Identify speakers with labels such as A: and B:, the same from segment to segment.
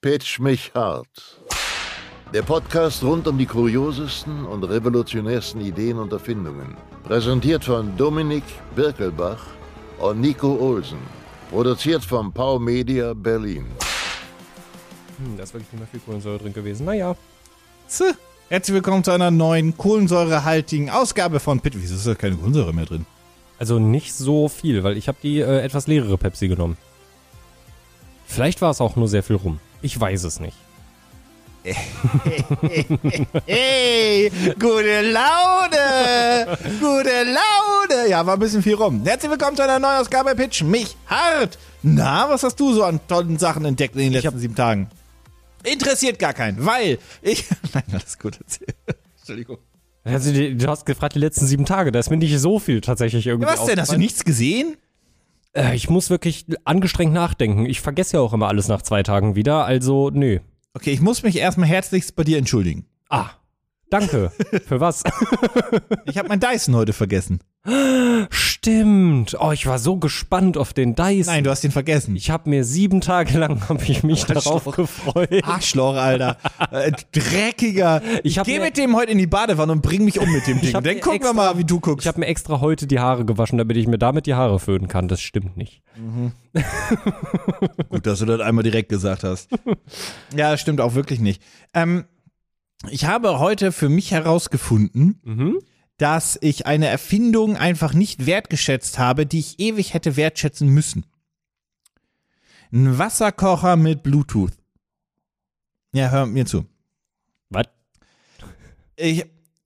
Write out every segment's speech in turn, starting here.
A: Pitch mich hart. Der Podcast rund um die kuriosesten und revolutionärsten Ideen und Erfindungen. Präsentiert von Dominik Birkelbach und Nico Olsen. Produziert von Pau Media Berlin.
B: Hm, da ist wirklich nicht mehr viel Kohlensäure drin gewesen. Naja.
C: Tse. Herzlich willkommen zu einer neuen kohlensäurehaltigen Ausgabe von Pit. Wieso ist da keine Kohlensäure mehr drin?
B: Also nicht so viel, weil ich habe die äh, etwas leere Pepsi genommen. Vielleicht war es auch nur sehr viel rum. Ich weiß es nicht.
C: Hey, gute Laune! Gute Laune! Ja, war ein bisschen viel rum. Herzlich willkommen zu einer neuen Ausgabe Pitch. Mich hart! Na, was hast du so an tollen Sachen entdeckt in den letzten sieben Tagen? Interessiert gar keinen, weil ich. Nein, alles gut. Entschuldigung.
B: Also, die- du hast gefragt, die letzten sieben Tage. Da ist mir nicht so viel tatsächlich irgendwie.
C: Was denn? Hast du
B: aufgefallen.
C: nichts gesehen?
B: Äh, ich muss wirklich angestrengt nachdenken. Ich vergesse ja auch immer alles nach zwei Tagen wieder. Also, nö.
C: Okay, ich muss mich erstmal herzlichst bei dir entschuldigen.
B: Ah. Danke. Für was?
C: Ich habe mein Dyson heute vergessen.
B: Stimmt. Oh, ich war so gespannt auf den Dice.
C: Nein, du hast ihn vergessen.
B: Ich habe mir sieben Tage lang hab ich mich darauf gefreut.
C: Arschloch, Alter. Äh, dreckiger.
B: Ich
C: Ich,
B: hab
C: geh
B: mir-
C: mit dem heute in die Badewanne und bring mich um mit dem Ding.
B: hab
C: Dann
B: mir
C: gucken
B: extra-
C: wir mal, wie du guckst.
B: Ich habe mir extra heute die Haare gewaschen, damit ich mir damit die Haare föhnen kann. Das stimmt nicht.
C: Gut, dass du das einmal direkt gesagt hast. ja, das stimmt auch wirklich nicht. Ähm, ich habe heute für mich herausgefunden,
B: Mhm.
C: dass ich eine Erfindung einfach nicht wertgeschätzt habe, die ich ewig hätte wertschätzen müssen. Ein Wasserkocher mit Bluetooth. Ja, hör mir zu.
B: Was?
C: Ich,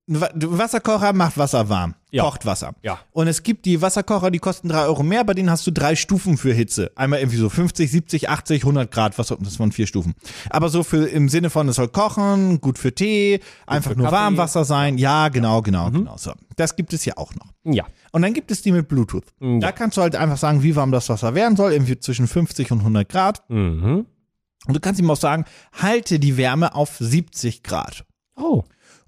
C: ein Wa- ein Wasserkocher macht Wasser warm,
B: Ja.
C: kocht Wasser.
B: Ja.
C: Und es gibt die Wasserkocher, die kosten 3 Euro mehr, bei denen hast du drei Stufen für Hitze. Einmal irgendwie so 50, 70, 80, 100 Grad, was das waren vier Stufen. Aber so für im Sinne von, es soll kochen, gut für Tee, einfach nur
B: Kaffee. Mhm.
C: Warmwasser sein. Ja, genau, genau, genau. So. Das gibt es ja auch noch.
B: Ja.
C: Und dann gibt es die mit Bluetooth.
B: Mhm.
C: Da kannst du halt einfach sagen, wie warm das Wasser werden soll, irgendwie zwischen 50 und 100 Grad.
B: Mhm.
C: Und du kannst ihm auch sagen, halte die Wärme auf 70 Grad.
B: Oh.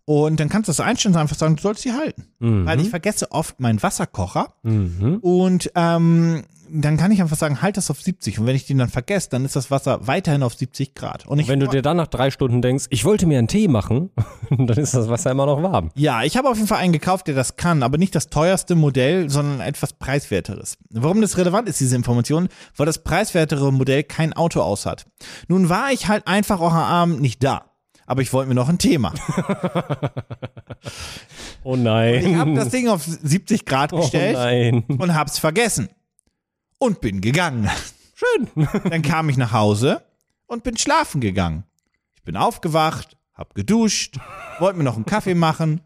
C: Und dann kannst du das einstellen und einfach sagen, du sollst sie halten.
B: Mhm.
C: Weil ich vergesse oft meinen Wasserkocher
B: Mhm.
C: und ähm, dann kann ich einfach sagen, halt das auf 70. Und wenn ich den dann vergesse, dann ist das Wasser weiterhin auf 70 Grad. Und ich,
B: Wenn du dir dann nach drei Stunden denkst, ich wollte mir einen Tee machen, dann ist das Wasser immer noch warm.
C: ja, ich habe auf jeden Fall einen gekauft, der das kann, aber nicht das teuerste Modell, sondern etwas preiswerteres. Warum das relevant ist, diese Information, weil das preiswertere Modell kein Auto aus hat. Nun war ich halt einfach auch am Abend nicht da. Aber ich wollte mir noch ein Tee machen.
B: Oh nein.
C: Ich habe das Ding auf 70 Grad
B: oh
C: gestellt.
B: nein.
C: und hab's vergessen. Und bin gegangen.
B: Schön.
C: Dann kam ich nach Hause und bin schlafen gegangen. Ich bin aufgewacht, hab geduscht, wollte mir noch einen Kaffee machen,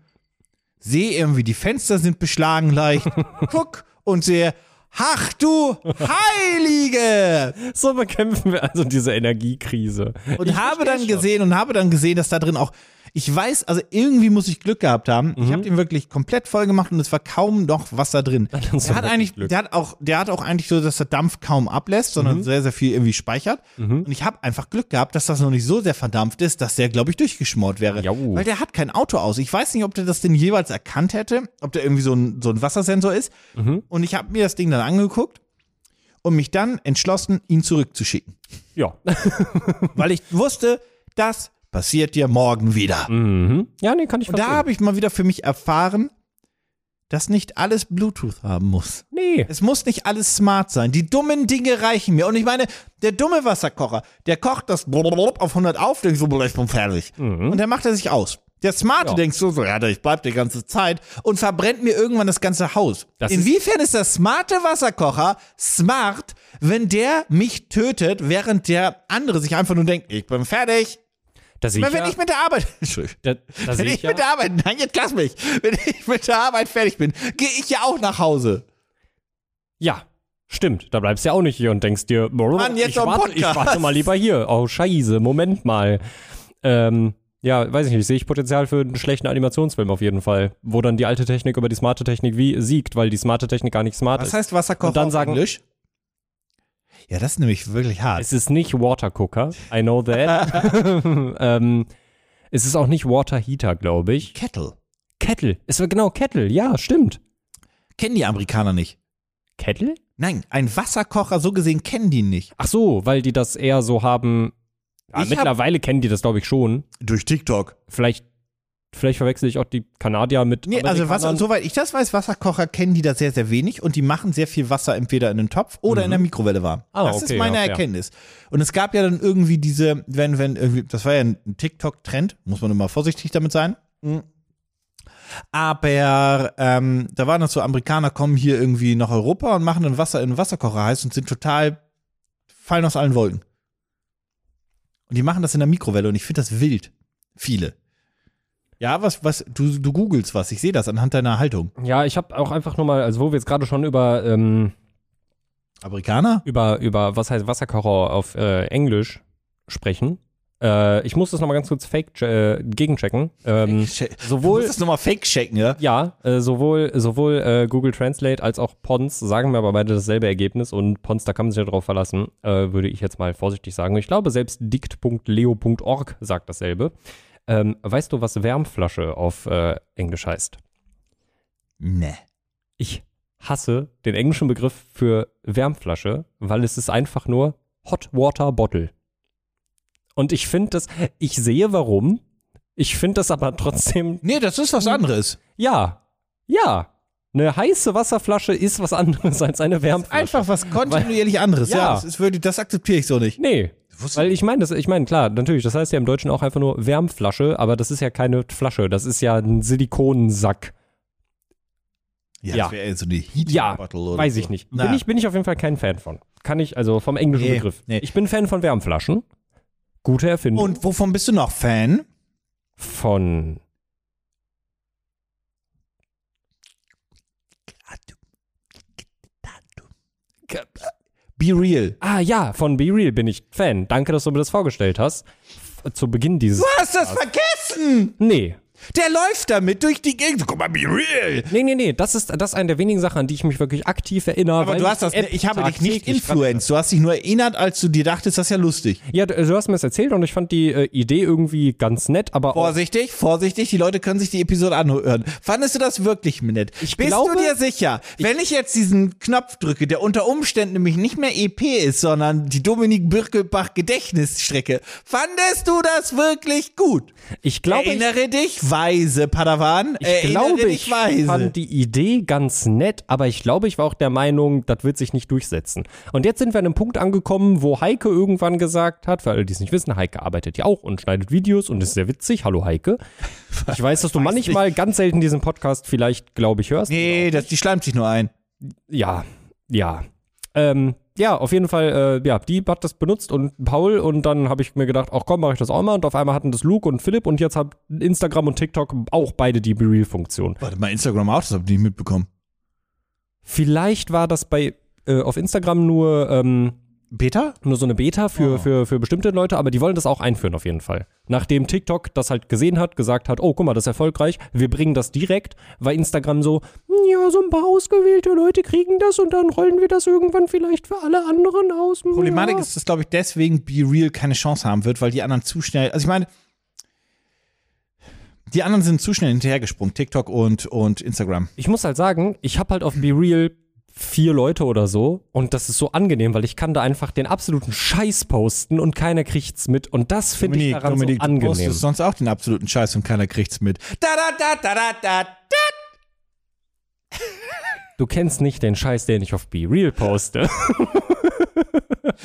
C: sehe irgendwie, die Fenster sind beschlagen leicht, guck und sehe, ach du Heilige!
B: So bekämpfen wir also diese Energiekrise.
C: Und habe dann gesehen und habe dann gesehen, dass da drin auch ich weiß, also irgendwie muss ich Glück gehabt haben.
B: Mhm.
C: Ich habe den wirklich komplett voll gemacht und es war kaum noch was da drin.
B: hast du
C: Der hat
B: wirklich
C: eigentlich,
B: Glück. Mhm.
C: der hat auch, der hat auch eigentlich so, dass der Dampf kaum ablässt, sondern sehr, sehr viel irgendwie speichert. Und ich habe einfach Glück gehabt, dass das noch nicht so sehr verdampft ist, dass der, glaube ich, durchgeschmort wäre.
B: Jau.
C: Weil der hat kein Auto aus. Ich weiß nicht, ob der das denn jeweils erkannt hätte, ob der irgendwie so ein, so ein Wassersensor ist.
B: Mhm.
C: Und ich habe mir das Ding dann angeguckt und mich dann entschlossen, ihn zurückzuschicken
B: Ja.
C: weil ich wusste, das passiert dir morgen wieder.
B: Mhm. Ja, nee, kann ich
C: Und da
B: verstehen.
C: habe ich mal wieder für mich erfahren, dass nicht alles Bluetooth haben muss.
B: Nee.
C: Es muss nicht alles smart sein. Die dummen Dinge reichen mir. Und ich meine, der dumme Wasserkocher, der kocht das auf 100 auf, denkt so, "Boah, ich bin fertig. Und dann macht er sich aus. Der Smarte
B: Mhm. Ja.
C: denkt so, so, ja, ich bleib die ganze Zeit und verbrennt mir irgendwann das ganze Haus.
B: Das ist-
C: Inwiefern ist der smarte Wasserkocher smart, wenn der mich tötet, während der andere sich einfach nur denkt, ich bin fertig,
B: Da sehe ich
C: wenn
B: ja.
C: ich mit der Arbeit, Entschuldigung.
B: da, da
C: wenn
B: sehe ich
C: ich
B: ja.
C: mit der Arbeit, nein, jetzt lass mich. Wenn ich mit der Arbeit fertig bin, gehe ich ja auch nach Hause.
B: Ja, stimmt. Da bleibst du ja auch nicht hier und denkst dir, Mann,
C: jetzt
B: ich,
C: noch ein
B: warte, ich
C: Podcast.
B: warte mal lieber hier. Oh, scheiße, Moment mal. Ähm, ja, weiß ich nicht, sehe ich Potenzial für einen schlechten Animationsfilm auf jeden Fall, wo dann die alte Technik über die smarte Technik wie siegt, weil die smarte Technik gar nicht smart
C: Was
B: ist.
C: heißt Wasserkocher
B: Und dann
C: auf
B: sagen-
C: Englisch? Ja, das ist nämlich wirklich hart.
B: Es ist nicht Watercooker, I know that. ähm, es ist auch nicht Water Heater, glaube ich.
C: Kettle.
B: Kettle, es war genau Kettle, ja, stimmt.
C: Kennen die Amerikaner nicht.
B: Kettle?
C: Nein, ein Wasserkocher so gesehen kennen die nicht.
B: Ach so, weil die das eher so haben, Ja,
C: Ich hab-
B: mittlerweile kennen die das, glaube ich, schon.
C: Durch TikTok.
B: Vielleicht, vielleicht verwechsel ich auch die Kanadier mit.
C: Nee, also Wasser,
B: Amerikanern.
C: soweit ich das weiß, Wasserkocher kennen die da sehr, sehr wenig und die machen sehr viel Wasser entweder in den Topf oder in der Mikrowelle warm.
B: Ah,
C: das
B: okay,
C: ist meine
B: ja, fair.
C: Erkenntnis. Und es gab ja dann irgendwie diese, wenn, wenn, irgendwie, das war ja ein TikTok-Trend, muss man immer vorsichtig damit sein. Aber ähm, da waren das so Amerikaner, kommen hier irgendwie nach Europa und machen dann Wasser in den Wasserkocher heiß und sind total, fallen aus allen Wolken. Und die machen das in der Mikrowelle und ich finde das wild. Viele. Ja, was, was, du, du googelst was, ich sehe das anhand deiner Haltung.
B: Ja, ich habe auch einfach nur mal, also wo wir jetzt gerade schon über, ähm,
C: Amerikaner?
B: über, über, was heißt Wasserkocher auf äh, Englisch sprechen. Äh, ich muss das nochmal ganz kurz fake äh, gegenchecken. Ähm,
C: Mhm. Sowohl. Du musst das nochmal fake checken, ja?
B: Ja, äh, sowohl, sowohl äh, Google Translate als auch Pons sagen mir aber beide dasselbe Ergebnis und Pons, da kann man sich ja drauf verlassen, äh, würde ich jetzt mal vorsichtig sagen. Ich glaube, selbst dict.leo.org sagt dasselbe. Ähm, weißt du, was Wärmflasche auf äh, Englisch heißt?
C: Nee.
B: Ich hasse den englischen Begriff für Wärmflasche, weil es ist einfach nur Hot Water Bottle. Und ich finde das, ich sehe warum, ich finde das aber trotzdem
C: Nee, das ist was anderes.
B: ja, ja. Eine heiße Wasserflasche ist was anderes als eine Wärmflasche.
C: Einfach was kontinuierlich anderes. Ja,
B: Ja.
C: das, ist, wirklich- das akzeptiere ich so nicht.
B: Nee.
C: Wusste-
B: Weil ich meine, das- ich meine, klar, natürlich, das heißt ja im Deutschen auch einfach nur Wärmflasche, aber das ist ja keine Flasche, das ist ja ein Silikonsack.
C: Ja,
B: Ja.
C: das wäre so eine Heat
B: Ja,
C: Bottle oder
B: weiß
C: so.
B: ich nicht.
C: Naja.
B: Bin ich, bin ich auf jeden Fall kein Fan von. Kann ich, also vom englischen
C: Nee,
B: Begriff.
C: nee.
B: Ich bin Fan von Wärmflaschen. Gute Erfindung.
C: Und wovon bist du noch Fan?
B: von
C: Be real.
B: Ah ja, von Be Real bin ich Fan. Danke, dass du mir das vorgestellt hast. F zu Beginn dieses.
C: Du hast
B: Also-
C: das vergessen!
B: Nee.
C: Der läuft damit durch die Gegend. Guck mal, be real!
B: Nee, nee, nee, das ist, das ist eine der wenigen Sachen, an die ich mich wirklich aktiv erinnere.
C: Aber
B: weil
C: du hast das,
B: die App
C: ich habe dich nicht
B: tagtäglich
C: influenced. Du hast dich nur erinnert, als du dir dachtest, das ist ja lustig.
B: dran- Ja, du, du hast mir das erzählt und ich fand die äh, Idee irgendwie ganz nett, aber auch,
C: Vorsichtig, vorsichtig, die Leute können sich die Episode anhören. Fandest du das wirklich nett?
B: Ich
C: Bist
B: glaube-
C: du dir sicher, wenn ich jetzt diesen Knopf drücke, der unter Umständen nämlich nicht mehr EP ist, sondern die Dominik Birkelbach Gedächtnisstrecke, fandest du das wirklich gut?
B: ich glaube, ich,
C: erinnere dich weise, Padawan.
B: ich,
C: erinnere
B: glaube,
C: dich
B: ich
C: weise.
B: fand die Idee ganz nett, aber ich glaube, ich war auch der Meinung, das wird sich nicht durchsetzen. Und jetzt sind wir an einem Punkt angekommen, wo Heike irgendwann gesagt hat, für alle, die es nicht wissen, Heike arbeitet ja auch und schneidet Videos und ist sehr witzig. Hallo Heike. Ich weiß, dass du manchmal ganz selten diesen Podcast vielleicht, glaube ich, hörst.
C: nee, das, die schleimt sich nur ein.
B: ja, ja. Ähm, ja, auf jeden Fall, äh, ja, die hat das benutzt und Paul und dann habe ich mir gedacht, ach komm, mache ich das auch mal und auf einmal hatten das Luke und Philipp und jetzt haben Instagram und TikTok auch beide die Be-Real-Funktion.
C: Warte mal, Instagram auch, das hab ich nicht mitbekommen.
B: Vielleicht war das bei äh, auf Instagram nur, ähm,
C: Peter?
B: nur so eine Beta für, für, für bestimmte Leute, aber die wollen das auch einführen auf jeden Fall. Nachdem TikTok das halt gesehen hat, gesagt hat, oh, guck mal, das ist erfolgreich, wir bringen das direkt, war Instagram so, "Hm, ja, so ein paar ausgewählte Leute kriegen das und dann rollen wir das irgendwann vielleicht für alle anderen aus. Hm,
C: Problematik
B: ja.
C: ist, dass, glaube ich, deswegen Be Real keine Chance haben wird, weil die anderen zu schnell. Also, ich meine, die anderen sind zu schnell hinterhergesprungen. TikTok und, und Instagram.
B: Ich muss halt sagen, ich habe halt auf Be Real vier Leute oder so und das ist so angenehm, weil ich kann da einfach den absoluten Scheiß posten und keiner kriegt's mit und das finde ich daran so
C: du
B: angenehm.
C: postest sonst auch den absoluten Scheiß und keiner kriegt's mit. Da, da, da, da, da, da, da.
B: Du kennst nicht den Scheiß, den ich auf Be Real poste.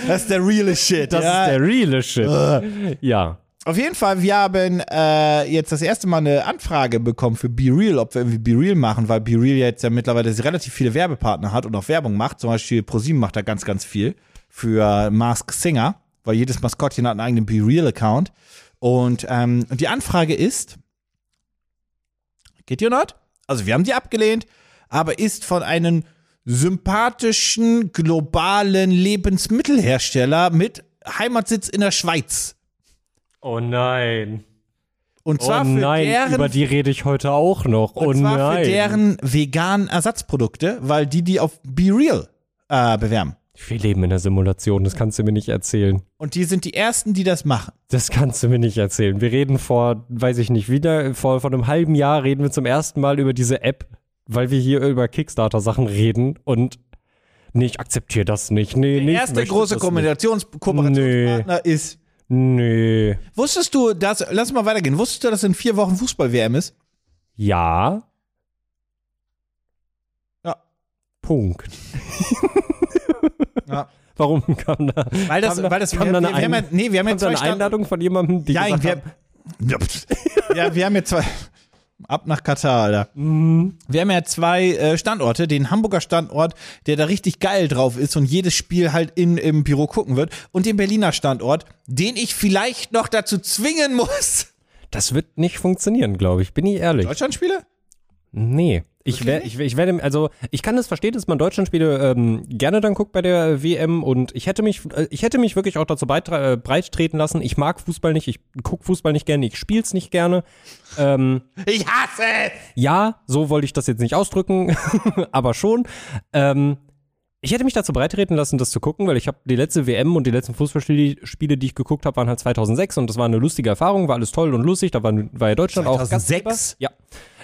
C: Das ist der reale Shit.
B: Das
C: ja.
B: ist der reale Shit. Äh. Ja.
C: Auf jeden Fall, wir haben äh, jetzt das erste Mal eine Anfrage bekommen für Be Real, ob wir irgendwie Be Real machen, weil Be Real jetzt ja mittlerweile relativ viele Werbepartner hat und auch Werbung macht. Zum Beispiel ProSieben macht da ganz, ganz viel für Mask Singer, weil jedes Maskottchen hat einen eigenen Be Real-Account. Und ähm, und die Anfrage ist, geht ihr not? Also wir haben die abgelehnt, aber ist von einem sympathischen, globalen Lebensmittelhersteller mit Heimatsitz in der Schweiz.
B: Oh nein.
C: Und
B: Oh
C: zwar für
B: nein,
C: deren,
B: über die rede ich heute auch noch. oh
C: und zwar
B: nein.
C: für deren veganen Ersatzprodukte, weil die die auf Be Real äh, bewerben.
B: Wir leben in der Simulation, das kannst du mir nicht erzählen.
C: Und die sind die ersten, die das machen.
B: Das kannst du mir nicht erzählen. Wir reden vor, weiß ich nicht, wieder, vor, vor einem halben Jahr reden wir zum ersten Mal über diese App, weil wir hier über Kickstarter-Sachen reden und nee, ich akzeptiere das nicht. Nee,
C: Der
B: nee, ich
C: erste
B: möchte
C: große
B: das
C: Kombinations Kooperationspartner ist
B: Nee.
C: Wusstest du, dass, lass mal weitergehen, wusstest du, dass in vier Wochen Fußball-WM ist?
B: Ja.
C: Ja.
B: Punkt.
C: Ja.
B: Warum kam da,
C: Weil das,
B: kam da,
C: weil das,
B: kam
C: wir,
B: da eine,
C: wir, wir haben ja,
B: Ein-
C: nee, wir haben ja
B: kam da
C: zwei
B: eine
C: Standorte.
B: Einladung von jemandem, die
C: Ja,
B: gesagt
C: wir,
B: haben,
C: ja, pst. ja, wir haben ja zwei. Ab nach Katar, Alter.
B: Mhm.
C: Wir haben ja zwei äh, Standorte. Den Hamburger Standort, der da richtig geil drauf ist und jedes Spiel halt in, im Büro gucken wird. Und den Berliner Standort, den ich vielleicht noch dazu zwingen muss.
B: das wird nicht funktionieren, glaube ich. Bin ich ehrlich.
C: Deutschlandspiele?
B: Nee. Ich, wär, ich, wär- ich werde, also ich kann es verstehen, dass man Deutschlandspiele ähm, gerne dann guckt bei der WM und ich hätte mich, äh, ich hätte mich wirklich auch dazu beitra- äh, breit treten lassen. Ich mag Fußball nicht, ich gucke Fußball nicht gerne, ich spiel's nicht gerne.
C: Ich hasse es!
B: Ja, so wollte ich das jetzt nicht ausdrücken, aber schon. Ähm, ich hätte mich dazu breitreten lassen, das zu gucken, weil ich habe die letzte WM und die letzten Fußballspiele, Spiele, die ich geguckt habe, waren halt 2006 und das war eine lustige Erfahrung, war alles toll und lustig, da war, war ja Deutschland auch
C: 2006?
B: Gastgeber. Ja.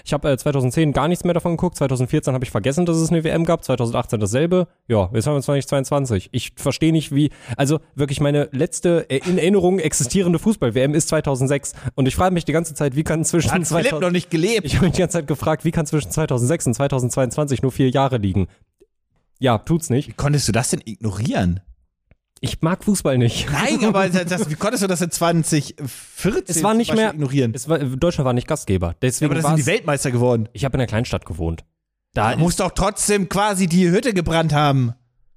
B: Ich habe äh, 2010 gar nichts mehr davon geguckt, 2014 habe ich vergessen, dass es eine WM gab, 2018 dasselbe. Ja, jetzt haben wir 2022. Ich verstehe nicht, wie, also wirklich meine letzte äh, in Erinnerung existierende Fußball-WM ist 2006 und ich frage mich die ganze Zeit, wie kann zwischen
C: Hat Philipp
B: 2000
C: noch nicht gelebt.
B: Ah, ich habe mich die ganze Zeit gefragt, wie kann zwischen 2006 und 2022 nur vier Jahre liegen? Ja, tut's nicht.
C: Wie konntest du das denn ignorieren?
B: Ich mag Fußball nicht.
C: Nein, aber das, das, wie konntest du das in 2014
B: Es war nicht
C: zum Beispiel
B: mehr.
C: ignorieren?
B: Es war, Deutschland war nicht Gastgeber.
C: Ja,
B: Deswegen
C: aber das
B: war's-
C: sind die Weltmeister geworden.
B: Ich habe in einer Kleinstadt gewohnt. Da
C: Du musst Ah, doch trotzdem quasi die Hütte gebrannt haben.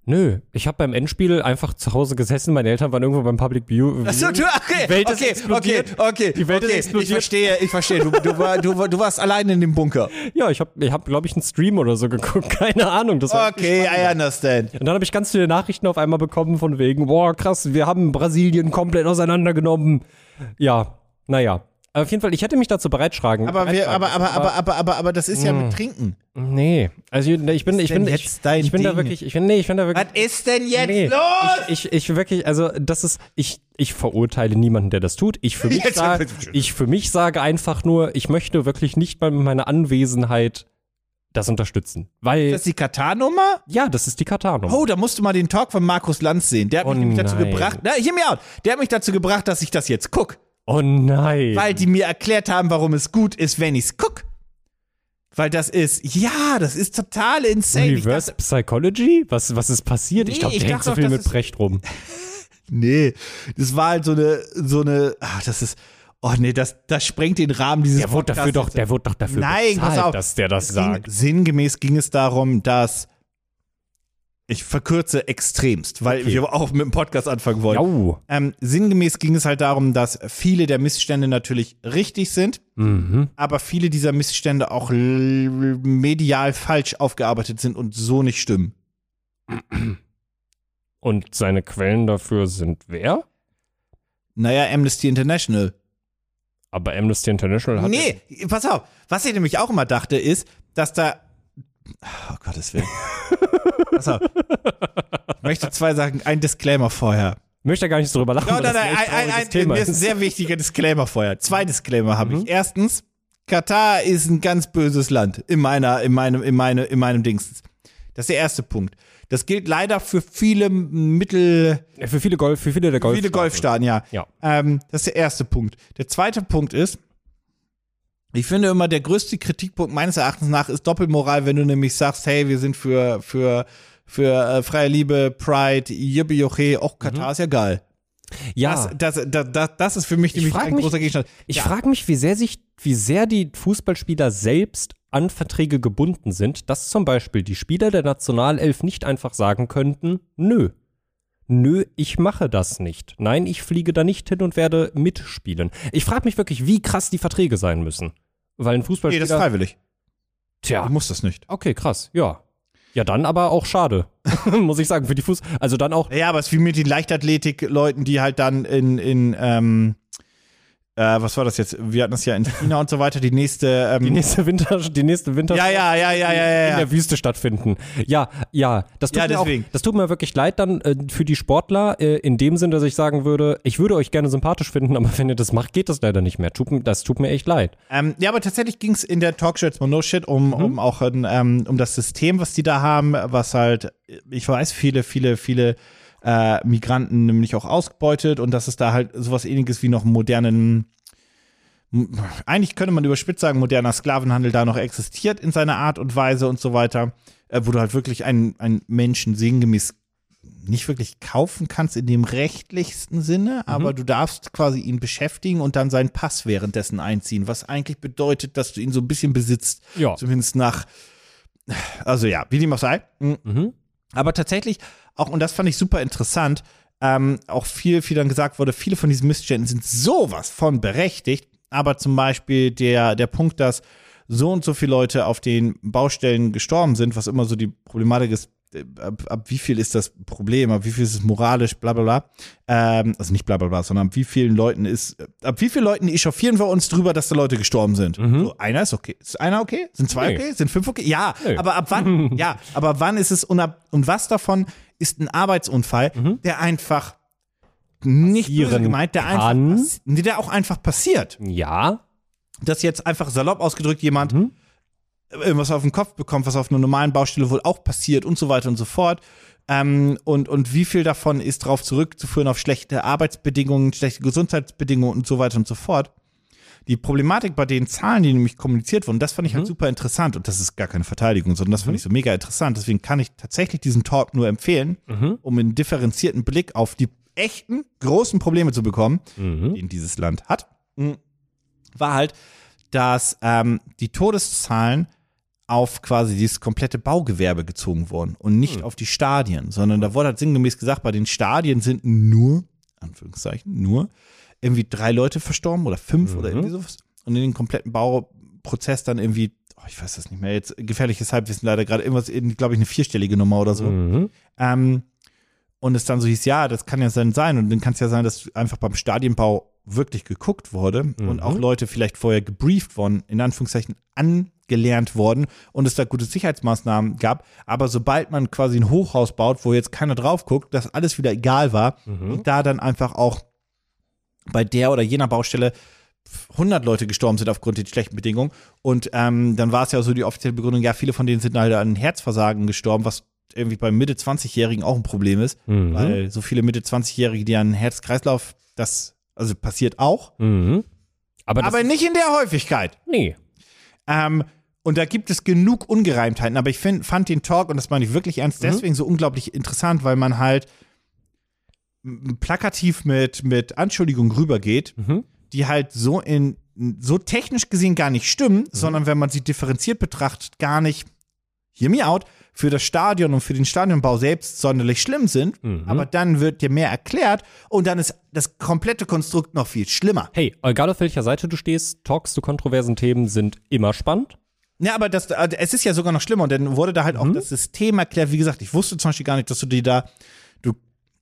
B: nö, ich habe beim Endspiel einfach zu Hause gesessen. Meine Eltern waren irgendwo beim Public View.
C: Achso, du, okay,
B: Die Welt ist
C: okay, okay,
B: explodiert.
C: okay,
B: Die Welt ist
C: okay,
B: explodiert.
C: ich verstehe, ich verstehe, du, du, war, du, war- du warst allein in dem Bunker.
B: Ja, ich habe, ich hab, glaube ich, einen Stream oder so geguckt. Keine Ahnung. Das war
C: Okay, I understand.
B: Und dann habe ich ganz viele Nachrichten auf einmal bekommen von wegen, boah, krass, wir haben Brasilien komplett auseinandergenommen. Ja, naja. Auf jeden Fall, ich hätte mich dazu bereitschlagen.
C: Aber, wir,
B: bereitschlagen
C: aber,
B: lassen,
C: aber, aber, aber, aber, aber das ist ja mit Trinken.
B: Nee, also ich ich bin, ich
C: denn
B: bin, ich,
C: jetzt dein
B: ich bin da
C: Ding?
B: wirklich, ich bin, nee, ich bin da
C: Was
B: wirklich,
C: ist denn jetzt
B: nee,
C: los?
B: ich, ich, ich wirklich, also das ist, ich, ich verurteile niemanden, der das tut. Ich für mich
C: Jetzt-
B: sage, ich für mich sage einfach nur, ich möchte wirklich nicht mal mit meiner Anwesenheit das unterstützen, weil,
C: Ist das die Katar-Nummer?
B: ja, das ist die Katar-Nummer.
C: Oh, da musst du mal den Talk von Markus Lanz sehen. Der hat mich
B: Oh
C: nämlich dazu
B: nein.
C: gebracht, na, hear me out. Der hat mich dazu gebracht, dass ich das jetzt guck.
B: Oh nein.
C: Weil die mir erklärt haben, warum es gut ist, wenn ich's guck. Weil das ist, ja, das ist total insane. Ich dachte,
B: Reverse Psychology? Was, was ist passiert? ich
C: Nee,
B: glaube, der
C: ich
B: hängt
C: dachte
B: so
C: doch,
B: viel
C: das
B: mit
C: ist-
B: Brecht rum.
C: Nee, das war halt so eine, so eine, ach, das ist, oh nee, das, das sprengt den Rahmen dieses
B: Der wurde dafür
C: Podcasts
B: doch,
C: jetzt.
B: der wurde doch dafür
C: Nein,
B: bezahlt,
C: pass auf.
B: dass der das
C: Es ging,
B: sagt.
C: Sinngemäß ging es darum, dass, ich verkürze extremst, weil
B: Okay.
C: wir auch mit dem Podcast anfangen wollen.
B: Jau.
C: Ähm, sinngemäß ging es halt darum, dass viele der Missstände natürlich richtig sind,
B: Mhm.
C: aber viele dieser Missstände auch l- medial falsch aufgearbeitet sind und so nicht stimmen.
B: Und seine Quellen dafür sind wer?
C: Naja, Amnesty International.
B: Aber Amnesty International hat.
C: Nee, pass auf. Was ich nämlich auch immer dachte, ist, dass da. Oh Gottes Willen. pass auf. Ich möchte zwei Sachen. Ein Disclaimer vorher.
B: Möchte gar nicht drüber lachen.
C: Nein,
B: weil
C: nein,
B: das
C: nein.
B: echt
C: Ein, ein,
B: trauriges
C: ein,
B: Thema Mhm.
C: mir ist ein
B: ist.
C: sehr wichtiger Disclaimer vorher. Zwei Disclaimer habe ich. Erstens, Katar ist ein ganz böses Land. In meiner, in meinem, in meine, in meinem Dings. Das ist der erste Punkt. Das gilt leider für viele Mittel.
B: Für viele Golf, für viele der Golf.
C: Viele Golfstaaten, ja.
B: Ja.
C: Ähm, das ist der erste Punkt. Der zweite Punkt ist, ich finde immer, der größte Kritikpunkt meines Erachtens nach ist Doppelmoral, wenn du nämlich sagst, hey, wir sind für, für, für äh, freie Liebe, Pride, Yippie, Joche, auch Katar ist ja geil.
B: Mhm. Ja.
C: Das, das, das, das, das ist für mich nämlich
B: frag
C: ein
B: mich-
C: großer Gegenstand.
B: Ich
C: ja.
B: frage mich, wie sehr sich, wie sehr die Fußballspieler selbst an Verträge gebunden sind, dass zum Beispiel die Spieler der Nationalelf nicht einfach sagen könnten, nö. Nö, ich mache das nicht. Nein, ich fliege da nicht hin und werde mitspielen. Ich frage mich wirklich, wie krass die Verträge sein müssen. Weil ein
C: nee,
B: Fußballspieler.
C: das ist freiwillig.
B: tja,
C: Du musst das nicht.
B: okay, krass, ja. Ja, dann aber auch schade. Muss ich sagen, für die Fuß. Also dann auch.
C: Ja, aber es ist wie mit den Leichtathletik-Leuten, die halt dann in, in ähm, äh, was war das jetzt? Wir hatten das ja in China und so weiter, die nächste, ähm,
B: Die nächste Winter, die nächste Winter
C: ja, ja, ja, ja, ja, ja,
B: in
C: ja.
B: der Wüste stattfinden. Ja, ja, das tut,
C: Ja,
B: mir, auch,
C: deswegen.
B: das tut mir wirklich leid dann äh, für die Sportler äh, in dem Sinn, dass ich sagen würde, ich würde euch gerne sympathisch finden, aber wenn ihr das macht, geht das leider nicht mehr. Tut, mir- das tut mir echt leid.
C: Ähm, ja, aber tatsächlich ging es in der Talkshow jetzt mal no shit um, um auch ein, ähm, um das System, was die da haben, was halt, ich weiß, viele, viele, viele äh, Migranten nämlich auch ausgebeutet und dass es da halt sowas ähnliches wie noch einen modernen, m- eigentlich könnte man überspitzt sagen, moderner Sklavenhandel da noch existiert in seiner Art und Weise und so weiter, äh, wo du halt wirklich einen, einen Menschen sinngemäß nicht wirklich kaufen kannst in dem rechtlichsten Sinne,
B: Mhm.
C: aber du darfst quasi ihn beschäftigen und dann seinen Pass währenddessen einziehen, was eigentlich bedeutet, dass du ihn so ein bisschen besitzt,
B: Ja.
C: zumindest nach, also ja, wie dem auch sei. Mhm.
B: Mhm.
C: Aber tatsächlich auch, und das fand ich super interessant, ähm, auch viel, viel dann gesagt wurde, viele von diesen Missständen sind sowas von berechtigt, aber zum Beispiel der, der Punkt, dass so und so viele Leute auf den Baustellen gestorben sind, was immer so die Problematik ist, äh, ab, ab wie viel ist das Problem, ab wie viel ist es moralisch, bla bla bla. Ähm, also nicht bla bla bla, sondern ab wie vielen Leuten ist, ab wie vielen Leuten echauffieren wir uns drüber, dass da Leute gestorben sind. So, einer ist okay. Ist einer okay? Sind zwei
B: Mhm. Nee.
C: okay? Sind fünf okay? Ja,
B: Nö.
C: aber ab wann? ja, aber wann ist es unab und was davon ist ein Arbeitsunfall, der einfach nicht böse
B: Mhm. Passieren
C: gemeint, der einfach,
B: kann.
C: passi- nee, der auch einfach passiert.
B: Ja.
C: Dass jetzt einfach salopp ausgedrückt jemand äh, irgendwas auf den Kopf bekommt, was auf einer normalen Baustelle wohl auch passiert und so weiter und so fort. Ähm, und, und wie viel davon ist darauf zurückzuführen auf schlechte Arbeitsbedingungen, schlechte Gesundheitsbedingungen und so weiter und so fort. Die Problematik bei den Zahlen, die nämlich kommuniziert wurden, das fand ich halt super interessant und das ist gar keine Verteidigung, sondern das fand ich so mega interessant. Deswegen kann ich tatsächlich diesen Talk nur empfehlen, um einen differenzierten Blick auf die echten großen Probleme zu bekommen, die in dieses Land hat. Mhm. War halt, dass ähm, die Todeszahlen auf quasi dieses komplette Baugewerbe gezogen wurden und nicht auf die Stadien, sondern da wurde halt sinngemäß gesagt, bei den Stadien sind nur, Anführungszeichen, nur irgendwie drei Leute verstorben oder fünf oder irgendwie sowas. Und in den kompletten Bauprozess dann irgendwie, oh, ich weiß das nicht mehr, jetzt gefährliches Halbwissen leider gerade irgendwas, glaube ich, eine vierstellige Nummer oder so.
B: Mhm.
C: Ähm, und es dann so hieß, ja, das kann ja dann sein. Und dann kann es ja sein, dass einfach beim Stadienbau wirklich geguckt wurde und auch Leute vielleicht vorher gebrieft worden, in Anführungszeichen angelernt worden und es da gute Sicherheitsmaßnahmen gab. Aber sobald man quasi ein Hochhaus baut, wo jetzt keiner drauf guckt, dass alles wieder egal war und da dann einfach auch bei der oder jener Baustelle 100 Leute gestorben sind aufgrund der schlechten Bedingungen. Und ähm, dann war es ja so die offizielle Begründung, ja, viele von denen sind halt an Herzversagen gestorben, was irgendwie bei Mitte-20-Jährigen auch ein Problem ist,
B: Mhm.
C: weil so viele Mitte-20-Jährige, die an Herz-Kreislauf, das, also passiert auch,
B: Mhm. Aber, das,
C: aber nicht in der Häufigkeit.
B: nee.
C: Ähm, und da gibt es genug Ungereimtheiten, aber ich find, fand den Talk, und das meine ich wirklich ernst, deswegen so unglaublich interessant, weil man halt m- plakativ mit, mit Anschuldigungen rübergeht, die halt so in so technisch gesehen gar nicht stimmen, sondern wenn man sie differenziert betrachtet, gar nicht, hear me out, für das Stadion und für den Stadionbau selbst sonderlich schlimm sind, aber dann wird dir mehr erklärt und dann ist das komplette Konstrukt noch viel schlimmer.
B: Hey, egal auf welcher Seite du stehst, Talks zu kontroversen Themen sind immer spannend.
C: Ja, aber das, äh, es ist ja sogar noch schlimmer und dann wurde da halt
B: Mhm.
C: auch das System erklärt. Wie gesagt, ich wusste zum Beispiel gar nicht, dass du die da, du,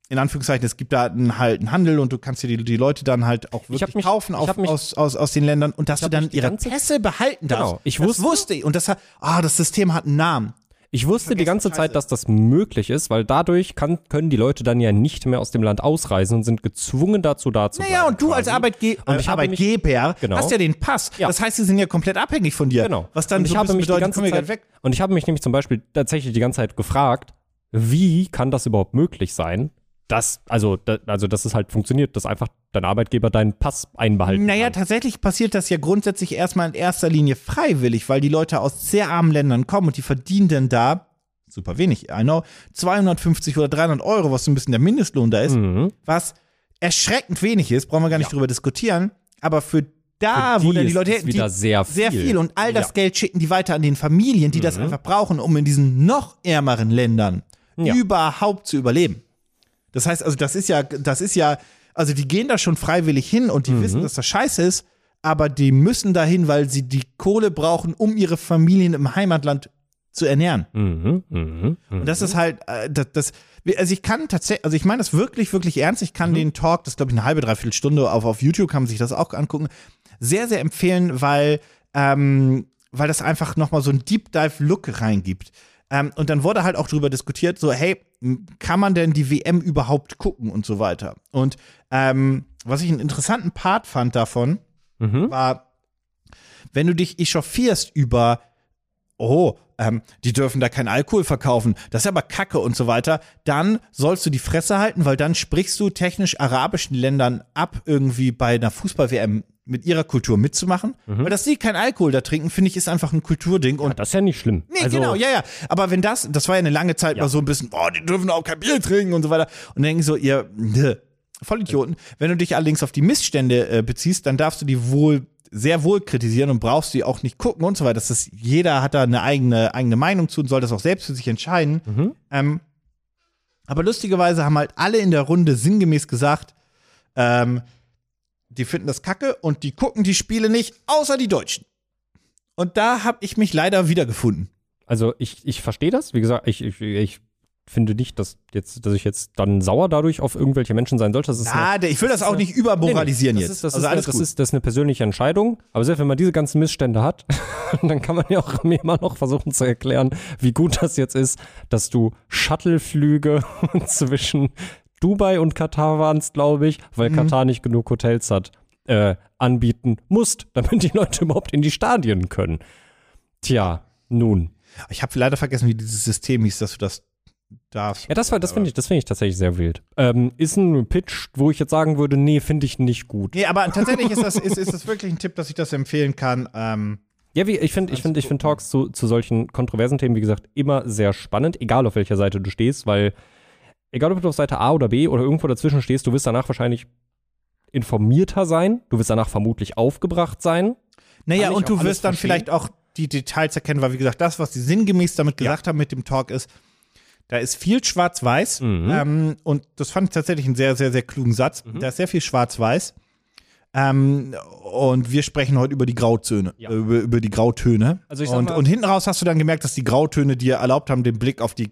C: in Anführungszeichen, es gibt da einen, halt einen Handel und du kannst dir die, die Leute dann halt auch
B: Ich hab
C: wirklich
B: mich-
C: kaufen
B: ich
C: auf,
B: hab mich-
C: aus, aus, aus den Ländern und dass du
B: hab
C: dann
B: mich die
C: ihre
B: ganze-
C: Pässe behalten darfst.
B: Genau, ich
C: das
B: wusste-
C: wusste ich. Und das hat, ah, das System hat einen Namen.
B: Ich wusste die ganze Zeit, dass das möglich ist, weil dadurch kann, können die Leute dann ja nicht mehr aus dem Land ausreisen und sind gezwungen dazu da zu
C: Naja,
B: bleiben
C: und du als
B: quasi.
C: Arbeitge
B: Und
C: äh,
B: ich habe mich-
C: Arbeitgeber
B: Genau.
C: hast ja den Pass.
B: Ja.
C: Das heißt, sie sind ja komplett abhängig von dir.
B: Genau.
C: Was dann
B: und ich
C: so ein
B: habe
C: bisschen
B: mich die
C: bedeutet,
B: ganze
C: komm, wir
B: Zeit
C: gehen weg.
B: und ich habe mich nämlich zum Beispiel tatsächlich die ganze Zeit gefragt, wie kann das überhaupt möglich sein, dass also da, also dass es halt funktioniert, dass einfach dein Arbeitgeber deinen Pass einbehalten
C: Naja,
B: kann.
C: tatsächlich passiert das ja grundsätzlich erstmal in erster Linie freiwillig, weil die Leute aus sehr armen Ländern kommen und die verdienen dann da super wenig, I know, 250 oder 300 Euro, was so ein bisschen der Mindestlohn da ist, was erschreckend wenig ist, brauchen wir gar nicht drüber diskutieren, aber für da,
B: Für
C: wo
B: die
C: dann die
B: ist
C: Leute
B: es
C: hätten,
B: wieder
C: die
B: sehr viel.
C: sehr viel und all
B: Ja.
C: das
B: Mhm.
C: Geld schicken die weiter an den Familien, die das einfach brauchen, um in diesen noch ärmeren Ländern
B: Ja.
C: überhaupt zu überleben. Das heißt, also das ist ja, das ist ja, also die gehen da schon freiwillig hin und die
B: Mhm.
C: wissen, dass das scheiße ist, aber die müssen dahin, weil sie die Kohle brauchen, um ihre Familien im Heimatland zu ernähren.
B: Mhm, mhm, mhm.
C: Und das ist halt, äh, das, das, also ich kann tatsächlich, also ich meine das wirklich, wirklich ernst. Ich kann den Talk, das ist, glaube ich eine halbe, dreiviertel Stunde auf, auf YouTube, kann man sich das auch angucken, sehr, sehr empfehlen, weil, ähm, weil das einfach nochmal so einen Deep Dive Look reingibt. Ähm, und dann wurde halt auch drüber diskutiert, so, hey, m, kann man denn die WM überhaupt gucken und so weiter? Und ähm, was ich einen interessanten Part fand davon, war, wenn du dich echauffierst über, oh, äh, ähm, die dürfen da keinen Alkohol verkaufen, das ist aber Kacke und so weiter, dann sollst du die Fresse halten, weil dann sprichst du technisch arabischen Ländern ab, irgendwie bei einer Fußball-WM mit ihrer Kultur mitzumachen. Weil das sie kein Alkohol da trinken, finde ich, ist einfach ein Kulturding und
B: Das ist ja nicht schlimm.
C: Nee,
B: also,
C: genau, ja, ja. Aber wenn das, das war ja eine lange Zeit mal so ein bisschen, boah, die dürfen auch kein Bier trinken und so weiter. Und denken so, ihr ne, Vollidioten. Wenn du dich allerdings auf die Missstände äh, beziehst, dann darfst du die wohl sehr wohl kritisieren und brauchst die auch nicht gucken und so weiter. Das ist, jeder hat da eine eigene, eigene Meinung zu und soll das auch selbst für sich entscheiden. Ähm, aber lustigerweise haben halt alle in der Runde sinngemäß gesagt, ähm, die finden das kacke und die gucken die Spiele nicht, außer die Deutschen. Und da habe ich mich leider wiedergefunden.
B: Also ich, ich verstehe das. Wie gesagt, ich, ich, ich finde nicht, dass, jetzt, dass ich jetzt dann sauer dadurch auf irgendwelche Menschen sein sollte. Das ist eine-
C: Ah, der- ich will das auch nicht übermoralisieren
B: das
C: jetzt.
B: Ist, das,
C: also
B: ist,
C: alles
B: das,
C: gut.
B: ist, das ist eine persönliche Entscheidung. Aber selbst wenn man diese ganzen Missstände hat, dann kann man ja auch mir immer noch versuchen zu erklären, wie gut das jetzt ist, dass du Shuttleflüge zwischen Dubai und Katar waren's, glaube ich, weil
C: Mhm.
B: Katar nicht genug Hotels hat, äh, anbieten musst, damit die Leute überhaupt in die Stadien können. Tja, nun.
C: ich habe leider vergessen, wie dieses System hieß, dass du das darfst.
B: Ja, das war, das finde ich, das finde ich tatsächlich sehr wild. Ähm, ist ein Pitch, wo ich jetzt sagen würde, nee, finde ich nicht gut.
C: Nee, aber tatsächlich ist das, ist, ist das wirklich ein Tipp, dass ich das empfehlen kann. Ähm,
B: Ja, wie, ich finde, ich finde, ich finde Talks zu, zu solchen kontroversen Themen, wie gesagt, immer sehr spannend, egal auf welcher Seite du stehst, weil egal ob du auf Seite A oder B oder irgendwo dazwischen stehst, du wirst danach wahrscheinlich informierter sein, du wirst danach vermutlich aufgebracht sein.
C: naja,
B: Kann ich
C: und
B: auch
C: du
B: alles
C: wirst dann
B: verstehen?
C: vielleicht auch die Details erkennen, weil, wie gesagt, das, was die sinngemäß damit gesagt haben mit dem Talk ist, da ist viel schwarz-weiß.
B: Mhm.
C: Ähm, und das fand ich tatsächlich einen sehr, sehr, sehr klugen Satz. Da ist sehr viel schwarz-weiß. Ähm, und wir sprechen heute über die Grauzöne,
B: Ja.
C: äh, über, über die Grautöne.
B: Also ich sag
C: und,
B: mal-
C: und hinten raus hast du dann gemerkt, dass die Grautöne dir erlaubt haben, den Blick auf die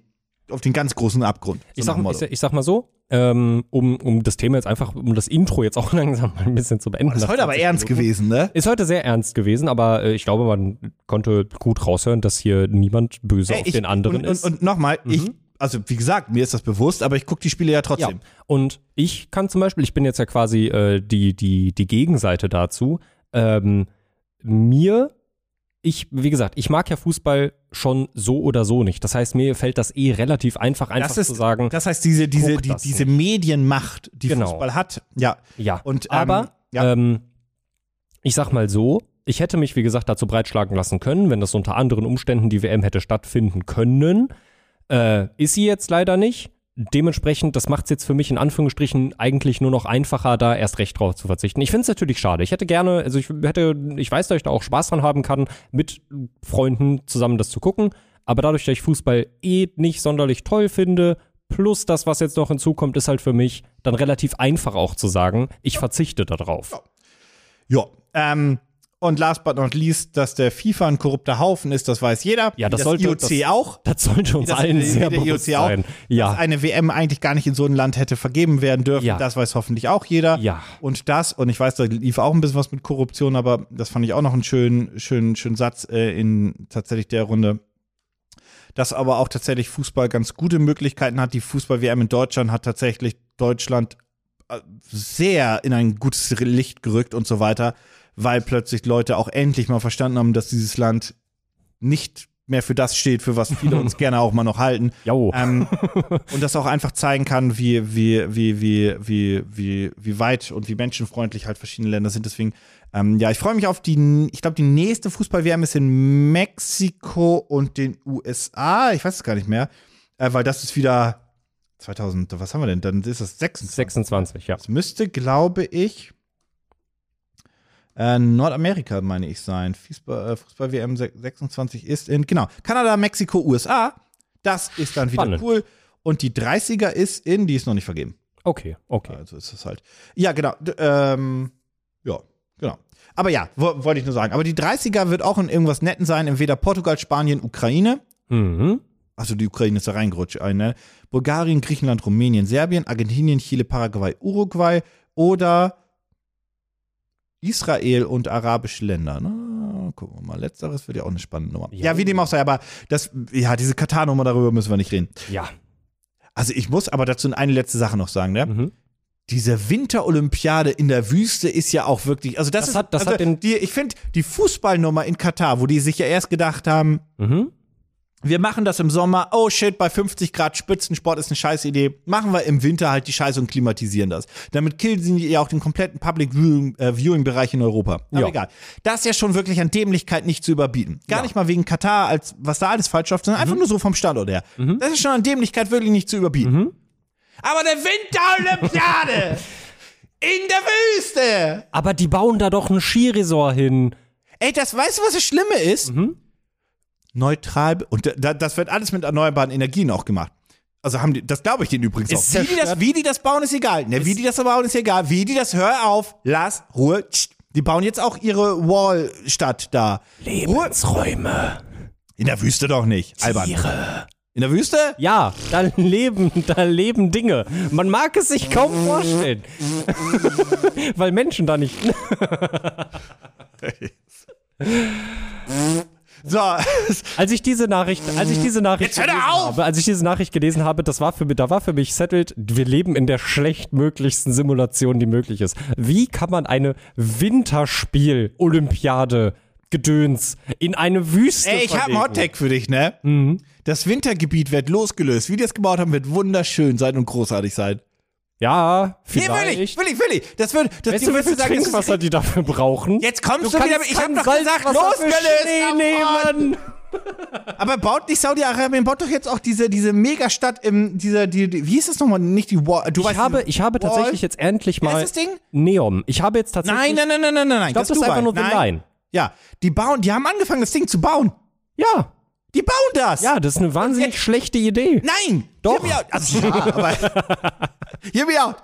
C: auf den ganz großen Abgrund.
B: Ich
C: So
B: sag,
C: nach dem
B: ich,
C: Motto.
B: sag- ich sag mal so, ähm, um, um das Thema jetzt einfach, um das Intro jetzt auch langsam mal ein bisschen zu beenden.
C: Oh, das ist
B: nach
C: heute aber
B: 20
C: ernst
B: Minuten.
C: gewesen, ne?
B: Ist heute sehr ernst gewesen, aber äh, ich glaube, man konnte gut raushören, dass hier niemand böse
C: Ey,
B: auf
C: ich-
B: den anderen
C: und,
B: ist. Mhm.
C: Und, und nochmal, ich, also wie gesagt, mir ist das bewusst, aber ich gucke die Spiele ja
B: ja.
C: trotzdem.
B: Und ich kann zum Beispiel, ich bin jetzt ja quasi äh, die, die, die Gegenseite dazu. Ähm, mir, ich, wie gesagt, ich mag ja Fußball schon so oder so nicht. Das heißt, mir fällt das eh relativ einfach, einfach
C: Das, ist,
B: zu sagen,
C: das heißt, diese, diese,
B: guck
C: die,
B: das
C: diese Medienmacht, die
B: Genau.
C: Fußball hat, ja.
B: Ja.
C: Und, ähm,
B: aber
C: ja.
B: ähm, ich sag mal so, ich hätte mich, wie gesagt, dazu breitschlagen lassen können, wenn das unter anderen Umständen die WM hätte stattfinden können. Äh, ist sie jetzt leider nicht. Dementsprechend, das macht es jetzt für mich in Anführungsstrichen eigentlich nur noch einfacher, da erst recht drauf zu verzichten. Ich finde es natürlich schade. Ich hätte gerne, also ich hätte, ich weiß, dass ich da auch Spaß dran haben kann, mit Freunden zusammen das zu gucken. Aber dadurch, dass ich Fußball eh nicht sonderlich toll finde, plus das, was jetzt noch hinzukommt, ist halt für mich dann relativ einfach auch zu sagen, ich verzichte darauf.
C: Ja. Ähm, und last but not least, dass der FIFA ein korrupter Haufen ist, das weiß jeder.
B: Ja, das
C: Wie
B: sollte-
C: IOC auch.
B: Das sollte uns
C: Das-
B: allen sehr
C: der
B: bewusst
C: IOC auch.
B: sein.
C: Dass
B: Ja,
C: eine WM eigentlich gar nicht in so einem Land hätte vergeben werden dürfen.
B: Ja.
C: Das weiß hoffentlich auch jeder.
B: Ja.
C: Und das, und ich weiß, da lief auch ein bisschen was mit Korruption, aber das fand ich auch noch einen schönen, schönen, schönen Satz äh, in tatsächlich der Runde. Dass aber auch tatsächlich Fußball ganz gute Möglichkeiten hat. Die Fußball-WM in Deutschland hat tatsächlich Deutschland äh, sehr in ein gutes Licht gerückt und so weiter, weil plötzlich Leute auch endlich mal verstanden haben, dass dieses Land nicht mehr für das steht, für was viele uns gerne auch mal noch halten,
B: jo.
C: ähm, und das auch einfach zeigen kann, wie, wie, wie, wie, wie, wie, wie weit und wie menschenfreundlich halt verschiedene Länder sind. Deswegen, ähm, ja, ich freue mich auf die, ich glaube, die nächste Fußball-WM ist in Mexiko und den USA. Ich weiß es gar nicht mehr, äh, weil das ist wieder 2000, was haben wir denn? Dann ist das 26.
B: 26, ja.
C: Das müsste, glaube ich, äh, Nordamerika, meine ich, sein. Fußball-WM Fußball WM 26 ist in, genau, Kanada, Mexiko, USA. Das ist dann wieder
B: Spannend.
C: cool. Und die 30er ist in, die ist noch nicht vergeben.
B: Okay, okay.
C: Also ist es halt. Ja, genau. D ähm, ja, genau. Aber ja, wo, wollte ich nur sagen. Aber die 30er wird auch in irgendwas Netten sein. Entweder Portugal, Spanien, Ukraine.
B: Mhm.
C: Also die Ukraine ist da reingerutscht. äh, Ne? Bulgarien, Griechenland, Rumänien, Serbien, Argentinien, Chile, Paraguay, Uruguay oder Israel und arabische Länder. Ne? Gucken wir mal. Letzteres wird ja auch eine spannende Nummer. Ja,
B: Ja.
C: wie dem auch sei, aber das, ja, diese Katar-Nummer, darüber müssen wir nicht reden.
B: Ja.
C: Also ich muss aber dazu eine letzte Sache noch sagen, ne?
B: Mhm.
C: Diese Winterolympiade in der Wüste ist ja auch wirklich, also das,
B: Das
C: ist,
B: hat- das
C: also
B: hat den-
C: die, ich finde die Fußballnummer in Katar, wo die sich ja erst gedacht haben,
B: Mhm.
C: Wir machen das im Sommer. Oh shit, bei 50 Grad Spitzensport ist eine scheiß Idee. Machen wir im Winter halt die Scheiße und klimatisieren das. Damit killen sie ja auch den kompletten Public Viewing- äh, Viewing-Bereich in Europa. Aber
B: Ja.
C: egal. Das ist ja schon wirklich an Dämlichkeit nicht zu überbieten.
B: Ja.
C: Gar
B: Mhm.
C: nicht mal wegen Katar, als was da alles falsch läuft, sondern einfach nur so vom Standort her. Das ist schon an Dämlichkeit wirklich nicht zu überbieten.
B: Mhm.
C: Aber eine Winterolympiade in der Wüste.
B: Aber die bauen da doch ein Skiresort hin.
C: Ey, das weißt du, was das Schlimme ist?
B: Mhm.
C: Neutral und da- da, das wird alles mit erneuerbaren Energien auch gemacht. Also haben die, das glaube ich denen übrigens
B: Ist
C: auch. Wie die, das,
B: zerstört-
C: wie die das bauen, ist egal. Ne, wie die das bauen, ist egal. Wie die das, hör auf, lass, Ruhe. Tsch. Die bauen jetzt auch ihre Wall-Stadt da. Ruhe.
B: Lebensräume.
C: In der Wüste doch nicht. Albern. In der Wüste?
B: Ja, da leben, da leben Dinge. Man mag es sich kaum vorstellen. Weil Menschen da nicht.
C: So.
B: Als ich diese Nachricht, als ich diese Nachricht,
C: Jetzt hör doch
B: gelesen
C: auf!
B: Habe, als ich diese Nachricht gelesen habe, das war für mich, da war für mich settled. Wir leben in der schlechtmöglichsten Simulation, die möglich ist. Wie kann man eine Winterspiel-Olympiade Gedöns in eine Wüste?
C: Ey, ich habe
B: verlegen?
C: einen Hottag für dich, ne?
B: Mhm.
C: Das Wintergebiet wird losgelöst. Wie die das gebaut haben, wird wunderschön sein und großartig sein.
B: Ja,
C: Nee,
B: vielleicht.
C: will ich, will ich, will ich. Das wird, das
B: Weißt du, wie
C: würdest
B: viel
C: sagen, das ist
B: Trinkwasser die dafür brauchen?
C: Jetzt kommst du, wieder mit. Ich hab doch gesagt, Oh
B: Salzwasser für
C: losgelöst.
B: Schnee nehmen.
C: Aber baut nicht Saudi-Arabien, baut doch jetzt auch diese, diese Megastadt im, dieser, die, die, wie hieß das nochmal? Nicht die Wall. Du
B: Ich
C: weißt,
B: habe,
C: diese
B: ich habe
C: Wall?
B: tatsächlich jetzt endlich
C: heißt
B: mal
C: das Ding?
B: Neom. Ich habe jetzt tatsächlich.
C: Nein, nein, nein, nein, nein, nein. Ich
B: glaub, das ist einfach nur The Line.
C: Ja, die bauen, die haben angefangen, das Ding zu bauen.
B: Ja,
C: Die bauen das.
B: ja, das ist eine wahnsinnig schlechte Idee.
C: Nein.
B: Doch.
C: Hear me out. Also, ja, aber. hear me out.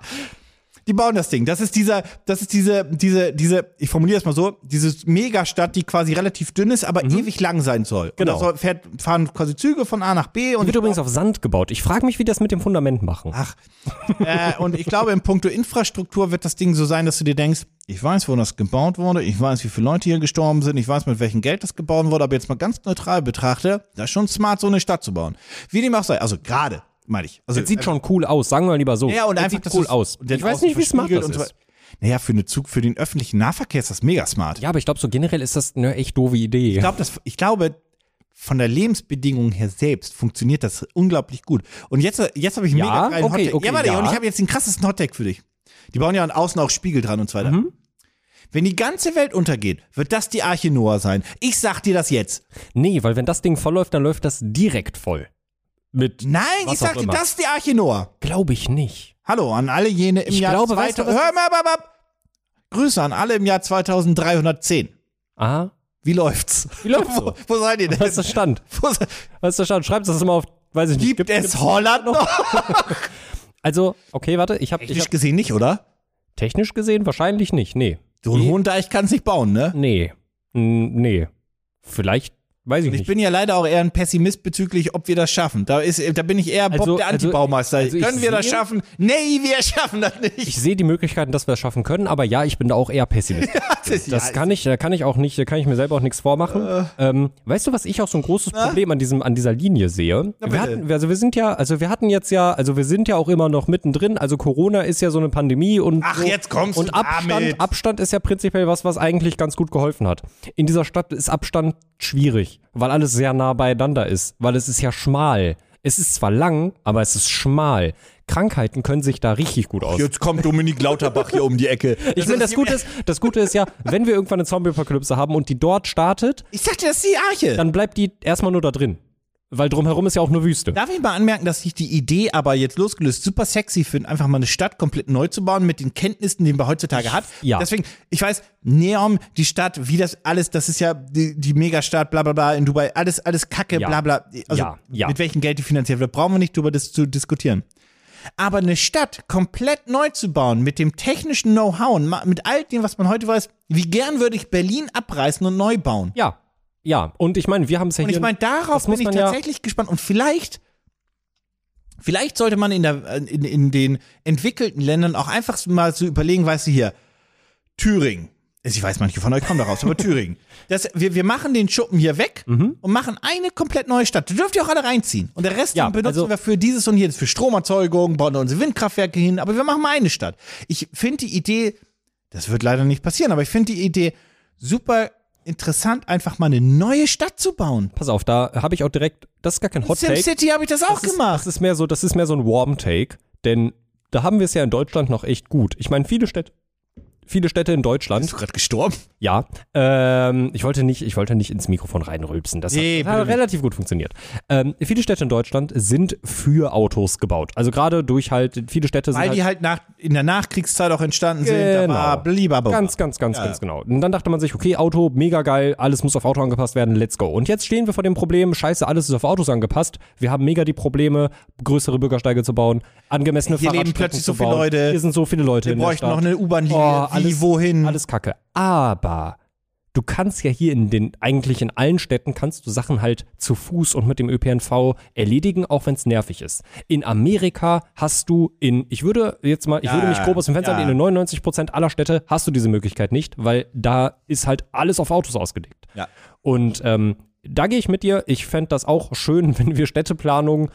C: Die bauen das Ding. Das ist dieser, das ist diese, diese, diese, ich formuliere es mal so, dieses Megastadt, die quasi relativ dünn ist, aber ewig lang sein soll. Und
B: Mhm. Genau.
C: da soll, fährt, fahren quasi Züge von A nach B und
B: Wird übrigens auf Sand gebaut. Ich frage mich, wie die das mit dem Fundament machen.
C: Ach. äh, und ich glaube, in puncto Infrastruktur wird das Ding so sein, dass du dir denkst, ich weiß, wo das gebaut wurde, ich weiß, wie viele Leute hier gestorben sind, ich weiß, mit welchem Geld das gebaut wurde, aber jetzt mal ganz neutral betrachte, das ist schon smart, so eine Stadt zu bauen. Wie dem auch sei, also gerade, meine ich. Also,
B: Sieht schon cool aus, sagen wir lieber so.
C: ja, und
B: Das
C: einfach
B: sieht cool
C: das ist-
B: aus.
C: und dann
B: Ich weiß
C: außen
B: nicht, wie smart
C: verspiegelt
B: das
C: und so-
B: ist.
C: Naja, für, eine Zug, für den öffentlichen Nahverkehr ist das mega smart.
B: Ja, aber ich glaube, so generell ist das eine echt doofe Idee.
C: Ich, glaub, das, ich glaube, von der Lebensbedingung her selbst funktioniert das unglaublich gut. Und jetzt, jetzt habe ich einen
B: Ja,
C: mega geilen
B: okay,
C: Hottag.
B: okay,
C: ja, warte,
B: ja.
C: und ich habe jetzt den krassesten Hottag für dich. Die bauen ja an außen auch Spiegel dran und so weiter.
B: Mhm.
C: Wenn die ganze Welt untergeht, wird das die Arche Noah sein. Ich sag dir das jetzt.
B: Nee, weil wenn das Ding voll läuft, dann läuft das direkt voll. Mit.
C: Nein,
B: Was
C: ich sag
B: auch
C: dir,
B: immer.
C: das ist die Arche Noah.
B: Glaube ich nicht.
C: Hallo an alle jene im
B: Ich
C: Jahr
B: glaube,
C: 2000
B: weißt du, was-
C: Hör mal, ab, ab, ab. Grüße an alle im Jahr 2310.
B: Aha.
C: Wie läuft's?
B: Wie läuft's
C: Wo,
B: so?
C: wo seid ihr denn?
B: Was ist der Stand?
C: Wo se-
B: Was ist der Stand? Schreibt das mal auf. Weiß ich nicht.
C: Gibt es Holland noch?
B: Also, okay, warte. Ich habe ich
C: Technisch
B: hab,
C: gesehen nicht, oder?
B: technisch gesehen wahrscheinlich nicht. Nee.
C: So einen hohen Deich kannst nicht bauen, ne?
B: Nee. N- Nee. Vielleicht, weiß ich
C: Ich
B: nicht.
C: bin ja leider auch eher ein Pessimist bezüglich, ob wir das schaffen. Da, ist, da bin ich eher Bob
B: Also-
C: der
B: also-
C: Antibaumeister.
B: also ich
C: Können wir das
B: sehe-
C: schaffen? Nee, wir schaffen das nicht.
B: ich sehe die Möglichkeiten, dass wir es schaffen können, aber ja, ich bin da auch eher Pessimist.
C: Das, ist, Äh.
B: Das kann ich, da kann ich auch nicht, da kann ich mir selber auch nichts vormachen. Ähm, weißt du, was ich auch so ein großes Problem an diesem, an dieser Linie sehe?
C: bitte.
B: Wir hatten, wir- also wir sind ja, also wir hatten jetzt ja, also wir sind ja auch immer noch mittendrin. Also Corona ist ja so eine Pandemie und
C: Ach,
B: so,
C: jetzt kommst
B: und
C: du
B: Abstand,
C: damit.
B: Abstand ist ja prinzipiell was, was eigentlich ganz gut geholfen hat. In dieser Stadt ist Abstand schwierig, weil alles sehr nah beieinander ist, weil es ist ja schmal. Es ist zwar lang, aber es ist schmal. Krankheiten können sich da richtig gut aus.
C: Jetzt kommt Dominik Lauterbach hier um die Ecke.
B: Ich meine, das Gute ist, das Gute ist ja, wenn wir irgendwann eine Zombie-Apokalypse haben und die dort startet,
C: Ich sagte, das ist die Arche.
B: dann bleibt die erstmal nur da drin. Weil drumherum ist ja auch nur Wüste.
C: Darf ich mal anmerken, dass ich die Idee aber jetzt losgelöst super sexy finde, einfach mal eine Stadt komplett neu zu bauen mit den Kenntnissen, die man heutzutage hat.
B: Ja.
C: Deswegen, ich weiß, Neom, die Stadt, wie das alles, das ist ja die, die Megastadt, bla bla bla in Dubai, alles, alles Kacke,
B: Ja.
C: bla bla. Also
B: Ja, ja.
C: mit welchem Geld die finanziert wird, brauchen wir nicht drüber das zu diskutieren. Aber eine Stadt komplett neu zu bauen mit dem technischen Know-how und ma- mit all dem, was man heute weiß, wie gern würde ich Berlin abreißen und neu bauen?
B: Ja. Ja. Und ich meine, wir haben es ja
C: Und
B: hier.
C: ich meine, darauf
B: das muss
C: bin
B: man
C: ich
B: ja-
C: tatsächlich gespannt. Und vielleicht, vielleicht sollte man in, der, in, in den entwickelten Ländern auch einfach mal so überlegen, weißt du hier, Thüringen. Also Ich weiß, manche von euch kommen da raus, aber Thüringen. Das, wir, wir machen den Schuppen hier weg
B: Mhm.
C: und machen eine komplett neue Stadt. Da dürft ihr auch alle reinziehen. Und der Rest
B: Ja,
C: den benutzen
B: also-
C: wir für dieses und jenes, für Stromerzeugung, bauen da unsere Windkraftwerke hin, aber wir machen mal eine Stadt. Ich finde die Idee, das wird leider nicht passieren, aber ich finde die Idee super interessant, einfach mal eine neue Stadt zu bauen.
B: Pass auf, da habe ich auch direkt, das ist gar kein Hot Take.
C: SimCity habe ich das auch
B: das
C: gemacht.
B: Ist, das ist mehr so, das ist mehr so ein Warm Take, denn da haben wir es ja in Deutschland noch echt gut. Ich meine, viele Städte, viele Städte in Deutschland,
C: gerade gestorben?
B: ja. Ähm, ich wollte nicht, ich wollte nicht ins Mikrofon reinrülpsen. Das
C: Nee,
B: hat,
C: bitte
B: hat
C: nicht.
B: relativ gut funktioniert. Ähm, viele Städte in Deutschland sind für Autos gebaut. Also gerade durch halt, viele Städte sind
C: Weil
B: halt,
C: die halt nach, in der Nachkriegszeit auch entstanden sind.
B: Genau.
C: Aber blablabla.
B: Ganz, ganz, ganz,
C: Ja.
B: ganz genau. Und dann dachte man sich, okay, Auto, mega geil, alles muss auf Auto angepasst werden, let's go. Und jetzt stehen wir vor dem Problem, scheiße, alles ist auf Autos angepasst. Wir haben mega die Probleme, größere Bürgersteige zu bauen, angemessene
C: Hier leben
B: Fahrradstrecken
C: plötzlich
B: zu
C: so viele
B: bauen.
C: Leute.
B: Hier sind so viele Leute
C: Wir
B: in der
C: bräuchten
B: Stadt.
C: noch eine U-Bahn-Linie.
B: Oh, alles-
C: Wie, wohin?
B: Alles kacke. Aber du kannst ja hier in den, eigentlich in allen Städten kannst du Sachen halt zu Fuß und mit dem ÖPNV erledigen, auch wenn es nervig ist. In Amerika hast du in, ich würde jetzt mal, ich
C: Ja,
B: würde mich grob aus dem Fenster
C: ja.
B: lehnen, in 99 Prozent aller Städte hast du diese Möglichkeit nicht, weil da ist halt alles auf Autos ausgelegt.
C: Ja.
B: Und ähm, da gehe ich mit dir. Ich fände das auch schön, wenn wir Städteplanung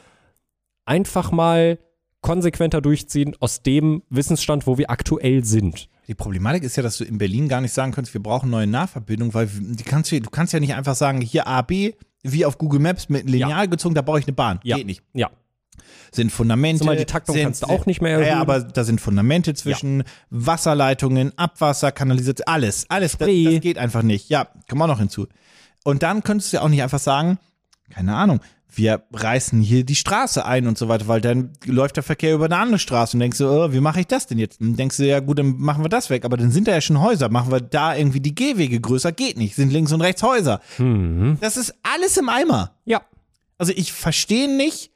B: einfach mal konsequenter durchziehen aus dem Wissensstand, wo wir aktuell sind.
C: Die Problematik ist ja, dass du in Berlin gar nicht sagen kannst, wir brauchen neue Nahverbindungen, weil die kannst du, du kannst ja nicht einfach sagen, hier A, B, wie auf Google Maps mit einem Lineal gezogen, da baue ich eine Bahn.
B: Ja.
C: Geht nicht.
B: Ja,
C: Sind Fundamente.
B: Zumal die Taktung
C: sind,
B: kannst du auch nicht mehr erhöhen.
C: Ja, aber da sind Fundamente zwischen Wasserleitungen, Abwasser, Kanalisation, alles, alles. Das,
B: Spree.
C: das geht einfach nicht. Ja, kommen wir auch noch hinzu. Und dann könntest du ja auch nicht einfach sagen, keine Ahnung, wir reißen hier die Straße ein und so weiter, weil dann läuft der Verkehr über eine andere Straße und denkst du, oh, wie mache ich das denn jetzt? Und denkst du, ja gut, dann machen wir das weg, aber dann sind da ja schon Häuser, machen wir da irgendwie die Gehwege größer, geht nicht, sind links und rechts Häuser.
B: Mhm.
C: Das ist alles im Eimer.
B: Ja,
C: Also ich verstehe nicht,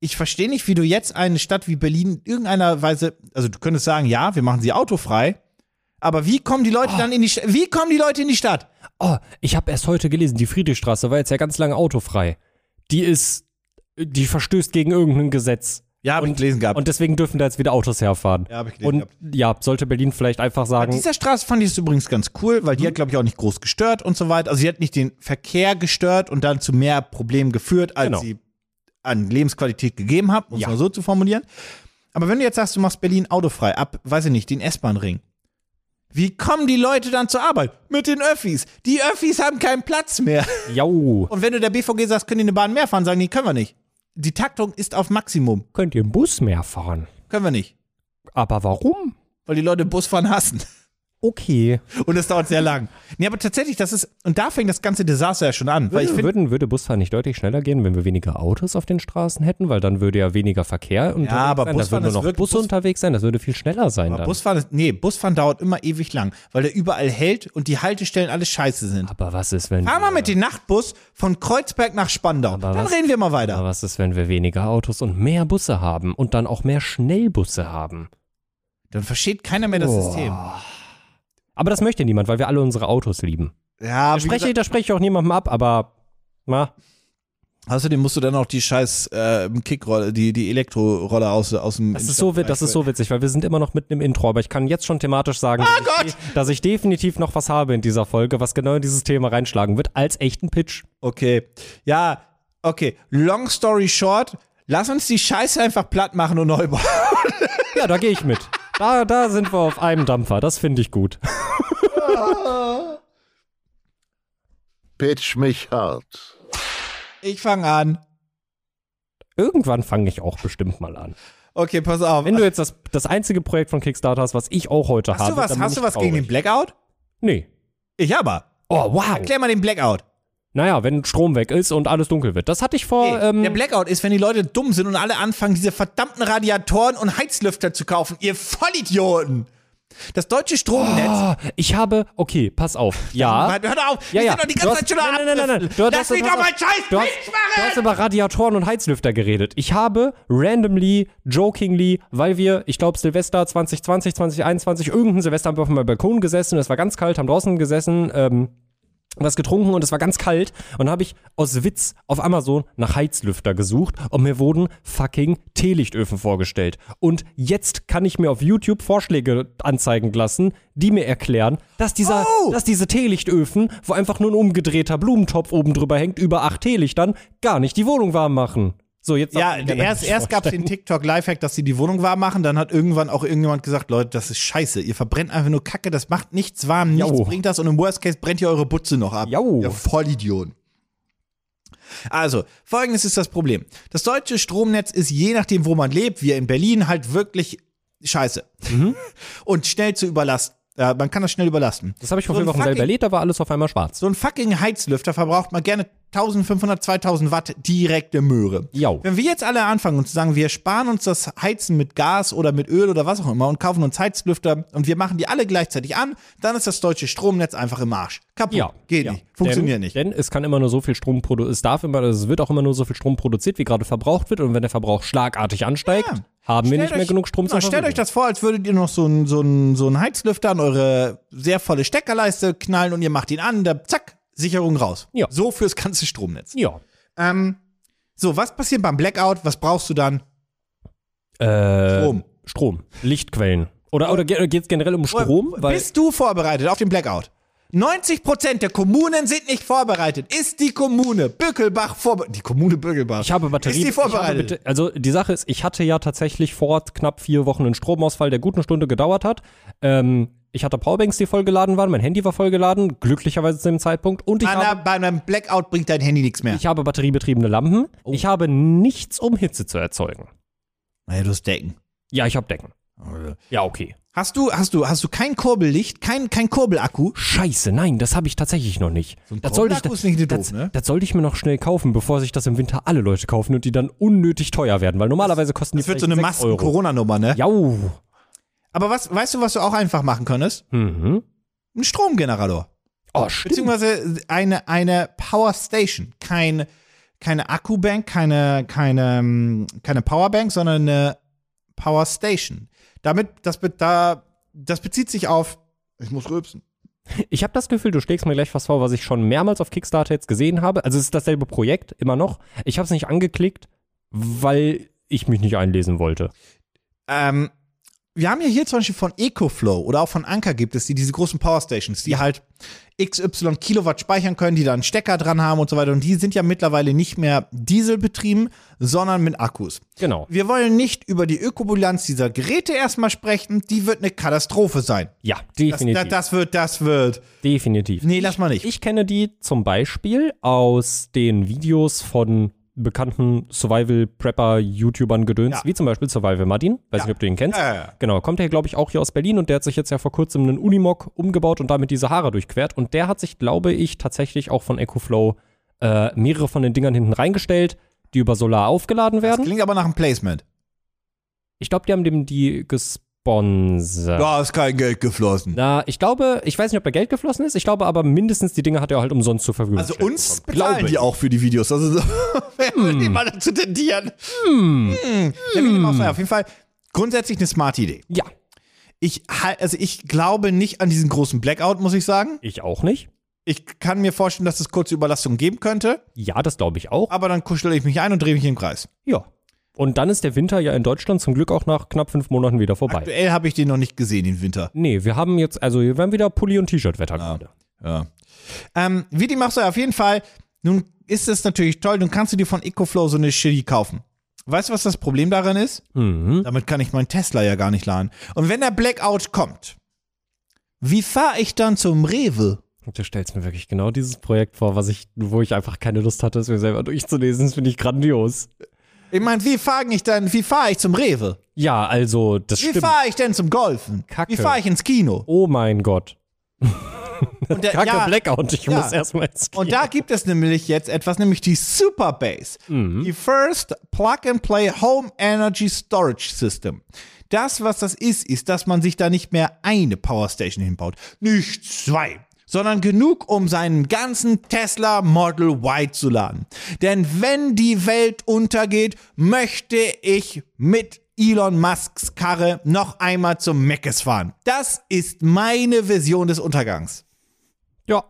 C: ich verstehe nicht, wie du jetzt eine Stadt wie Berlin in irgendeiner Weise, also du könntest sagen, ja, wir machen sie autofrei, aber wie kommen die
B: Ah.
C: Leute dann in die Sta- wie kommen die Leute in die Stadt?
B: Oh, ich habe erst heute gelesen, die Friedrichstraße war jetzt ja ganz lange autofrei. Die ist, die verstößt gegen irgendein Gesetz.
C: Ja, hab ich gelesen gehabt.
B: Und deswegen dürfen da jetzt wieder Autos herfahren.
C: Ja, hab ich gelesen
B: Und ja, sollte Berlin vielleicht einfach
C: An
B: sagen,
C: dieser Straße fand ich es übrigens ganz cool, weil die
B: Mhm.
C: hat, glaube ich, auch nicht groß gestört und so weiter. Also sie hat nicht den Verkehr gestört und dann zu mehr Problemen geführt, als
B: Genau.
C: sie an Lebensqualität gegeben hat, um es
B: Ja.
C: mal so zu formulieren. Aber wenn du jetzt sagst, du machst Berlin autofrei ab, weiß ich nicht, den S-Bahn-Ring. Wie kommen die Leute dann zur Arbeit? Mit den Öffis. Die Öffis haben keinen Platz mehr.
B: jau,
C: Und wenn du der BVG sagst, können die eine Bahn mehr fahren, sagen die, können wir nicht. Die Taktung ist auf Maximum.
B: könnt ihr im Bus mehr fahren?
C: Können wir nicht.
B: Aber warum?
C: Weil die Leute Busfahren hassen.
B: Okay.
C: Und das dauert sehr lang. Nee, aber tatsächlich, das ist, und da fängt das ganze Desaster ja schon an. Weil ich finde,
B: Würden, würde Busfahren nicht deutlich schneller gehen, wenn wir weniger Autos auf den Straßen hätten, weil dann würde ja weniger Verkehr unterwegs
C: aber
B: sein, da
C: Busfahren
B: würden
C: ist
B: nur noch
C: wirklich-
B: Busse
C: Bus-
B: unterwegs sein, das würde viel schneller sein dann.
C: Busfahren ist, nee, Busfahren dauert immer ewig lang, weil der überall hält und die Haltestellen alle scheiße sind.
B: aber was ist, wenn
C: Fahr mal mit dem Nachtbus von Kreuzberg nach Spandau.
B: Aber
C: Dann
B: was-
C: reden wir mal weiter.
B: Aber was ist, wenn wir weniger Autos und mehr Busse haben und dann auch mehr Schnellbusse haben?
C: Dann versteht keiner mehr das
B: Boah.
C: System.
B: Aber das möchte niemand, weil wir alle unsere Autos lieben.
C: Ja,
B: Da
C: wie
B: spreche,
C: gesagt,
B: da spreche ich auch niemandem ab, aber na,
C: Außerdem musst du dann auch die scheiß äh, Kickrolle, die, die Elektroroller aus, aus dem.
B: das ist, so, wit- das ist so witzig, weil wir sind immer noch mitten im Intro, aber ich kann jetzt schon thematisch
C: Ah
B: sagen, dass, ich, de- dass ich definitiv noch was habe in dieser Folge, was genau in dieses Thema reinschlagen wird, als echten Pitch.
C: Okay. Ja, okay. Long story short, lass uns die Scheiße einfach platt machen und neu bauen.
B: Ja, da gehe ich mit. Da, da sind wir auf einem Dampfer, das finde ich gut.
A: Pitch mich hart.
C: Ich fange an.
B: Irgendwann fange ich auch bestimmt mal an.
C: Okay, pass auf.
B: Wenn du jetzt das, das einzige Projekt von Kickstarter hast, was ich auch heute
C: Hast
B: habe,
C: du was,
B: dann bin
C: hast du
B: ich
C: was gegen
B: traurig.
C: den Blackout?
B: Nee.
C: Ich aber.
B: Oh, wow.
C: Erklär mal den Blackout.
B: Naja, wenn Strom weg ist und alles dunkel wird. Das hatte ich vor.
C: Ey,
B: ähm,
C: der Blackout ist, wenn die Leute dumm sind und alle anfangen, diese verdammten Radiatoren und Heizlüfter zu kaufen. Ihr Vollidioten! Das deutsche Stromnetz.
B: ah, ich habe. Okay, pass auf. Ja.
C: Hör doch auf!
B: Ja,
C: wir
B: ja.
C: sind doch die
B: Du
C: ganze
B: hast-
C: Zeit schon am
B: nein, nein, nein, nein.
C: Abdriften.
B: Du hast-
C: Lass
B: du
C: mich
B: hast-
C: doch mal scheiß
B: du hast,
C: Pitch
B: du
C: machen!
B: hast über Radiatoren und Heizlüfter geredet. Ich habe randomly, jokingly, weil wir, ich glaube, Silvester 2020, 2021, irgendein Silvester haben wir auf meinem Balkon gesessen, es war ganz kalt, haben draußen gesessen, ähm, was getrunken und es war ganz kalt. Und dann habe ich aus Witz auf Amazon nach Heizlüfter gesucht und mir wurden fucking Teelichtöfen vorgestellt. Und jetzt kann ich mir auf YouTube Vorschläge anzeigen lassen, die mir erklären, dass, dieser,
C: Oh!
B: dass diese Teelichtöfen, wo einfach nur ein umgedrehter Blumentopf oben drüber hängt, über acht Teelichtern, gar nicht die Wohnung warm machen. So, jetzt
C: Ja,
B: darf ich gerne
C: erst, erst gab es den TikTok-Lifehack, dass sie die Wohnung warm machen. Dann hat irgendwann auch irgendjemand gesagt, Leute, das ist scheiße. Ihr verbrennt einfach nur Kacke, das macht nichts warm, nichts
B: Jo.
C: bringt das. Und im Worst Case brennt ihr eure Butze noch ab.
B: Jo.
C: Ihr Vollidioten. Also, folgendes ist das Problem. Das deutsche Stromnetz ist je nachdem, wo man lebt, wie in Berlin, halt wirklich scheiße.
B: Mhm.
C: Und schnell zu überlasten. Äh, man kann das schnell überlasten.
B: Das habe ich vor
C: So
B: vier
C: ein
B: Wochen selber
C: fucking-
B: erlebt, da war alles auf einmal schwarz.
C: so ein fucking Heizlüfter verbraucht mal gerne 1500, 2000 Watt direkte Möhre.
B: Jo.
C: Wenn wir jetzt alle anfangen und zu sagen, wir sparen uns das Heizen mit Gas oder mit Öl oder was auch immer und kaufen uns Heizlüfter und wir machen die alle gleichzeitig an, dann ist das deutsche Stromnetz einfach im Arsch. Kaputt.
B: Ja.
C: Geht
B: ja.
C: nicht. Funktioniert
B: denn,
C: nicht.
B: Denn es kann immer nur so viel Strom produziert, es darf immer, es wird auch immer nur so viel Strom produziert, wie gerade verbraucht wird. Und wenn der Verbrauch schlagartig ansteigt,
C: Ja.
B: haben wir
C: Stellt
B: nicht mehr
C: euch-
B: genug Strom
C: genau,
B: zur
C: Stellt
B: Verfügung.
C: euch das vor, als würdet ihr noch so einen so einen- so einen Heizlüfter an eure sehr volle Steckerleiste knallen und ihr macht ihn an, da zack, Sicherung raus.
B: Ja.
C: So fürs ganze Stromnetz.
B: ja.
C: Ähm, so, was passiert beim Blackout? Was brauchst du dann?
B: Äh,
C: Strom.
B: Strom. Lichtquellen. Oder, oder geht es generell um Strom? Weil,
C: Äh, Bist du vorbereitet auf den Blackout? 90% der Kommunen sind nicht vorbereitet. Ist die Kommune Bückelbach vorbereitet? Die Kommune Bückelbach.
B: ich habe Batterien.
C: Ist die
B: ich habe
C: vorbereitet?
B: bitte- also die Sache ist, ich hatte ja tatsächlich vor knapp vier Wochen einen Stromausfall, der gut eine Stunde gedauert hat. Ähm, ich hatte Powerbanks, die vollgeladen waren, mein Handy war vollgeladen, glücklicherweise zu dem Zeitpunkt. Und ich
C: Anna,
B: habe,
C: bei einem Blackout bringt dein Handy nichts mehr.
B: ich habe batteriebetriebene Lampen.
C: Oh.
B: Ich habe nichts, um Hitze zu erzeugen.
C: naja, du hast Decken.
B: Ja, ich habe Decken. Ja, okay.
C: Hast du, hast du, hast du kein Kurbellicht, kein, kein Kurbelakku?
B: Scheiße, nein, das habe ich tatsächlich noch nicht.
C: ein
B: das sollte ich,
C: Kurbelakku ist nicht doof,
B: das,
C: ne?
B: das sollte ich mir noch schnell kaufen, bevor sich das im Winter alle Leute kaufen und die dann unnötig teuer werden, weil normalerweise kosten die
C: Das wird so eine
B: vielleicht sechs Euro. uh,
C: Masken-Corona-Nummer, ne?
B: Jau.
C: Aber was, weißt du, was du auch einfach machen könntest?
B: Mhm.
C: Ein Stromgenerator.
B: Oh, stimmt.
C: Beziehungsweise eine, eine Power Station. Kein, keine Akkubank, keine, keine, ähm, keine Powerbank, sondern eine Power Station. Damit, das, be- da, das bezieht sich auf. Ich muss rülpsen.
B: Ich habe das Gefühl, du schlägst mir gleich was vor, was ich schon mehrmals auf Kickstarter jetzt gesehen habe. Also es ist dasselbe Projekt, immer noch. Ich habe es nicht angeklickt, weil ich mich nicht einlesen wollte.
C: Ähm, wir haben ja hier zum Beispiel von EcoFlow oder auch von Anker gibt es die, diese großen Power Stations, die halt XY Kilowatt speichern können, die da einen Stecker dran haben und so weiter. Und die sind ja mittlerweile nicht mehr Diesel betrieben, sondern mit Akkus.
B: Genau.
C: Wir wollen nicht über die Ökobilanz dieser Geräte erstmal sprechen. Die wird eine Katastrophe sein.
B: Ja,
C: Das,
B: definitiv.
C: das, das wird, das wird.
B: definitiv.
C: Nee, lass mal nicht.
B: Ich kenne die zum Beispiel aus den Videos von bekannten Survival-Prepper-YouTubern gedöns,
C: Ja.
B: wie zum Beispiel Survival Martin. Weiß nicht, ob du ihn kennst.
C: Ja, ja, ja.
B: Genau, kommt er, glaube ich, auch hier aus Berlin und der hat sich jetzt ja vor kurzem einen Unimog umgebaut und damit die Sahara durchquert. Und der hat sich, glaube ich, tatsächlich auch von EcoFlow äh, mehrere von den Dingern hinten reingestellt, die über Solar aufgeladen
C: Das
B: werden.
C: klingt aber nach einem Placement.
B: Ich glaube, die haben dem die gesponsert.
C: Da ist kein Geld geflossen.
B: Na, ich glaube, ich weiß nicht, ob da Geld geflossen ist. Ich glaube aber mindestens die Dinge hat er halt umsonst zur Verfügung
C: Also
B: gestellt
C: uns
B: bekommen. Glaube Hm.
C: bezahlen die auch für die Videos. Also so, wer würde die mal dazu tendieren? Hm. Ja, wie dem auch sei. Auf jeden Fall grundsätzlich eine smarte Idee.
B: Ja,
C: Ich, hal- also ich glaube nicht an diesen großen Blackout, muss ich sagen.
B: ich auch nicht.
C: Ich kann mir vorstellen, dass es kurze Überlastung geben könnte,
B: Ja, das glaube ich auch.
C: aber dann kuschel ich mich ein und drehe mich im Kreis.
B: Ja. Und dann ist der Winter ja in Deutschland zum Glück auch nach knapp fünf Monaten wieder vorbei.
C: Aktuell habe ich den noch nicht gesehen, den Winter.
B: Nee, wir haben jetzt, also wir haben wieder Pulli- und T-Shirt-Wetter
C: Ah.
B: gerade.
C: Ja. Ähm, wie die machst du auf jeden Fall. Nun ist es natürlich toll, nun kannst du dir von EcoFlow so eine Shitty kaufen. Weißt du, was das Problem daran ist?
B: Mhm.
C: Damit kann ich meinen Tesla ja gar nicht laden. Und wenn der Blackout kommt, wie fahre ich dann zum Rewe?
B: Du stellst mir wirklich genau dieses Projekt vor, was ich, wo ich einfach keine Lust hatte, es mir selber durchzulesen. Das finde ich grandios.
C: Ich meine, wie fahre ich dann, wie fahre ich zum Rewe?
B: Ja, also, das
C: Wie
B: stimmt.
C: fahre ich denn zum Golfen?
B: Kacke.
C: Wie fahre ich ins Kino?
B: Oh mein Gott.
C: Und der,
B: Kacke
C: ja,
B: Blackout, ich
C: ja.
B: muss erstmal ins
C: Und da gibt es nämlich jetzt etwas, nämlich die Superbase. Die First Plug-and-Play Home Energy Storage System. Das, was das ist, ist, dass man sich da nicht mehr eine Powerstation hinbaut. Nicht zwei. Sondern genug, um seinen ganzen Tesla Model Y zu laden. Denn wenn die Welt untergeht, möchte ich mit Elon Musks Karre noch einmal zum Meckes fahren. Das ist meine Vision des Untergangs.
B: Ja.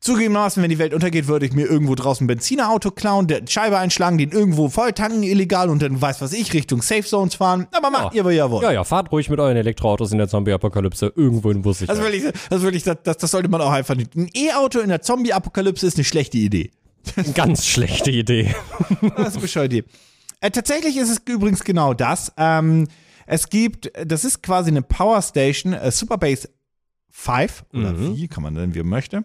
C: Zugegebenermaßen, wenn die Welt untergeht, würde ich mir irgendwo draußen ein Benzinerauto klauen, der Scheibe einschlagen, den irgendwo voll tanken illegal und dann weiß was ich, Richtung Safe Zones fahren. Aber macht ihr, was ihr wollt.
B: Ja, ja, fahrt ruhig mit euren Elektroautos in der Zombie-Apokalypse irgendwo in Bus.
C: Also Das, will ich, das, will ich, das, das sollte man auch einfach nicht. Ein E-Auto in der Zombie-Apokalypse ist eine schlechte Idee.
B: Ganz schlechte Idee.
C: Das ist bescheuert. Äh, tatsächlich ist es übrigens genau das. Ähm, es gibt, äh, das ist quasi eine Power Station, äh, Superbase 5 oder
B: Mhm.
C: 4, kann man nennen, wie man möchte.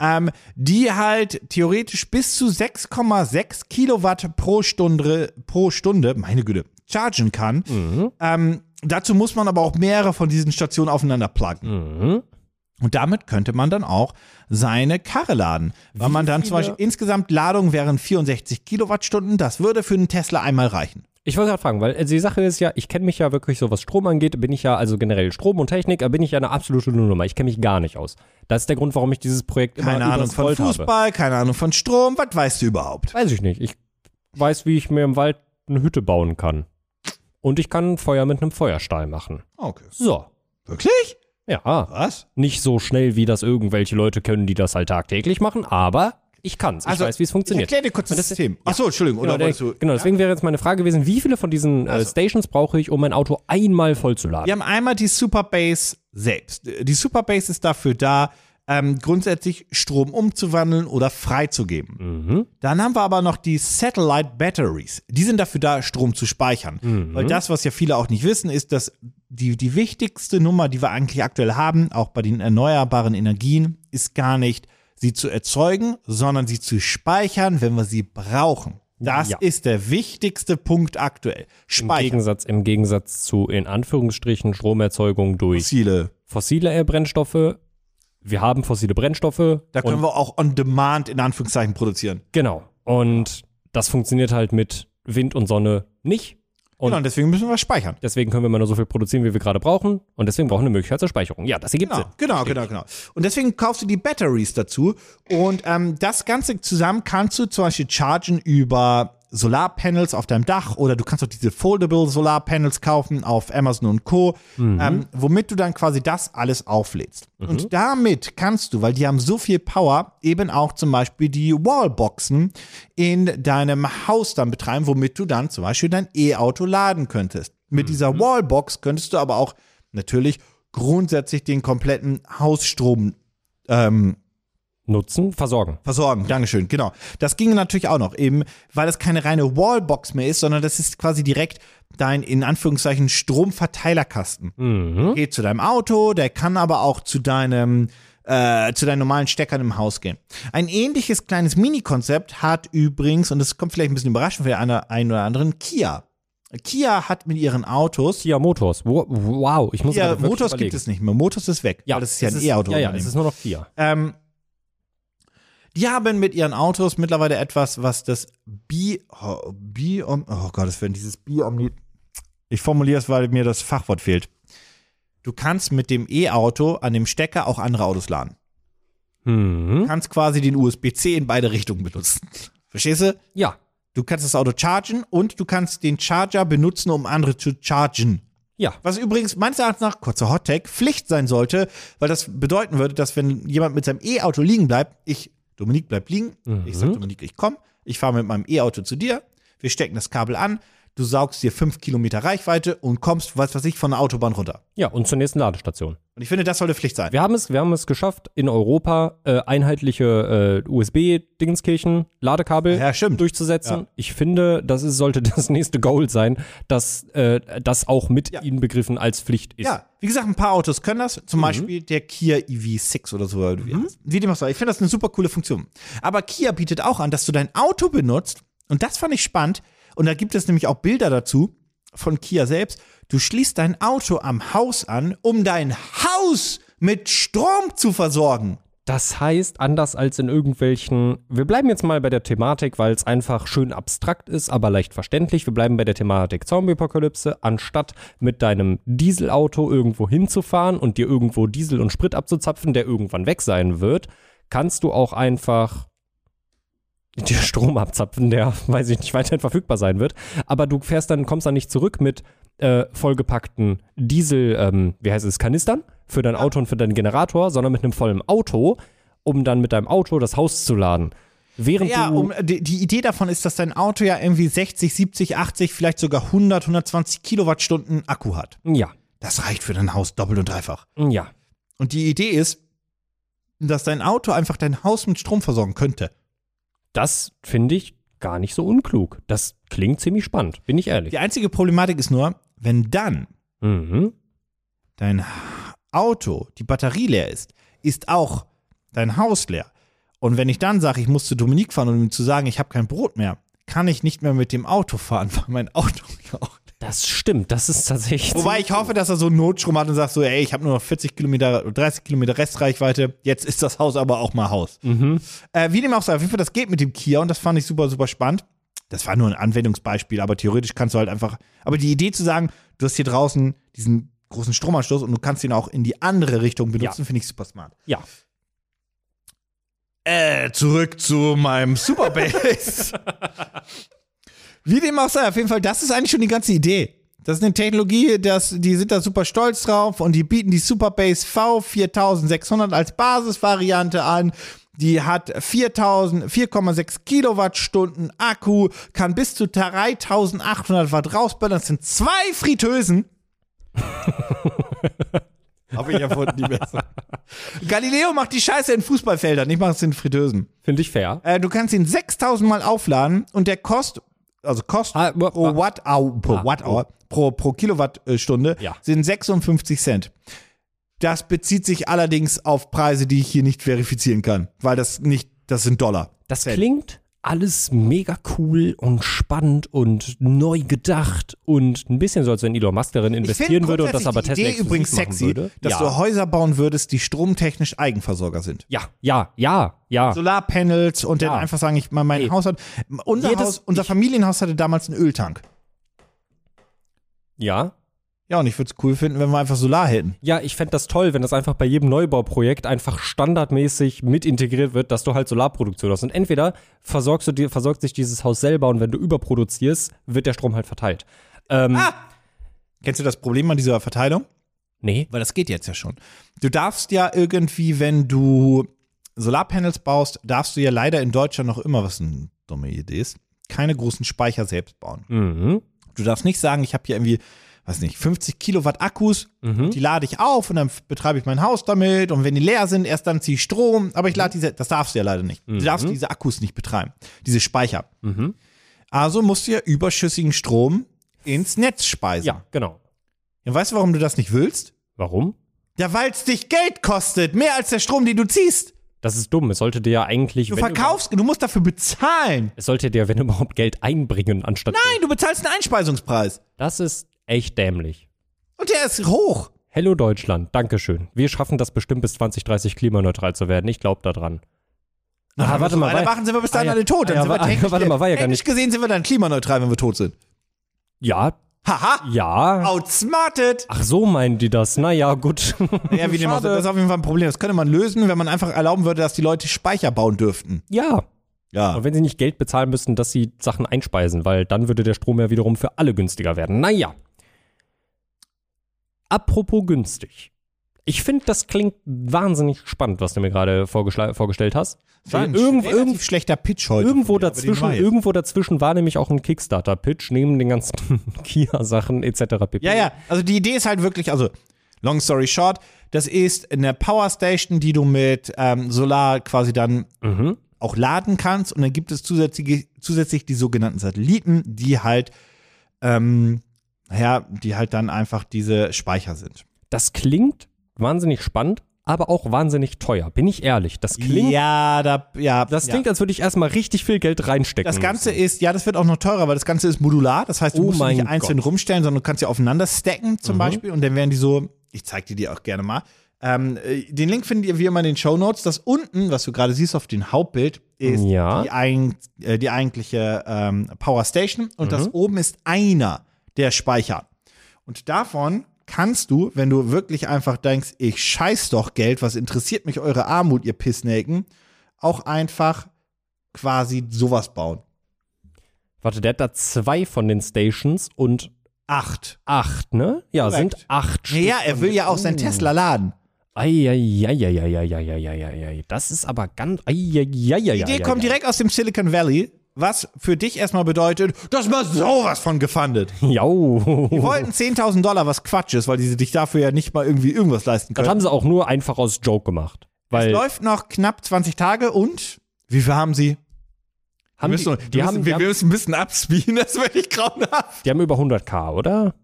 C: Ähm, die halt theoretisch bis zu 6,6 Kilowatt pro Stunde, pro Stunde, meine Güte, chargen kann. Ähm, dazu muss man aber auch mehrere von diesen Stationen aufeinander pluggen.
B: Mhm.
C: Und damit könnte man dann auch seine Karre laden. Weil man dann
B: viele-
C: zum Beispiel insgesamt Ladung wären 64 Kilowattstunden. Das würde für einen Tesla einmal reichen.
B: Ich wollte gerade fragen, weil also die Sache ist ja, ich kenne mich ja wirklich so, was Strom angeht, bin ich ja, also generell Strom und Technik, äh, bin ich ja eine absolute Nullnummer. Ich kenne mich gar nicht aus. Das ist der Grund, warum ich dieses Projekt immer
C: Keine Ahnung von
B: überscrollt habe.
C: Fußball, keine Ahnung von Strom. Was weißt du überhaupt?
B: Weiß ich nicht. Ich weiß, wie ich mir im Wald eine Hütte bauen kann. Und ich kann Feuer mit einem Feuerstahl machen.
C: Okay.
B: So.
C: Wirklich?
B: Ja. ah,
C: Was?
B: Nicht so schnell, wie das irgendwelche Leute können, die das halt tagtäglich machen, aber ich kann's. Ich weiß, wie es funktioniert.
C: Ich Also, erklär dir kurz das,
B: Und das-
C: System. Achso, Entschuldigung.
B: Genau,
C: Oder wolltest
B: der,
C: du,
B: genau, deswegen wäre jetzt meine Frage gewesen, wie viele von diesen
C: Also.
B: äh, Stations brauche ich, um mein Auto einmal vollzuladen?
C: Wir haben einmal die Superbase selbst. Die Superbase ist dafür da, ähm, grundsätzlich Strom umzuwandeln oder freizugeben.
B: Mhm.
C: Dann haben wir aber noch die Satellite Batteries. Die sind dafür da, Strom zu speichern.
B: Mhm.
C: Weil das, was ja viele auch nicht wissen, ist, dass die, die wichtigste Nummer, die wir eigentlich aktuell haben, auch bei den erneuerbaren Energien, ist gar nicht, sie zu erzeugen, sondern sie zu speichern, wenn wir sie brauchen. Das
B: Ja.
C: ist der wichtigste Punkt aktuell.
B: Im
C: Speichern.
B: Gegensatz, Im Gegensatz zu, in Anführungsstrichen, Stromerzeugung durch
C: Ziele.
B: fossile Brennstoffe. Wir haben fossile Brennstoffe.
C: Da können
B: und,
C: wir auch on demand in Anführungszeichen produzieren.
B: Genau. Und das funktioniert halt mit Wind und Sonne nicht. Und
C: genau, und deswegen müssen wir speichern.
B: deswegen können wir immer nur so viel produzieren, wie wir gerade brauchen. Und deswegen brauchen wir eine Möglichkeit zur Speicherung. Ja, das ergibt
C: Genau,
B: Sinn.
C: genau, genau, genau. Und deswegen kaufst du die Batteries dazu. Und ähm, das Ganze zusammen kannst du zum Beispiel chargen über Solarpanels auf deinem Dach oder du kannst auch diese Foldable Solarpanels kaufen auf Amazon und Co., ähm, womit du dann quasi das alles auflädst. Und damit kannst du, weil die haben so viel Power, eben auch zum Beispiel die Wallboxen in deinem Haus dann betreiben, womit du dann zum Beispiel dein E-Auto laden könntest. Mit dieser Wallbox könntest du aber auch natürlich grundsätzlich den kompletten Hausstrom ähm,
B: Nutzen, versorgen.
C: versorgen. Dankeschön, genau. Das ging natürlich auch noch, eben weil das keine reine Wallbox mehr ist, sondern das ist quasi direkt dein, in Anführungszeichen, Stromverteilerkasten.
B: Mhm.
C: Geht zu deinem Auto, der kann aber auch zu deinem äh, zu deinen normalen Steckern im Haus gehen. Ein ähnliches kleines Mini-Konzept hat übrigens, und das kommt vielleicht ein bisschen überraschend für den eine- einen oder anderen, Kia. Kia hat mit ihren Autos,
B: Kia Motors. Wo- Wow, ich muss
C: Kia
B: gerade wirklich
C: Motors
B: überlegen.
C: gibt es nicht mehr, Motors ist weg,
B: Ja,
C: weil das ist ja
B: es
C: ein E-Auto.
B: Ja, ja, es ist nur noch Kia.
C: Ähm, die haben mit ihren Autos mittlerweile etwas, was das Bi, oh, Bi oh Gott, es werden dieses Bi Ich formuliere es, weil mir das Fachwort fehlt. Du kannst mit dem E-Auto an dem Stecker auch andere Autos laden.
B: Mhm.
C: Du kannst quasi den USB-C in beide Richtungen benutzen. Verstehst du?
B: Ja,
C: Du kannst das Auto chargen und du kannst den Charger benutzen, um andere zu chargen.
B: ja.
C: Was übrigens meines Erachtens nach, kurzer Hottech, Pflicht sein sollte, weil das bedeuten würde, dass wenn jemand mit seinem E-Auto liegen bleibt, ich, Dominik bleibt liegen, ich sag Dominik, ich komm, ich fahre mit meinem E-Auto zu dir, wir stecken das Kabel an, du saugst dir fünf Kilometer Reichweite und kommst, was weiß ich, von der Autobahn runter.
B: Ja, und zur nächsten Ladestation.
C: Und ich finde, das sollte Pflicht sein.
B: Wir haben es, wir haben es geschafft, in Europa äh, einheitliche äh, USB-Dingenskirchen, Ladekabel
C: Ja, stimmt.
B: durchzusetzen. Ich finde, das ist, sollte das nächste Goal sein, dass äh, das auch mit
C: Ja.
B: inbegriffen als Pflicht ist. Mhm.
C: Ja, wie gesagt, ein paar Autos können das. Zum Beispiel der Kia EV6 oder so. oder Wie, er heißt. wie dem auch sei. Ich finde das eine super coole Funktion. Aber Kia bietet auch an, dass du dein Auto benutzt. Und das fand ich spannend. Und da gibt es nämlich auch Bilder dazu von Kia selbst. Du schließt dein Auto am Haus an, um dein Haus mit Strom zu versorgen.
B: Das heißt, anders als in irgendwelchen, wir bleiben jetzt mal bei der Thematik, weil es einfach schön abstrakt ist, aber leicht verständlich. Wir bleiben bei der Thematik Zombie-Apokalypse. Anstatt mit deinem Dieselauto irgendwo hinzufahren und dir irgendwo Diesel und Sprit abzuzapfen, der irgendwann weg sein wird, kannst du auch einfach dir Strom abzapfen, der, weiß ich nicht, weiterhin verfügbar sein wird. Aber du fährst dann, kommst dann nicht zurück mit äh, vollgepackten Diesel, ähm, wie heißt es, Kanistern für dein Auto und für deinen Generator, sondern mit einem vollen Auto, um dann mit deinem Auto das Haus zu laden. Während
C: Ja,
B: du,
C: um, die, die Idee davon ist, dass dein Auto ja irgendwie 60, 70, 80, vielleicht sogar 100, 120 Kilowattstunden Akku hat.
B: ja,
C: Das reicht für dein Haus doppelt und dreifach.
B: ja,
C: Und die Idee ist, dass dein Auto einfach dein Haus mit Strom versorgen könnte.
B: Das finde ich gar nicht so unklug. Das klingt ziemlich spannend, bin ich ehrlich.
C: Die einzige Problematik ist nur, wenn dann
B: Mhm.
C: dein Auto, die Batterie leer ist, ist auch dein Haus leer. Und wenn ich dann sage, ich muss zu Dominik fahren, um ihm zu sagen, ich habe kein Brot mehr, kann ich nicht mehr mit dem Auto fahren, weil mein Auto ja auch.
B: Das stimmt, das ist tatsächlich.
C: Wobei ich hoffe, dass er so einen Notstrom hat und sagt so, ey, ich habe nur noch 40 Kilometer, 30 Kilometer Restreichweite, jetzt ist das Haus aber auch mal Haus.
B: mhm.
C: Äh, wie dem auch sei, auf jeden Fall, das geht mit dem Kia und das fand ich super, super spannend. Das war nur ein Anwendungsbeispiel, aber theoretisch kannst du halt einfach, aber die Idee zu sagen, du hast hier draußen diesen großen Stromanschluss und du kannst ihn auch in die andere Richtung benutzen, finde ich super smart.
B: ja.
C: Äh, zurück zu meinem Superbase. Wie dem auch sei, auf jeden Fall, das ist eigentlich schon die ganze Idee. Das ist eine Technologie, das, die sind da super stolz drauf und die bieten die Superbase V4600 als Basisvariante an. Die hat 4000 4,6 Kilowattstunden Akku, kann bis zu 3800 Watt rausballern. Das sind zwei Fritteusen. Habe ich erfunden, die Messe. Galileo macht die Scheiße in Fußballfeldern, ich mache es in Fritteusen.
B: Finde ich fair.
C: Äh, du kannst ihn 6000 Mal aufladen und der kostet, also Kost
B: Ah, wa-
C: pro
B: wa- Ah, oh.
C: Watt, au, pro, Watt hour, pro, pro Kilowattstunde
B: Ja.
C: sind 56 Cent. Das bezieht sich allerdings auf Preise, die ich hier nicht verifizieren kann, weil das nicht, das sind Dollar.
B: Das
C: Cent.
B: klingt alles mega cool und spannend und neu gedacht und ein bisschen so, als wenn Elon Musk darin
C: Ich find
B: investieren würde und das
C: grundsätzlich
B: aber Tesla
C: die Idee
B: exklusiv
C: übrigens
B: machen
C: sexy,
B: würde.
C: dass
B: ja.
C: du Häuser bauen würdest, die stromtechnisch Eigenversorger sind.
B: ja, ja, ja, ja.
C: Solarpanels und
B: Ah. Ja.
C: dann einfach sagen, ich mal mein
B: Ey.
C: Haus hat. Unser,
B: Jedes-
C: Haus, unser Familienhaus hatte damals einen Öltank.
B: ja.
C: Ja, und ich würde es cool finden, wenn wir einfach Solar hätten.
B: Ja, ich fände das toll, wenn das einfach bei jedem Neubauprojekt einfach standardmäßig mit integriert wird, dass du halt Solarproduktion hast. Und entweder versorgst du dir, versorgt sich dieses Haus selber und wenn du überproduzierst, wird der Strom halt verteilt. Ähm,
C: Kennst du das Problem an dieser Verteilung?
B: Nee.
C: Weil das geht jetzt ja schon. Du darfst ja irgendwie, wenn du Solarpanels baust, darfst du ja leider in Deutschland noch immer, was eine dumme Idee ist, keine großen Speicher selbst bauen.
B: Mhm.
C: Du darfst nicht sagen, ich habe hier irgendwie, weiß nicht, 50 Kilowatt Akkus, die lade ich auf und dann f- betreibe ich mein Haus damit und wenn die leer sind, erst dann ziehe ich Strom, aber ich lade diese, das darfst du ja leider nicht. Du darfst diese Akkus nicht betreiben, diese Speicher. Also musst du ja überschüssigen Strom ins Netz speisen.
B: Ja, genau.
C: Und weißt du, warum du das nicht willst?
B: Warum?
C: Ja, weil es dich Geld kostet, mehr als der Strom, den du ziehst.
B: Das ist dumm. Es sollte dir ja eigentlich.
C: Du
B: wenn überhaupt-
C: verkaufst, du musst dafür bezahlen.
B: Es sollte dir, wenn überhaupt, Geld einbringen, anstatt.
C: Nein, du bezahlst einen Einspeisungspreis.
B: Das ist echt dämlich.
C: Und der ist hoch.
B: Hello Deutschland, Dankeschön. Wir schaffen das bestimmt bis 2030 klimaneutral zu werden. Ich glaube daran.
C: Dann müssen wir alle machen, sind wir bis dahin
B: ah, ja.
C: alle tot. Dann
B: Ah, ja,
C: sind wir
B: wa- ah,
C: technisch,
B: warte mal, war ja gar
C: technisch gesehen sind wir dann klimaneutral, wenn wir tot sind.
B: Ja,
C: Haha,
B: ja.
C: outsmarted.
B: Ach so meinen die das. Naja, gut.
C: Ja, wie dem auch, sei, das ist auf jeden Fall ein Problem. Das könnte man lösen, wenn man einfach erlauben würde, dass die Leute Speicher bauen dürften.
B: ja.
C: Ja.
B: Und wenn sie nicht Geld bezahlen müssten, dass sie Sachen einspeisen, weil dann würde der Strom ja wiederum für alle günstiger werden. Naja. Apropos günstig. Ich finde, das klingt wahnsinnig spannend, was du mir gerade vorgeschla- vorgestellt hast. Weil irgend, irgend,
C: relativ schlechter Pitch heute.
B: Irgendwo
C: von mir, aber den
B: dazwischen,
C: war jetzt.
B: irgendwo dazwischen war nämlich auch ein Kickstarter-Pitch, neben den ganzen Kia-Sachen etc. pp.
C: Ja, ja. Also die Idee ist halt wirklich, also long story short, das ist eine Powerstation, die du mit ähm, Solar quasi dann
B: Mhm.
C: auch laden kannst. Und dann gibt es zusätzlich, zusätzlich die sogenannten Satelliten, die halt, ähm, naja, die halt dann einfach diese Speicher sind.
B: Das klingt wahnsinnig spannend, aber auch wahnsinnig teuer, bin ich ehrlich. Das klingt,
C: ja, da, ja.
B: das
C: ja.
B: klingt als würde ich erstmal richtig viel Geld reinstecken.
C: Das Ganze ist, ja, das wird auch noch teurer, weil das Ganze ist modular. Das heißt, du
B: Oh
C: musst sie nicht
B: mein
C: einzeln
B: Gott.
C: rumstellen, sondern du kannst sie aufeinander stacken zum Beispiel. Und dann werden die so, ich zeig dir die auch gerne mal. Ähm, äh, den Link findet ihr wie immer in den Show Notes. Das unten, was du gerade siehst auf dem Hauptbild, ist
B: Ja.
C: die, eig äh, die eigentliche ähm, Power Station. Und das oben ist einer der Speicher. Und davon kannst du, wenn du wirklich einfach denkst, ich scheiß doch Geld, was interessiert mich eure Armut, ihr Pissnaken, auch einfach quasi sowas bauen.
B: Warte, der hat da zwei von den Stations und
C: Acht.
B: acht, ne? Ja,
C: Korrekt.
B: sind acht Stück.
C: Ja, er will ja auch seinen Tesla laden.
B: Eieieiei, das ist aber ganz. Eieieiei.
C: Die Idee kommt direkt aus dem Silicon Valley, was für dich erstmal bedeutet, dass man sowas von gefundet.
B: Jau.
C: Die wollten 10.000 Dollar, was Quatsch ist, weil die sich dafür ja nicht mal irgendwie irgendwas leisten
B: Das
C: können.
B: haben sie auch nur einfach aus Joke gemacht.
C: Es
B: Weil
C: läuft noch knapp 20 Tage und wie viel haben sie? Wir
B: Haben die,
C: müssen,
B: die,
C: wir,
B: haben,
C: müssen,
B: die,
C: wir, wir
B: haben,
C: müssen ein bisschen abspielen, das werde ich grauenhaft.
B: die haben über 100k, oder?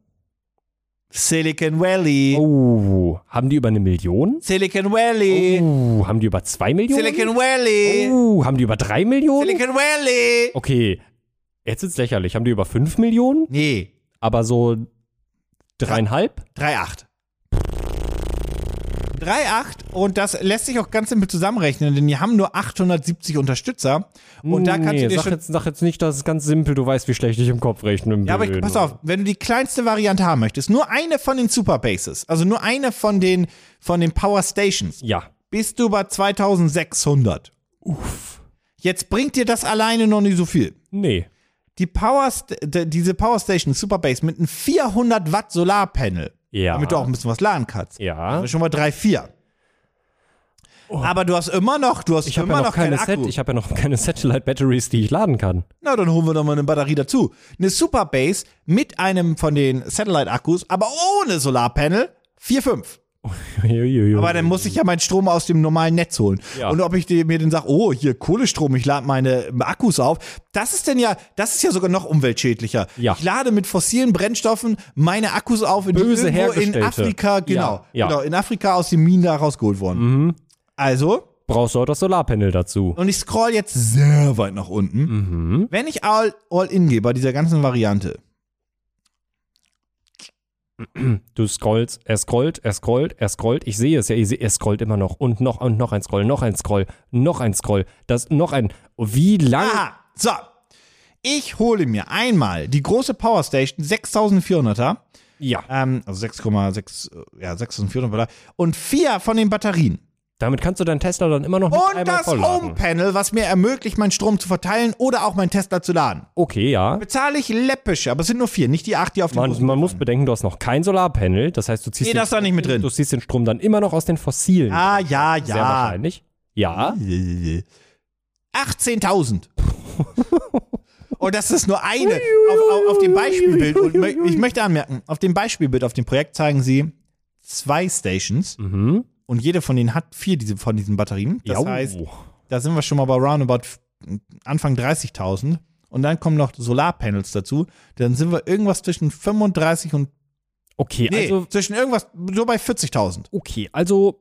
C: Silicon Valley.
B: Oh, haben die über eine Million?
C: Silicon Valley.
B: Oh, haben die über zwei Millionen?
C: Silicon Valley.
B: Oh, haben die über drei Millionen?
C: Silicon Valley.
B: Okay, jetzt ist lächerlich. Haben die über fünf Millionen?
C: Nee,
B: Aber so dreieinhalb?
C: 3,8. 3,8 und das lässt sich auch ganz simpel zusammenrechnen, denn die haben nur 870 Unterstützer und da kannst
B: nee,
C: du dir
B: sag
C: schon...
B: jetzt, sag jetzt nicht, das ist ganz simpel. Du weißt, wie schlecht ich im Kopf rechne.
C: Ja, aber ich, pass auf, wenn du die kleinste Variante haben möchtest, nur eine von den Super Bases, also nur eine von den, von den Power Stations,
B: Ja,
C: bist du bei 2600. Uff. Jetzt bringt dir das alleine noch nicht so viel.
B: nee.
C: Die Power, St- d- diese Power Station Super Base mit einem 400 Watt Solarpanel,
B: Ja.
C: damit du auch ein bisschen was laden kannst.
B: Ja.
C: Also schon mal drei, vier. Aber du hast immer noch, du hast
B: Oh. Ich habe
C: immer
B: ja
C: noch
B: noch keine,
C: keinen
B: Set,
C: Akku.
B: ich hab ja noch keine Satellite Batteries, die ich laden kann.
C: Na, dann holen wir doch mal eine Batterie dazu. Eine Super Base mit einem von den Satellite-Akkus, aber ohne Solarpanel, 4, 5. Aber dann muss ich ja meinen Strom aus dem normalen Netz holen.
B: Ja.
C: Und ob ich dir- mir dann sage, oh, hier Kohlestrom, ich lade meine Akkus auf, das ist denn ja, das ist ja sogar noch umweltschädlicher.
B: Ja.
C: Ich lade mit fossilen Brennstoffen meine Akkus auf, in
B: Böse
C: die irgendwo in
B: hergestellte.
C: Afrika, genau,
B: Ja. Mhm.
C: genau, in Afrika aus den Minen da rausgeholt worden. Also,
B: brauchst du auch das Solarpanel dazu.
C: und ich scroll jetzt sehr weit nach unten.
B: Mhm.
C: Wenn ich all, all in gehe bei dieser ganzen Variante,
B: Du scrollst, er scrollt, er scrollt, er scrollt. Ich sehe es ja, ich sehe, er scrollt immer noch und noch und noch ein Scroll, noch ein Scroll, noch ein Scroll, das noch ein. Wie lang?
C: Aha, so. Ich hole mir einmal die große Powerstation 6400er,
B: Ja,
C: ähm, also 6,6, äh, ja, 6400 Watt, und vier von den Batterien.
B: damit kannst du deinen Tesla dann immer noch nicht
C: Und
B: einmal
C: das um-
B: vollladen.
C: Home-Panel, was mir ermöglicht, meinen Strom zu verteilen oder auch meinen Tesla zu laden.
B: Okay, ja.
C: Bezahle ich läppisch, aber es sind nur vier, nicht die acht, die auf dem
B: Man,
C: großen-
B: man muss bedenken, du hast noch kein Solarpanel, das heißt, du ziehst,
C: Nee, das ist da nicht mit
B: den,
C: drin.
B: du ziehst den Strom dann immer noch aus den fossilen.
C: Ah, ja,
B: Sehr
C: ja.
B: wahrscheinlich. Ja.
C: 18.000. Und das ist nur eine auf, auf, auf dem Beispielbild. Und mö- ich möchte anmerken, auf dem Beispielbild, auf dem Projekt zeigen sie zwei Stations
B: Mhm.
C: und jede von denen hat vier diese, von diesen Batterien. Das
B: Jau.
C: heißt, da sind wir schon mal bei roundabout f- Anfang 30.000 und dann kommen noch Solarpanels dazu. Dann sind wir irgendwas zwischen 35 und,
B: okay,
C: nee,
B: also
C: zwischen irgendwas so bei 40.000.
B: okay, also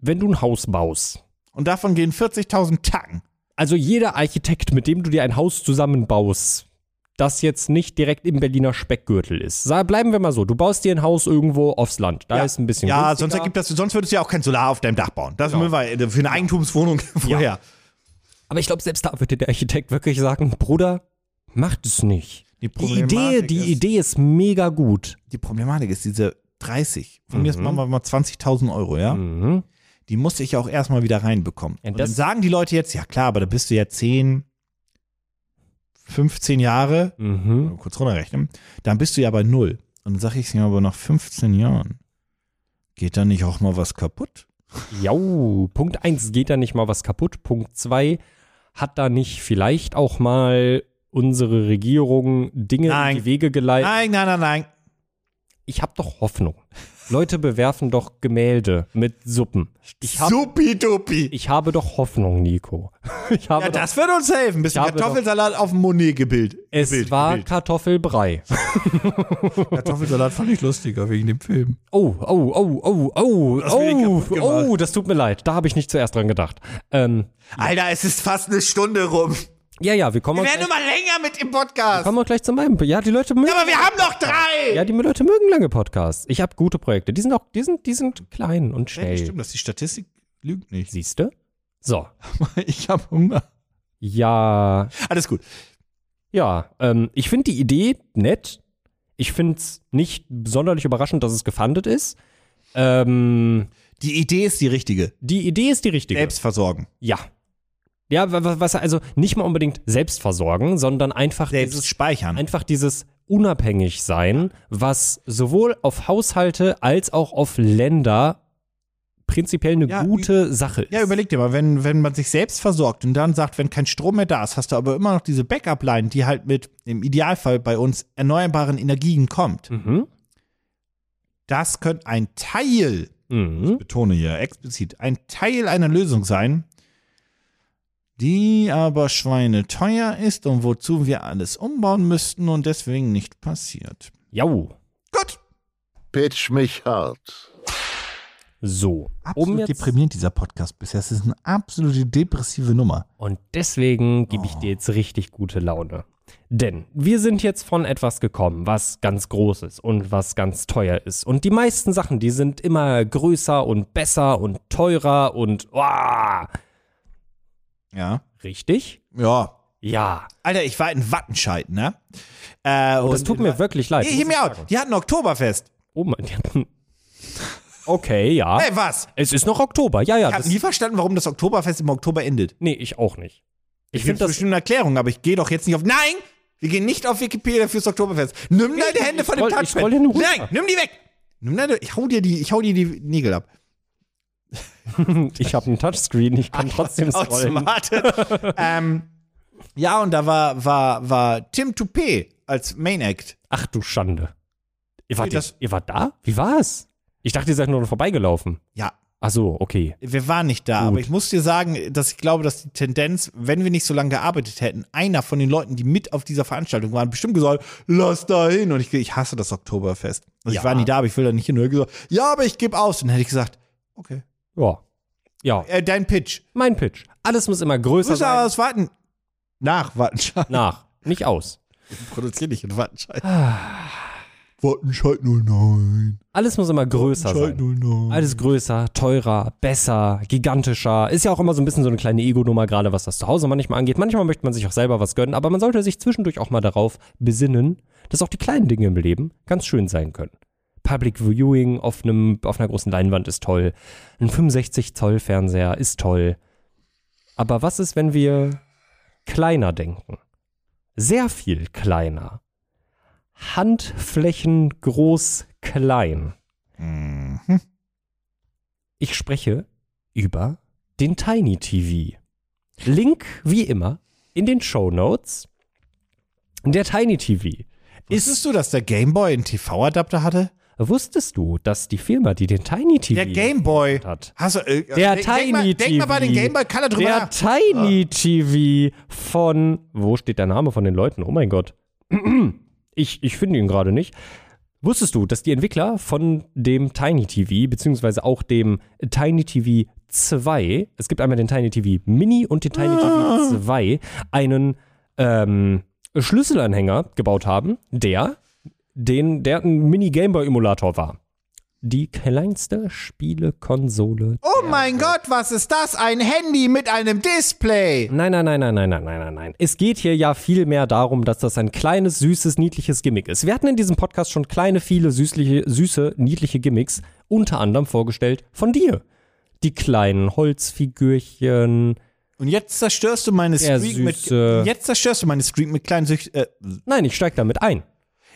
B: wenn du ein Haus baust,
C: Und davon gehen 40.000 Tacken.
B: also jeder Architekt, mit dem du dir ein Haus zusammenbaust, das jetzt nicht direkt im Berliner Speckgürtel ist. Sa- Bleiben wir mal so, du baust dir ein Haus irgendwo aufs Land. Da ist ein bisschen
C: Ja,
B: günstiger.
C: sonst, ergibt das, sonst würdest du ja auch kein Solar auf deinem Dach bauen. Das
B: Genau.
C: müssen wir äh, für eine Eigentumswohnung vorher.
B: Aber ich glaube, selbst da würde der Architekt wirklich sagen, Bruder, macht es nicht.
C: Die,
B: Die Idee,
C: Problematik
B: die
C: ist,
B: Idee ist mega gut.
C: Die Problematik ist diese 30. Von mir ist machen wir mal 20.000 Euro, ja?
B: Mhm.
C: Die muss ich auch erstmal wieder reinbekommen.
B: Ja,
C: Und
B: das-
C: dann sagen die Leute jetzt, ja klar, aber da bist du ja 10, 15 Jahre,
B: Mhm.
C: kurz runterrechnen, dann bist du ja bei Null. Und dann sage ich es mir aber nach 15 Jahren, geht da nicht auch mal was kaputt?
B: Jau, Punkt 1, geht da nicht mal was kaputt? Punkt 2, hat da nicht vielleicht auch mal unsere Regierung Dinge
C: Nein.
B: in die Wege geleitet?
C: Nein, nein, nein, nein.
B: ich habe doch Hoffnung. Leute bewerfen doch Gemälde mit Suppen. Ich, hab,
C: Supi-dupi.
B: ich habe doch Hoffnung, Nico. Ich habe
C: Ja,
B: doch,
C: das wird uns helfen. Ein bisschen
B: Ich habe
C: Kartoffelsalat auf dem Monet gebildet.
B: es
C: Gebild,
B: war
C: gebildet.
B: Kartoffelbrei.
C: Kartoffelsalat fand ich lustiger wegen dem Film.
B: Oh, oh, oh, oh, oh,
C: hast mir den
B: oh,
C: kaputt gemacht.
B: oh, das tut mir leid. Da habe ich nicht zuerst dran gedacht. Ähm,
C: Alter, es ist fast eine Stunde rum.
B: ja, ja, wir kommen,
C: Wir
B: auch
C: werden
B: gleich,
C: immer länger mit dem Podcast.
B: kommen auch gleich zu meinem. Ja, die Leute mögen,
C: Ja, aber wir haben noch drei.
B: ja, die Leute mögen lange Podcasts. Ich habe gute Projekte. Die sind auch, die sind, die sind klein und schnell.
C: Stimmt, dass die Statistik lügt nicht.
B: Siehst du? So,
C: Ich habe Hunger.
B: ja,
C: Alles gut.
B: Ja, ähm, ich finde die Idee nett. Ich finde es nicht sonderlich überraschend, dass es gefundet ist. Ähm,
C: Die Idee ist die richtige.
B: die Idee ist die richtige.
C: Selbst versorgen.
B: Ja. Ja, wa- wa- was also nicht mal unbedingt selbst versorgen, sondern einfach
C: Selbst
B: dieses,
C: speichern.
B: einfach dieses unabhängig sein, was sowohl auf Haushalte als auch auf Länder prinzipiell eine
C: Ja,
B: gute Sache ist.
C: Ja, überleg dir mal, wenn, wenn man sich selbst versorgt und dann sagt, wenn kein Strom mehr da ist, hast du aber immer noch diese Backup-Line, die halt mit, im Idealfall bei uns, erneuerbaren Energien kommt.
B: mhm.
C: Das könnte ein Teil
B: Mhm.
C: betone hier explizit, ein Teil einer Lösung sein, die aber schweineteuer ist und wozu wir alles umbauen müssten und deswegen nicht passiert.
B: Jau.
C: Gut.
A: Pitch mich hart.
B: So. um
C: Absolut deprimierend, dieser Podcast bisher. Es ist eine absolute depressive Nummer.
B: Und deswegen gebe
C: Oh.
B: ich dir jetzt richtig gute Laune. Denn wir sind jetzt von etwas gekommen, was ganz groß ist und was ganz teuer ist. Und die meisten Sachen, die sind immer größer und besser und teurer und wow.
C: Ja.
B: Richtig?
C: Ja.
B: Ja.
C: Alter, ich war in Wattenscheid, ne? Äh, und
B: Das tut mir wirklich leid.
C: Ich, ich mir auch. Die hatten Oktoberfest.
B: Oh mein Gott. Okay, ja.
C: Ey, was?
B: Es ist noch Oktober. Ja, ja.
C: Ich habe
B: Das,
C: nie verstanden, warum das Oktoberfest im Oktober endet.
B: nee, ich auch nicht. Ich
C: Gibt
B: finde das.
C: bestimmt eine Erklärung, aber ich gehe doch jetzt nicht auf. Nein! Wir gehen nicht auf Wikipedia fürs Oktoberfest. Nimm deine
B: ich
C: Hände von
B: scroll-
C: dem
B: ich
C: Touchpad.
B: scroll hier nur runter.
C: Nein, nimm die weg. Nimm deine, ich hau dir die, ich hau dir die Nägel ab.
B: Ich habe einen Touchscreen. Ich
C: Ah,
B: kann trotzdem
C: genau,
B: scrollen.
C: Automate. Oh, ähm, ja, und da war, war, war Tim Toupé als Main Act.
B: Ach du Schande. Ihr wart,
C: Nee, das-
B: ihr wart da? Wie war's? Ich dachte, ihr seid nur vorbeigelaufen.
C: Ja,
B: Ach so, okay.
C: wir waren nicht da,
B: Gut.
C: aber ich muss dir sagen, dass ich glaube, dass die Tendenz, wenn wir nicht so lange gearbeitet hätten, einer von den Leuten, die mit auf dieser Veranstaltung waren, bestimmt gesagt, lass da hin. Und ich, ich hasse das Oktoberfest. Also
B: Ja.
C: ich war nie da, aber ich will da nicht hin. Und er hat gesagt, ja, aber ich gebe aus. Und dann hätte ich gesagt, okay.
B: Ja. Ja,
C: Äh, dein Pitch.
B: mein Pitch. Alles muss immer größer
C: Grüße
B: sein.
C: aus Warten. Nach Wattenscheid.
B: Nach, nicht aus.
C: Produziere dich in Wattenscheid. Ah. Wattenscheid 09.
B: Alles muss immer größer
C: Wattenscheid
B: sein.
C: 09.
B: Alles größer, teurer, besser, gigantischer. Ist ja auch immer so ein bisschen so eine kleine Ego-Nummer, gerade was das Zuhause manchmal angeht. Manchmal möchte man sich auch selber was gönnen, aber man sollte sich zwischendurch auch mal darauf besinnen, dass auch die kleinen Dinge im Leben ganz schön sein können. Public Viewing auf, einem, auf einer großen Leinwand ist toll. Ein 65-Zoll-Fernseher ist toll. Aber was ist, wenn wir kleiner denken? Sehr viel kleiner. Handflächen groß, klein. Ich spreche über den Tiny TV. Link wie immer in den Show Notes. Der Tiny TV.
C: Wusstest du, dass der Gameboy einen TV-Adapter hatte?
B: Wusstest du, dass die Firma, die den Tiny TV
C: Der Gameboy.
B: hat,
C: Hast du, äh,
B: der
C: denk,
B: Tiny
C: denk mal,
B: TV,
C: Denk mal bei den Gameboy, kann er drüber
B: der
C: nach. Ah.
B: Tiny TV von wo steht der Name von den Leuten? Oh mein Gott, ich ich finde ihn gerade nicht. Wusstest du, dass die Entwickler von dem Tiny TV, beziehungsweise auch dem Tiny TV 2, es gibt einmal den Tiny TV Mini und den Tiny
C: Ah.
B: TV 2, einen ähm, Schlüsselanhänger gebaut haben, der, den, der ein Mini-Gameboy-Emulator war. Die kleinste Spielekonsole.
C: Oh mein Gott, was ist das? Ein Handy mit einem Display.
B: Nein, nein, nein, nein, nein, nein, nein, nein, nein. Es geht hier ja viel mehr darum, dass das ein kleines, süßes, niedliches Gimmick ist. Wir hatten in diesem Podcast schon kleine, viele süßliche, süße, niedliche Gimmicks, unter anderem vorgestellt von dir. Die kleinen Holzfigürchen.
C: Und jetzt zerstörst du meine
B: Der
C: Streak mit
B: süße-
C: Jetzt zerstörst du meine Streak mit kleinen Sücht, äh,
B: Nein, ich steige damit ein.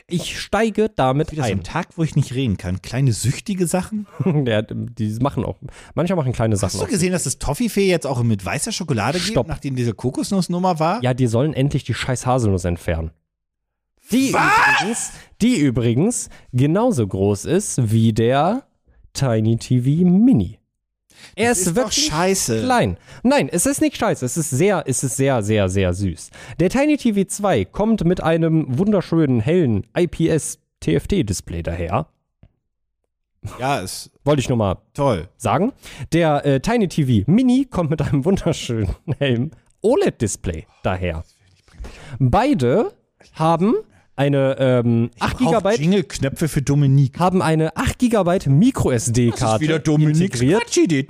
B: Ich steige damit
C: wieder so ein
B: ein.
C: Tag, wo ich nicht reden kann. Kleine süchtige Sachen?
B: Ja, die machen auch, manche machen kleine Sachen.
C: Hast du
B: Auch.
C: gesehen, dass das Toffifee jetzt auch mit weißer Schokolade
B: Stopp.
C: gibt, nachdem diese Kokosnussnummer war?
B: Ja, die sollen endlich die scheiß Haselnuss entfernen. Die übrigens, die übrigens genauso groß ist wie der Tiny TV Mini. Er ist,
C: ist doch
B: wirklich
C: scheiße.
B: klein. Nein, es ist nicht scheiße. Es ist sehr, es ist sehr, sehr, sehr süß. Der Tiny TV 2 kommt mit einem wunderschönen hellen IPS TFT Display daher.
C: Ja, ist
B: Wollte ich nur mal
C: toll.
B: sagen. Der äh, Tiny TV Mini kommt mit einem wunderschönen Helm OLED-Display daher. Beide haben eine ähm, 8
C: Braucht
B: GB
C: Jingle-Knöpfe für Dominik.
B: haben eine 8 GB Micro SD-Karte integriert,
C: Quatschidee.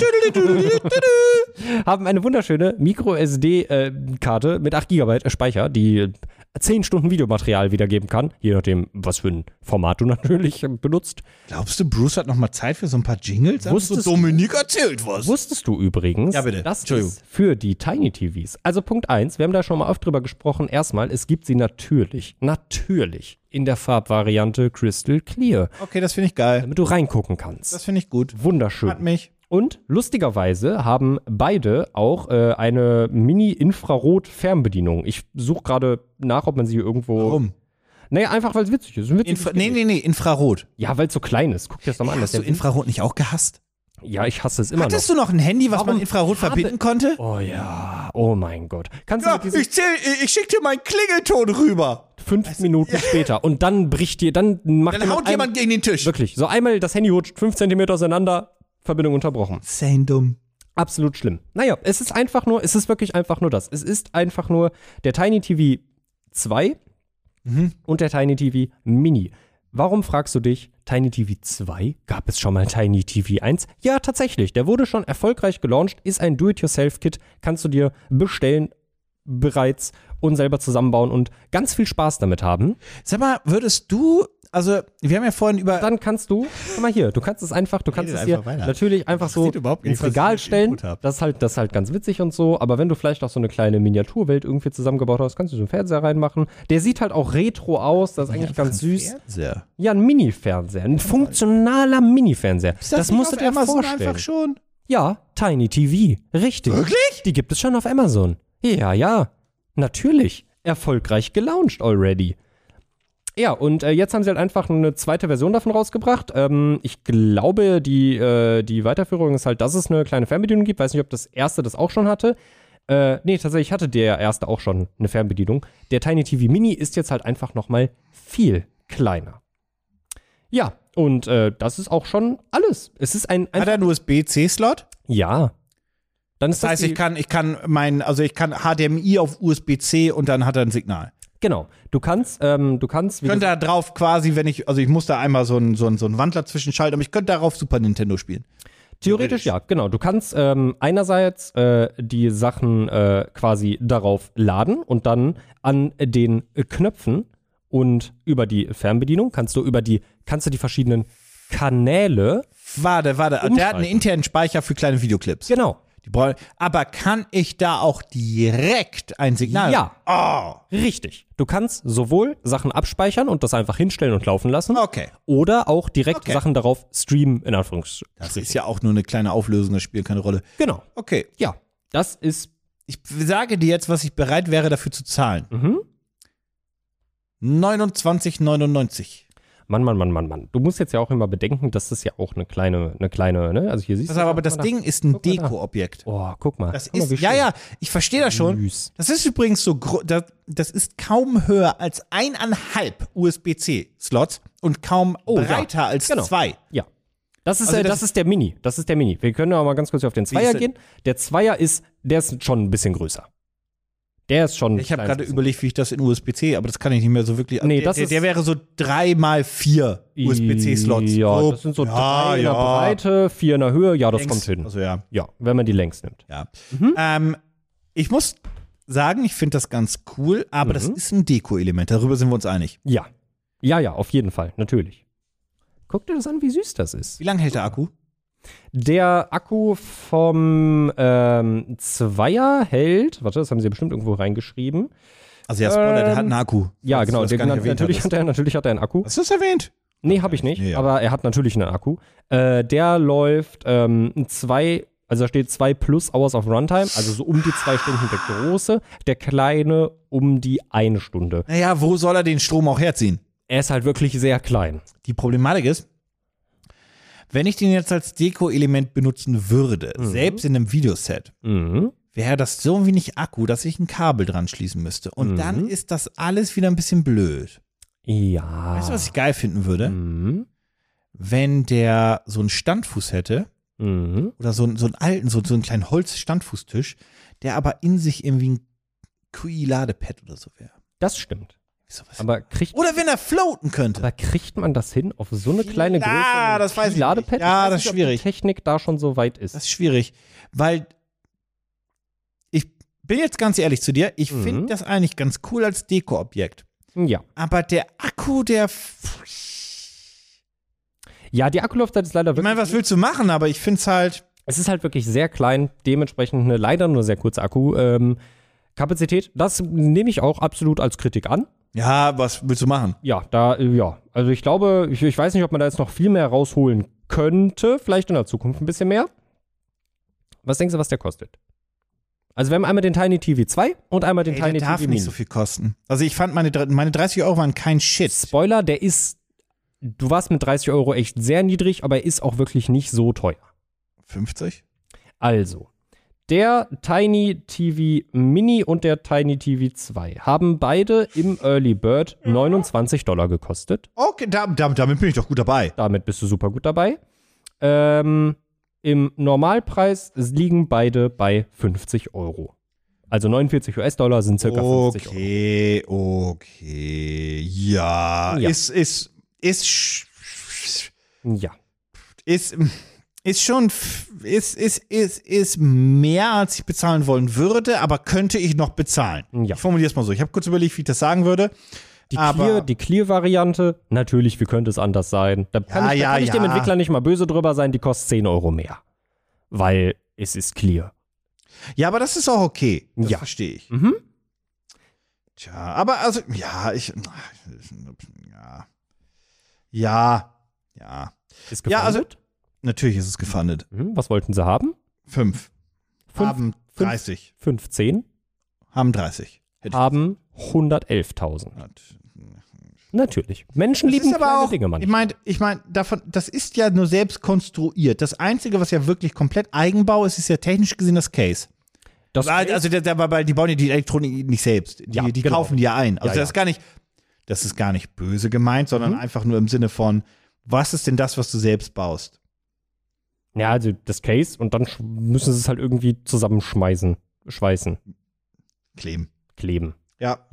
B: haben eine wunderschöne Micro SD-Karte mit 8 GB Speicher, die 10 Stunden Videomaterial wiedergeben kann, je nachdem, was für ein Format du natürlich äh, benutzt.
C: Glaubst du, Bruce hat noch mal Zeit für so ein paar Jingles?
B: Wusstest
C: so, Dominik erzählt was.
B: Wusstest du übrigens,
C: Ja, bitte.
B: das
C: Entschuldigung.
B: ist für die Tiny TVs. Also Punkt eins, wir haben da schon mal oft drüber gesprochen. Erstmal, es gibt sie natürlich, natürlich in der Farbvariante Crystal Clear,
C: Okay, das finde ich geil.
B: damit du reingucken kannst.
C: Das finde ich gut. Hat
B: Wunderschön.
C: mich.
B: Und lustigerweise haben beide auch äh, eine Mini-Infrarot-Fernbedienung. Ich suche gerade nach, ob man sie irgendwo.
C: Warum?
B: Naja, einfach weil es witzig ist. Ein witziges
C: Infra
B: Gerät.
C: nee, nee, nee, Infrarot.
B: Ja, weil es so klein ist. Guck dir das doch mal an.
C: Hast
B: Das
C: du
B: ist ja
C: Infrarot nicht auch gehasst?
B: Ja, ich hasse es immer
C: Hattest du noch ein Handy, was
B: Warum
C: man Infrarot
B: habe-
C: verbinden konnte?
B: noch. Oh ja, oh mein Gott. Kannst du
C: Ja,
B: mit diesem
C: ich, zähl- ich schicke dir meinen Klingelton rüber.
B: fünf Minuten später und dann bricht dir, dann macht
C: Dann haut
B: mit einem-
C: jemand gegen den Tisch.
B: Wirklich, so einmal das Handy rutscht fünf Zentimeter auseinander, Verbindung unterbrochen.
C: Sein dumm.
B: Absolut schlimm. Naja, es ist einfach nur, es ist wirklich einfach nur das. Es ist einfach nur der Tiny TV 2
C: Mhm.
B: und der Tiny TV Mini. Warum fragst du dich, Tiny TV 2? Gab es schon mal Tiny TV 1? Ja, tatsächlich. Der wurde schon erfolgreich gelauncht, ist ein Do-it-yourself-Kit, kannst du dir bestellen bereits und selber zusammenbauen und ganz viel Spaß damit haben.
C: Sag mal, würdest du, also wir haben ja vorhin über
B: Dann kannst du, guck mal hier, du kannst es einfach, du kannst
C: Redet
B: es dir
C: einfach weiter.
B: natürlich einfach so
C: sieht überhaupt nicht,
B: ins
C: was ich
B: Regal
C: für
B: stellen.
C: Input hab.
B: Das ist, halt, das ist halt ganz witzig und so. Aber wenn du vielleicht auch so eine kleine Miniaturwelt irgendwie zusammengebaut hast, kannst du so einen Fernseher reinmachen. Der sieht halt auch retro aus, das ist eigentlich ganz süß.
C: Fernseher.
B: Ja, ein Mini-Fernseher, ein funktionaler Mini-Fernseher.
C: Ist
B: Das,
C: das, nicht
B: musst du
C: auf
B: dir mal
C: Amazon
B: vorstellen.
C: einfach schon?
B: Ja, Tiny TV. Richtig.
C: Wirklich?
B: Die gibt es schon auf Amazon. Ja, ja. Natürlich. Erfolgreich gelauncht already. Ja, und äh, jetzt haben sie halt einfach eine zweite Version davon rausgebracht. Ähm, ich glaube, die, äh, die Weiterführung ist halt, dass es eine kleine Fernbedienung gibt. Weiß nicht, ob das erste das auch schon hatte. Äh, nee, tatsächlich hatte der erste auch schon eine Fernbedienung. Der Tiny TV Mini ist jetzt halt einfach nochmal viel kleiner. Ja, und äh, das ist auch schon alles. Es ist ein, ein
C: Hat er einen USB-C-Slot?
B: ja. Dann ist
C: Das heißt,
B: die,
C: ich kann, ich kann mein, also ich kann HDMI auf USB-C und dann hat er ein Signal.
B: Genau. Du kannst, ähm, du kannst, wie
C: Ich könnte da drauf quasi, wenn ich, also ich muss da einmal so einen so einen- so einen Wandler zwischenschalten, aber ich könnte darauf Super Nintendo spielen.
B: Theoretisch ja, genau. Du kannst ähm, einerseits äh, die Sachen äh, quasi darauf laden und dann an den äh, Knöpfen und über die Fernbedienung kannst du über die, kannst du die verschiedenen Kanäle.
C: Warte, warte, der hat einen
B: Umschalten.
C: internen Speicher für kleine Videoclips.
B: Genau.
C: Die brauchen- aber kann ich da auch direkt ein Signal?
B: Ja.
C: Oh,
B: Richtig. Du kannst sowohl Sachen abspeichern und das einfach hinstellen und laufen lassen.
C: okay.
B: Oder auch direkt
C: Oh. Okay.
B: Sachen darauf streamen, in Anführungsstrichen.
C: Das ist ja auch nur eine kleine Auflösung, das spielt keine Rolle.
B: Genau.
C: Okay.
B: Ja. Das ist
C: Ich sage dir jetzt, was ich bereit wäre, dafür zu zahlen.
B: Mhm.
C: 29,99.
B: Mann, Mann, Mann, Mann, Mann. Du musst jetzt ja auch immer bedenken, dass das ja auch eine kleine, eine kleine, ne? Also hier siehst
C: Pass
B: du.
C: auf, aber das
B: guck mal
C: Ding ist ein
B: Guck mal da.
C: Dekoobjekt.
B: da. Oh, guck mal.
C: Das
B: Guck mal,
C: ist,
B: wie
C: ja,
B: schön.
C: ja, ich verstehe das schon.
B: Süß.
C: Das ist übrigens so, gro- das, das ist kaum höher als eineinhalb USB-C-Slots und kaum
B: ja.
C: breiter als
B: Genau.
C: zwei.
B: Ja. Das ist,
C: Also
B: äh,
C: das
B: das, ist der Mini. Das ist der Mini. Wir können aber mal ganz kurz auf den Zweier
C: ist der-
B: gehen. Der Zweier ist, der ist schon ein bisschen größer. Der ist schon. ein
C: Ich habe
B: kleines
C: gerade
B: bisschen-
C: überlegt, wie ich das in USB-C, aber das kann ich nicht mehr so wirklich.
B: Nee,
C: der,
B: das
C: der,
B: ist-
C: der wäre so drei mal vier USB-C-Slots.
B: Ja,
C: so,
B: das sind so
C: ja,
B: drei in der
C: ja.
B: Breite, vier in der Höhe. Ja, das
C: Längs-
B: kommt hin.
C: Also ja,
B: Ja, Mhm. wenn man die längs nimmt.
C: ja. Ähm, ich muss sagen, ich finde das ganz cool, aber
B: Mhm.
C: das ist ein Deko-Element. Darüber sind wir uns einig.
B: Ja. Ja, ja, auf jeden Fall. Natürlich. Guck dir das an, wie süß das ist.
C: Wie lange hält der Akku?
B: Der Akku vom ähm, Zweier hält, warte, das haben sie bestimmt irgendwo reingeschrieben.
C: Also ja, Spoiler, der
B: Ähm,
C: hat einen Akku.
B: Ja,
C: Falls du
B: genau,
C: das
B: der,
C: gar nicht erwähnt
B: natürlich,
C: hattest.
B: hat er, natürlich hat er einen Akku.
C: Hast du das erwähnt?
B: Nee, habe ich nicht,
C: Nee, ja.
B: aber er hat natürlich einen Akku. Äh, der läuft ähm, zwei, also da steht zwei plus Hours of Runtime, also so um die zwei Stunden der große, der kleine um die eine Stunde.
C: Naja, wo soll er den Strom auch herziehen?
B: Er ist halt wirklich sehr klein.
C: Die Problematik ist, wenn ich den jetzt als Deko-Element benutzen würde, selbst in einem Videoset,
B: Mhm.
C: wäre das so wenig Akku, dass ich ein Kabel dran schließen müsste. Und
B: Mhm.
C: dann ist das alles wieder ein bisschen blöd.
B: Ja.
C: Weißt du, was ich geil finden würde?
B: Ah. Mhm.
C: Wenn der so einen Standfuß hätte
B: Mhm.
C: oder so, einen- so einen alten, so, so einen kleinen Holzstandfußtisch, der aber in sich irgendwie ein QI-Ladepad oder so wäre.
B: Das stimmt.
C: Sowas.
B: Aber kriegt
C: Oder wenn er floaten könnte.
B: Aber kriegt man das hin auf so eine kleine Größe?
C: Ja,
B: mit
C: das weiß ich
B: viel Ladepad?
C: nicht. Ja,
B: Ich weiß
C: das ist
B: nicht, ob
C: schwierig.
B: Die Technik da schon so weit ist.
C: Das ist schwierig, weil ich bin jetzt ganz ehrlich zu dir, ich
B: Mhm.
C: finde das eigentlich ganz cool als Dekoobjekt.
B: ja.
C: Aber der Akku, der. f-
B: Ja, die Akkulaufzeit ist leider
C: Ich
B: wirklich.
C: meine, was willst du machen? Aber ich finde es halt.
B: es ist halt wirklich sehr klein, dementsprechend eine leider nur sehr kurze Akku. Ähm, Kapazität, das nehme ich auch absolut als Kritik an.
C: Ja, was willst du machen?
B: Ja, da, äh, ja. Also ich glaube, ich, ich weiß nicht, ob man da jetzt noch viel mehr rausholen könnte. Vielleicht in der Zukunft ein bisschen mehr. Was denkst du, was der kostet? Also wir haben einmal den Tiny TV 2 und einmal den
C: Ey,
B: Tiny
C: der darf
B: TV Mini.
C: nicht so viel kosten. Also ich fand meine, dr- meine 30 Euro waren kein Shit.
B: Spoiler, der ist, du warst mit 30 Euro echt sehr niedrig, aber er ist auch wirklich nicht so teuer.
C: 50?
B: Also, der Tiny TV Mini und der Tiny TV 2 haben beide im Early Bird 29 Dollar gekostet.
C: Okay, da, da, damit bin ich doch gut dabei.
B: Damit bist du super gut dabei. Ähm, Im Normalpreis liegen beide bei 50 Euro. Also 49 US-Dollar sind circa 50 Euro.
C: Okay, okay. Ja,
B: Ja.
C: Ist, ist, ist, sch-
B: Ja.
C: ist, ist schon, f- ist, ist, ist, ist mehr, als ich bezahlen wollen würde, aber könnte ich noch bezahlen?
B: Ja.
C: Ich formuliere es mal so. Ich habe kurz überlegt, wie ich das sagen würde.
B: Die
C: Aber-
B: Clear, die Clear-Variante, natürlich, wie könnte es anders sein? Da kann
C: Ja,
B: ich, da
C: ja,
B: kann ich dem
C: ja.
B: Entwickler nicht mal böse drüber sein, die kostet 10 Euro mehr. Weil es ist Clear.
C: Ja, aber das ist auch okay. Das
B: Ja.
C: verstehe ich.
B: Mhm.
C: Tja, aber also, ja, ich, ja, ja, ja.
B: Ist
C: Ja, also-
B: gefundet.
C: Natürlich ist es gefundet.
B: mhm. Was wollten sie haben?
C: Fünf.
B: Fünf-
C: haben
B: fünf-
C: 30.
B: 15
C: Haben 30. Hätte ich
B: haben 111.000.
C: gesagt.
B: Natürlich. Menschen lieben kleine Dinge
C: ich
B: manchmal.
C: meine, ich meine, davon, das ist ja nur selbst konstruiert. Das Einzige, was ja wirklich komplett Eigenbau ist, ist ja technisch gesehen das Case.
B: Das
C: Weil- Also, der, der, weil die bauen ja die Elektronik nicht selbst. Die,
B: Ja,
C: die
B: genau.
C: kaufen die ja ein. Also,
B: Ja, Mhm.
C: das ist gar nicht, das ist gar nicht böse gemeint, sondern einfach nur im Sinne von, was ist denn das, was du selbst baust?
B: ja, also das Case und dann sch- müssen sie es halt irgendwie zusammenschmeißen, schweißen,
C: Kleben.
B: kleben.
C: Ja.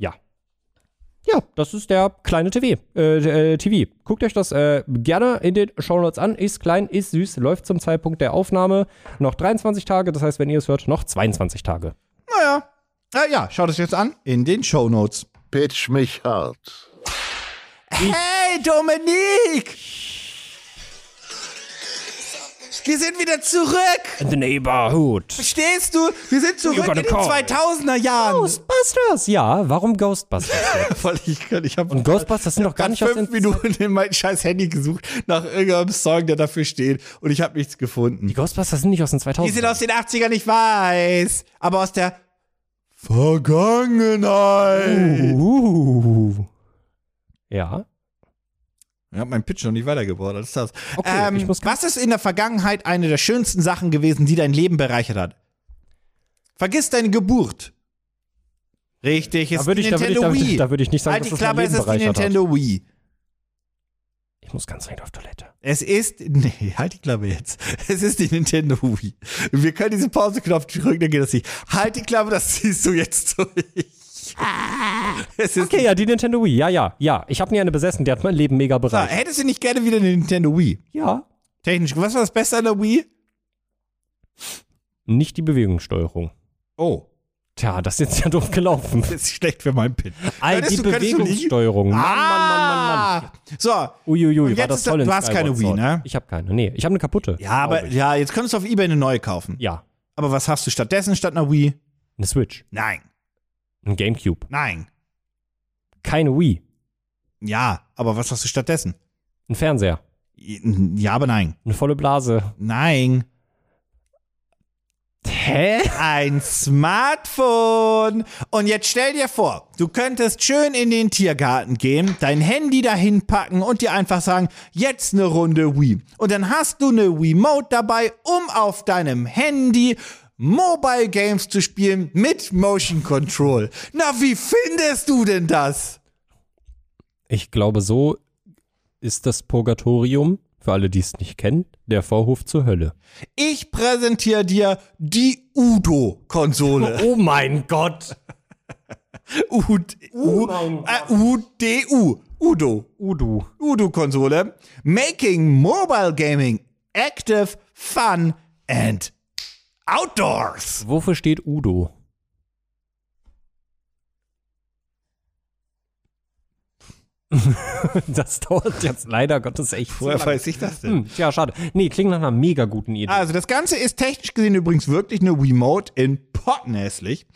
B: Ja, das ist der kleine TV. Äh, äh, TV. Guckt euch das äh, gerne in den Shownotes an. Ist klein, ist süß, läuft zum Zeitpunkt der Aufnahme noch 23 Tage. Das heißt, wenn ihr es hört, noch 22 Tage.
C: Naja. Ja, ja, schaut es jetzt an in den Show Notes.
A: Pitch mich hart.
C: Hey, Dominik! Wir sind wieder zurück!
B: In the neighborhood.
C: Verstehst du? Wir sind zurück
B: gotta
C: in den
B: call.
C: 2000er Jahren!
B: Ghostbusters! Ja, warum Ghostbusters?
C: Voll, ich, ich hab
B: Und Ghostbusters sind doch gar nicht aus
C: fünf
B: den
C: Minuten in mein scheiß Handy gesucht nach irgendeinem Song, der dafür steht und ich habe nichts gefunden.
B: Die Ghostbusters sind nicht aus den
C: Die sind
B: 2000
C: aus den 80ern, ich weiß, aber aus der
B: Oh.
C: Vergangenheit.
B: Uh. Ja.
C: Ich habe meinen Pitch noch nicht weitergebaut, das ist das.
B: Okay,
C: ähm,
B: ich muss-
C: was ist in der Vergangenheit eine der schönsten Sachen gewesen, die dein Leben bereichert hat? Vergiss deine Geburt. Richtig,
B: Da
C: ist
B: würde
C: die
B: ich, da würd ich,
C: Nintendo
B: da würd
C: Wii.
B: ich, da würd ich nicht sagen,
C: halt die
B: dass das mein
C: Klappe, es
B: Leben
C: ist die
B: bereichert hat.
C: Nintendo Wii.
B: Ich muss ganz dringend auf Toilette.
C: Es ist. Nee, halt die Klappe jetzt. Es ist die Nintendo Wii. Wir können diesen Pauseknopf drücken, dann geht das nicht. Halt die Klappe, das ziehst du jetzt durch. Es ist.
B: Okay, ja, die Nintendo Wii. Ja, ja, ja. Ich habe nie eine besessen. Die hat mein Leben mega
C: Ah,
B: bereichert.
C: hättest du nicht gerne wieder eine Nintendo Wii?
B: Ja.
C: Technisch, was war das Beste an der Wii?
B: Nicht die Bewegungssteuerung.
C: Oh,
B: Tja, das ist jetzt ja doof gelaufen.
C: das ist schlecht für meinen Pin.
B: All die
C: Könntest du- könntest du Ah, nicht-
B: Bewegungssteuerung. Mann, Mann, Mann, Mann, Mann.
C: Ah! So. Und
B: Uiuiui,
C: jetzt
B: war das
C: ist da-
B: toll in
C: du hast keine
B: Skyward Sword.
C: Wii, ne?
B: Ich habe keine. Nee, ich habe eine kaputte.
C: Ja, aber
B: Glaub ich.
C: ja, jetzt könntest du auf Ebay eine neue kaufen.
B: Ja,
C: Aber was hast du stattdessen statt einer Wii?
B: eine Switch.
C: Nein,
B: Ein Gamecube.
C: nein.
B: Keine Wii.
C: Ja, aber was hast du stattdessen?
B: Ein Fernseher.
C: Ja, aber nein.
B: Eine volle Blase.
C: Nein.
B: Hä?
C: Ein Smartphone. Und jetzt stell dir vor, du könntest schön in den Tiergarten gehen, dein Handy dahin packen und dir einfach sagen, jetzt eine Runde Wii. Und dann hast du eine Wiimote dabei, um auf deinem Handy Mobile Games zu spielen mit Motion Control. Na, wie findest du denn das?
B: Ich glaube, so ist das Purgatorium, für alle, die es nicht kennen, der Vorhof zur Hölle.
C: Ich präsentiere dir die Udo-Konsole.
B: Oh mein Gott!
C: U, U,
B: mein
C: äh, U-D-U. Udo.
B: Udo.
C: Udo-Konsole, making mobile gaming active, fun and outdoors.
B: Wofür steht Udo? das dauert jetzt leider Gottes echt zu lange.
C: ich das
B: Hm, tja, schade. Nee, klingt nach einer mega guten Idee.
C: Also das Ganze ist technisch gesehen übrigens wirklich eine Remote in pottenhässlich.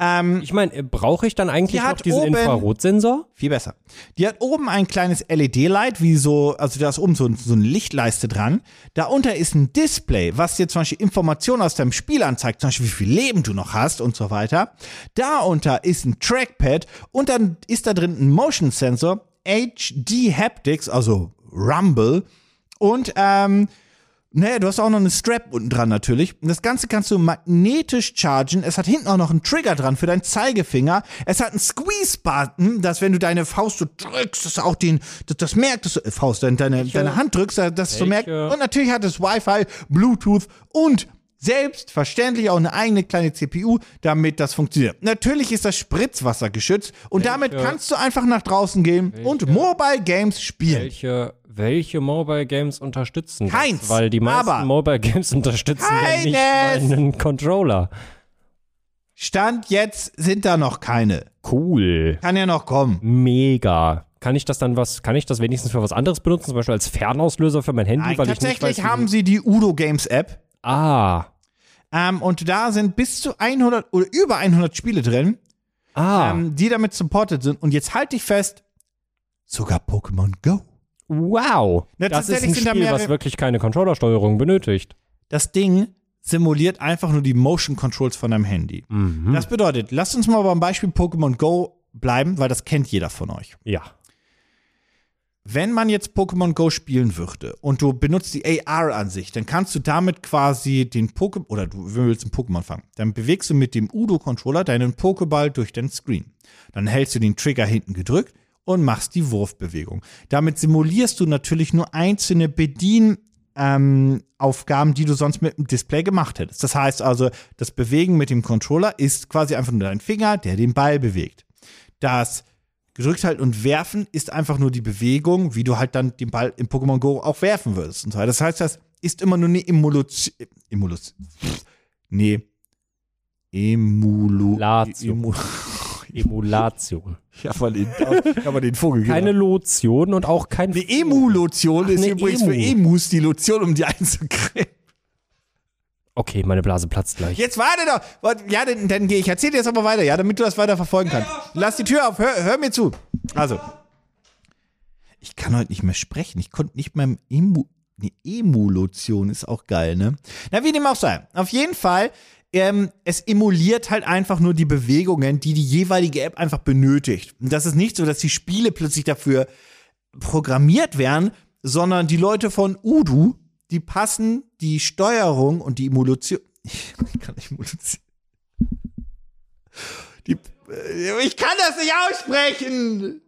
C: Ähm,
B: Ich meine, äh, brauche ich dann eigentlich
C: Die
B: noch
C: hat
B: diesen
C: oben-
B: Infrarotsensor?
C: viel besser. Die hat oben ein kleines LED-Light, wie so, also da ist oben so, ein- so eine Lichtleiste dran. Darunter ist ein Display, was dir zum Beispiel Informationen aus deinem Spiel anzeigt, zum Beispiel wie viel Leben du noch hast und so weiter. Darunter ist ein Trackpad und dann ist da drin ein Motion Sensor, HD Haptics, also Rumble und ähm, Naja, du hast auch noch eine Strap unten dran natürlich. Und das Ganze kannst du magnetisch chargen. Es hat hinten auch noch einen Trigger dran für deinen Zeigefinger. Es hat einen Squeeze-Button, dass wenn du deine Faust so drückst, dass auch den, dass das merkt, dass du, äh, Faust, deine, deine, deine Hand drückst, dass du merkst. Und natürlich hat es Wi-Fi, Bluetooth und selbstverständlich auch eine eigene kleine CPU, damit das funktioniert. Natürlich ist das Spritzwasser geschützt und damit kannst du einfach nach draußen gehen und Mobile Games spielen.
B: Welche, welche Mobile Games unterstützen
C: Keins,
B: das? Weil die meisten
C: aber-
B: Mobile Games unterstützen ja nicht
C: Keines!
B: einen Controller.
C: Stand jetzt sind da noch keine.
B: Cool.
C: Kann ja noch kommen.
B: Mega. Kann ich das dann was, kann ich das wenigstens für was anderes benutzen, zum Beispiel als Fernauslöser für mein Handy,
C: Nein,
B: weil ich
C: tatsächlich
B: nicht weiß, wie-
C: haben sie die Udo Games App.
B: Ah.
C: Ähm, und da sind bis zu 100 oder über 100 Spiele drin,
B: Ah.
C: ähm, die damit supported sind. Und jetzt halt dich fest, sogar Pokémon Go.
B: wow.
C: Na,
B: Das ist
C: tatsächlich
B: ein
C: sind da
B: Spiel,
C: mehrere-
B: was wirklich keine Controllersteuerung benötigt.
C: Das Ding simuliert einfach nur die Motion Controls von deinem Handy.
B: Mhm.
C: Das bedeutet, lasst uns mal beim Beispiel Pokémon Go bleiben, weil das kennt jeder von euch.
B: Ja.
C: Wenn man jetzt Pokémon Go spielen würde und du benutzt die AR an sich, dann kannst du damit quasi den Pokémon, oder du willst einen Pokémon fangen, dann bewegst du mit dem Udo-Controller deinen Pokéball durch den Screen. Dann hältst du den Trigger hinten gedrückt und machst die Wurfbewegung. Damit simulierst du natürlich nur einzelne Bedien- ähm, Aufgaben, die du sonst mit dem Display gemacht hättest. Das heißt also, das Bewegen mit dem Controller ist quasi einfach nur dein Finger, der den Ball bewegt. Das gedrückt halten und werfen ist einfach nur die Bewegung, wie du halt dann den Ball im Pokémon Go auch werfen würdest. Und so. weiter. Das heißt, das ist immer nur eine Emulation. Emulation. Nee. Emulu.
B: Lation.
C: Emu-
B: Emulation.
C: Ich hab mal den, ich hab mal den Vogel
B: Keine Lotion und auch kein.
C: Eine Emulation ist
B: eine
C: übrigens für
B: Emu.
C: Emus die Lotion, um die einzucremen.
B: Okay, meine Blase platzt gleich.
C: Äh, Jetzt warte doch. Warte, Ja, dann, dann gehe ich. Erzähl dir jetzt aber weiter, ja, damit du das weiter verfolgen kannst. Lass die Tür auf. Hör, hör mir zu. Also. Ich kann heute nicht mehr sprechen. Ich konnte nicht mehr Emu. Eine Emulation ist auch geil, ne? Na, wie dem auch sei. Auf jeden Fall, ähm, es emuliert halt einfach nur die Bewegungen, die die jeweilige App einfach benötigt. Und das ist nicht so, dass die Spiele plötzlich dafür programmiert werden, sondern die Leute von Udu, die passen die Steuerung und die Emulation. Ich kann nicht emulation. Die, äh, ich kann das nicht aussprechen!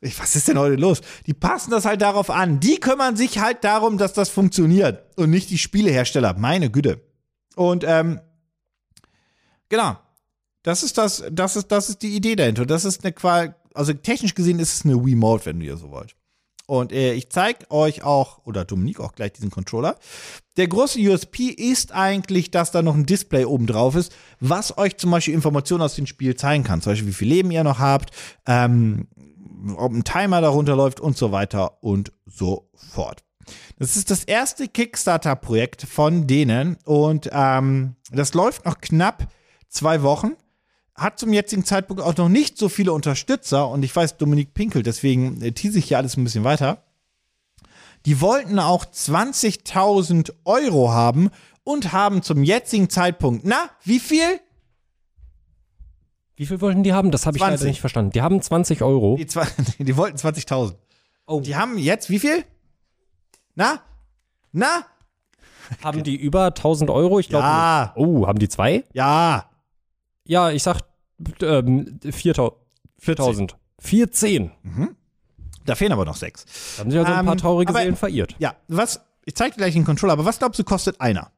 C: Ich, was ist denn heute los? Die passen das halt darauf an. Die kümmern sich halt darum, dass das funktioniert und nicht die Spielehersteller. Meine Güte. Und ähm, genau. Das ist das, das ist, das ist die Idee dahinter. Das ist eine Qual, also technisch gesehen ist es eine Wiimote, wenn ihr so wollt. Und äh, ich zeige euch auch, oder Dominik auch gleich diesen Controller. Der große USP ist eigentlich, dass da noch ein Display oben drauf ist, was euch zum Beispiel Informationen aus dem Spiel zeigen kann. Zum Beispiel, wie viel Leben ihr noch habt, ähm, ob ein Timer darunter läuft und so weiter und so fort. Das ist das erste Kickstarter-Projekt von denen und ähm, das läuft noch knapp zwei Wochen. Hat zum jetzigen Zeitpunkt auch noch nicht so viele Unterstützer und ich weiß, Dominik Pinkel, deswegen äh, tease ich hier alles ein bisschen weiter. Die wollten auch 20.000 Euro haben und haben zum jetzigen Zeitpunkt, na, wie viel?
B: Wie viel wollten die haben? Das habe ich
C: 20.
B: leider nicht verstanden. Die haben 20 Euro.
C: Die, zwei- die wollten 20.000.
B: Oh.
C: Die haben jetzt wie viel? Na? Na?
B: Haben die über 1000 Euro? Ich glaube.
C: Ja.
B: Oh, haben die zwei?
C: Ja.
B: Ja, ich sag ähm, 4000. 4000. 14.
C: Da fehlen aber noch sechs.
B: Da haben sie also
C: Ähm,
B: ein paar traurige
C: aber-
B: Seelen verirrt.
C: Ja, was, ich zeig dir gleich den Controller, aber was glaubst du, kostet einer?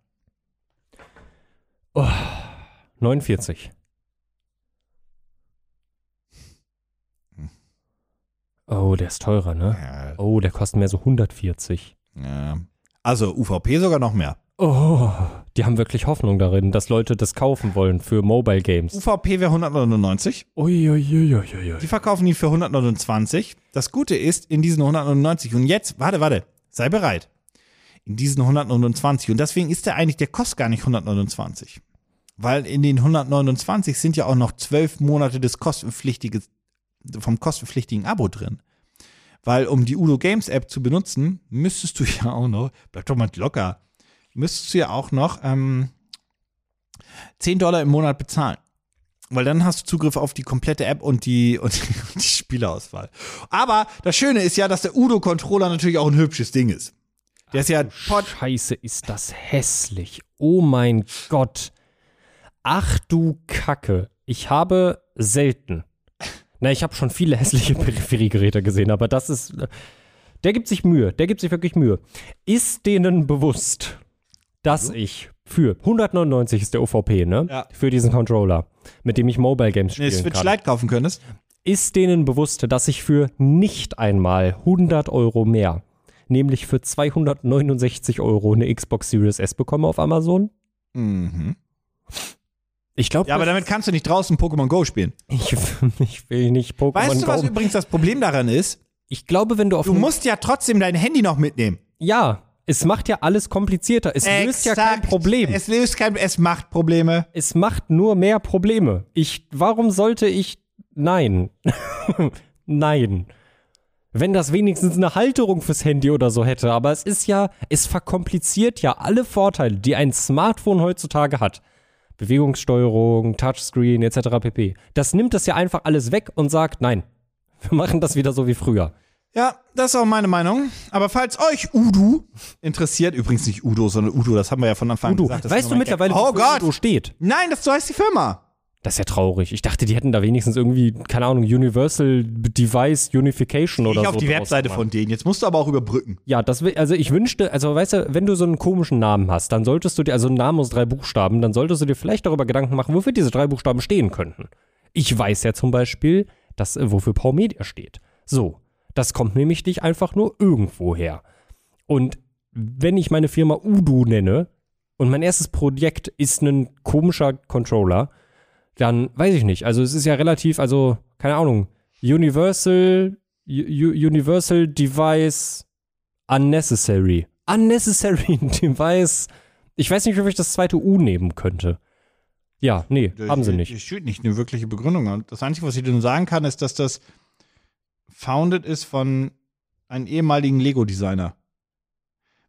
B: 49. Oh, der ist teurer, ne?
C: Ja,
B: Oh, der kostet mehr so 140.
C: ja. Also UVP sogar noch mehr.
B: Oh, die haben wirklich Hoffnung darin, dass Leute das kaufen wollen für Mobile Games.
C: UVP wäre 199.
B: Uiuiuiuiui.
C: Die verkaufen die für 129. Das Gute ist, in diesen 199 und jetzt, warte, warte, sei bereit. In diesen 129 und deswegen ist der eigentlich, der kostet gar nicht 129. Weil in den 129 sind ja auch noch zwölf Monate des kostenpflichtigen, vom kostenpflichtigen Abo drin. Weil um die Udo Games App zu benutzen, müsstest du ja auch noch, bleib doch mal locker, müsstest du ja auch noch ähm, 10 Dollar im Monat bezahlen. Weil dann hast du Zugriff auf die komplette App und die, und die, und die Spielerauswahl. Aber das Schöne ist ja, dass der Udo-Controller natürlich auch ein hübsches Ding ist. Der ist ja
B: Pot. Scheiße, ist das hässlich. Oh mein Gott. Ach du Kacke. Ich habe selten. Na, ich habe schon viele hässliche Peripheriegeräte gesehen, aber das ist. äh, Der gibt sich Mühe. Der gibt sich wirklich Mühe. Ist denen bewusst, dass ich für 199 ist der OVP, ne?
C: Ja.
B: Für diesen Controller, mit dem ich Mobile Games
C: eine
B: spielen
C: Switch
B: kann
C: Lite kaufen könntest.
B: ist denen bewusst, dass ich für nicht einmal 100 Euro mehr, nämlich für 269 Euro eine Xbox Series S bekomme auf Amazon?
C: Mhm.
B: Ich glaube,
C: Ja, aber damit kannst du nicht draußen Pokémon Go spielen.
B: ich, ich will nicht Pokémon
C: Weißt du, was
B: Go- Hm.
C: übrigens das Problem daran ist?
B: Ich glaube, wenn du auf
C: Du
B: einem-
C: musst ja trotzdem dein Handy noch mitnehmen.
B: ja, es macht ja alles komplizierter. Es löst ja kein
C: Exakt.
B: Problem.
C: Es löst kein, es macht Probleme.
B: es macht nur mehr Probleme. Ich, warum sollte ich, nein, nein. Wenn das wenigstens eine Halterung fürs Handy oder so hätte, aber es ist ja, es verkompliziert ja alle Vorteile, die ein Smartphone heutzutage hat. Bewegungssteuerung, Touchscreen etc. pp. Das nimmt das ja einfach alles weg und sagt, nein, wir machen das wieder so wie früher.
C: Ja, das ist auch meine Meinung. Aber falls euch Udo interessiert, übrigens nicht Udo, sondern Udo, das haben wir ja von Anfang an
B: Udo,
C: gesagt. das
B: weißt
C: ist
B: du
C: nur mein
B: mittlerweile,
C: Gag. Oh
B: wofür
C: Gott!
B: Udo steht?
C: Nein, das so heißt die Firma.
B: Das ist ja traurig. Ich dachte, die hätten da wenigstens irgendwie, keine Ahnung, Universal Device Unification oder
C: Ich
B: so.
C: auf die
B: draus
C: Webseite
B: gemacht.
C: von denen. Jetzt musst du aber auch überbrücken.
B: Ja, das will, also ich wünschte, also weißt du, wenn du so einen komischen Namen hast, dann solltest du dir, also einen Namen aus drei Buchstaben, dann solltest du dir vielleicht darüber Gedanken machen, wofür diese drei Buchstaben stehen könnten. Ich weiß ja zum Beispiel, dass, äh, wofür Paul Media steht. So. Das kommt nämlich nicht einfach nur irgendwo her. Und wenn ich meine Firma Udo nenne und mein erstes Projekt ist ein komischer Controller, dann weiß ich nicht. Also es ist ja relativ, also keine Ahnung, Universal, U U- Universal Device Unnecessary. Unnecessary Device. Ich weiß nicht, ob ich das zweite U nehmen könnte. Ja, nee, haben sie nicht.
C: Es steht nicht eine wirkliche Begründung. an. Das Einzige, was ich dir nur sagen kann, ist, dass das founded ist von einem ehemaligen Lego-Designer.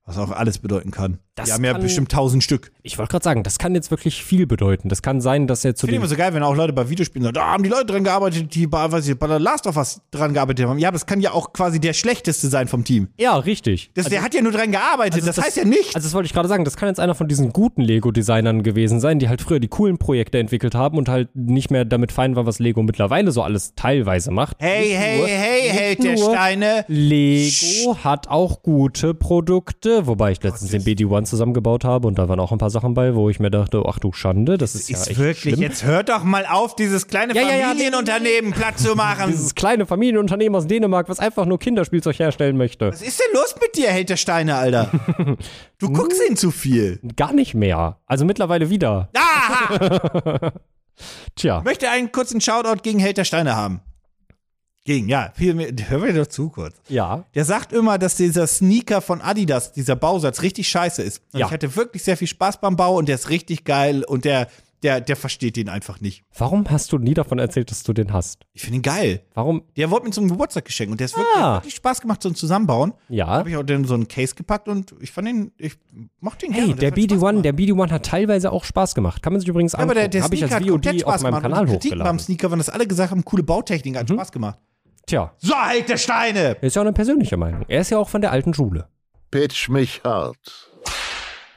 C: Was auch alles bedeuten kann.
B: Das
C: Die haben ja
B: kann-
C: bestimmt tausend Stück.
B: Ich wollte gerade sagen, das kann jetzt wirklich viel bedeuten. Das kann sein, dass er zu
C: Finde ich
B: dem
C: immer so geil, wenn auch Leute bei Videospielen sagen, da haben die Leute dran gearbeitet, die bei, weiß ich, bei der Last of Us dran gearbeitet haben. Ja, aber das kann ja auch quasi der schlechteste sein vom Team.
B: Ja, richtig.
C: Das, der hat ja nur dran gearbeitet, das, heißt ja nicht.
B: Also das wollte ich gerade sagen, das kann jetzt einer von diesen guten Lego-Designern gewesen sein, die halt früher die coolen Projekte entwickelt haben und halt nicht mehr damit fein war, was Lego mittlerweile so alles teilweise macht.
C: hey,
B: Nicht
C: hey,
B: nur-
C: hey,
B: nicht
C: Held der
B: nur-
C: Steine.
B: Lego hat auch gute Produkte, wobei ich letztens den BD-1 zusammengebaut habe und da waren auch ein paar Sachen bei, wo ich mir dachte, ach du Schande, das ist, ja
C: ist
B: echt
C: wirklich,
B: schlimm.
C: jetzt hört doch mal auf, dieses kleine
B: Ja, ja, ja,
C: Familienunternehmen platt zu machen.
B: Dieses kleine Familienunternehmen aus Dänemark, was einfach nur Kinderspielzeug herstellen möchte.
C: Was ist denn los mit dir, Held der Steine, Alter? Du guckst ihn zu viel.
B: Gar nicht mehr. Also mittlerweile wieder.
C: Aha!
B: Tja.
C: Ich möchte einen kurzen Shoutout gegen Held der Steine haben. Gegen, ja. Viel mehr, hör mir doch zu kurz.
B: Ja.
C: Der sagt immer, dass dieser Sneaker von Adidas, dieser Bausatz, richtig scheiße ist. Und
B: Ja.
C: ich hatte wirklich sehr viel Spaß beim Bau und der ist richtig geil und der, der, der versteht den einfach nicht.
B: Warum hast du nie davon erzählt, dass du den hast?
C: Ich finde ihn geil.
B: Warum?
C: Der wurde mir zum Geburtstag geschenkt und der ist wirklich, der
B: Ah.
C: hat wirklich Spaß gemacht zum Zusammenbauen.
B: Ja.
C: Habe ich auch dann so einen Case gepackt und ich fand ihn, ich mochte ihn
B: Hey,
C: gerne.
B: der
C: hat Spaß
B: BD1,
C: gemacht.
B: der BD1 hat teilweise auch Spaß gemacht. Kann man sich übrigens
C: Ja,
B: angucken.
C: aber der, der
B: Habe ich
C: Sneaker
B: als
C: hat komplett
B: VOD auf
C: Spaß
B: meinem
C: gemacht. Und
B: Kanal
C: die Kritik beim
B: hochgeladen. Mhm.
C: Sneaker, waren das alle gesagt haben, coole Bautechnik, hat Spaß gemacht.
B: Tja,
C: So, halt der Steine!
B: ist ja auch eine persönliche Meinung. Er ist ja auch von der alten Schule.
A: Pitch mich hart.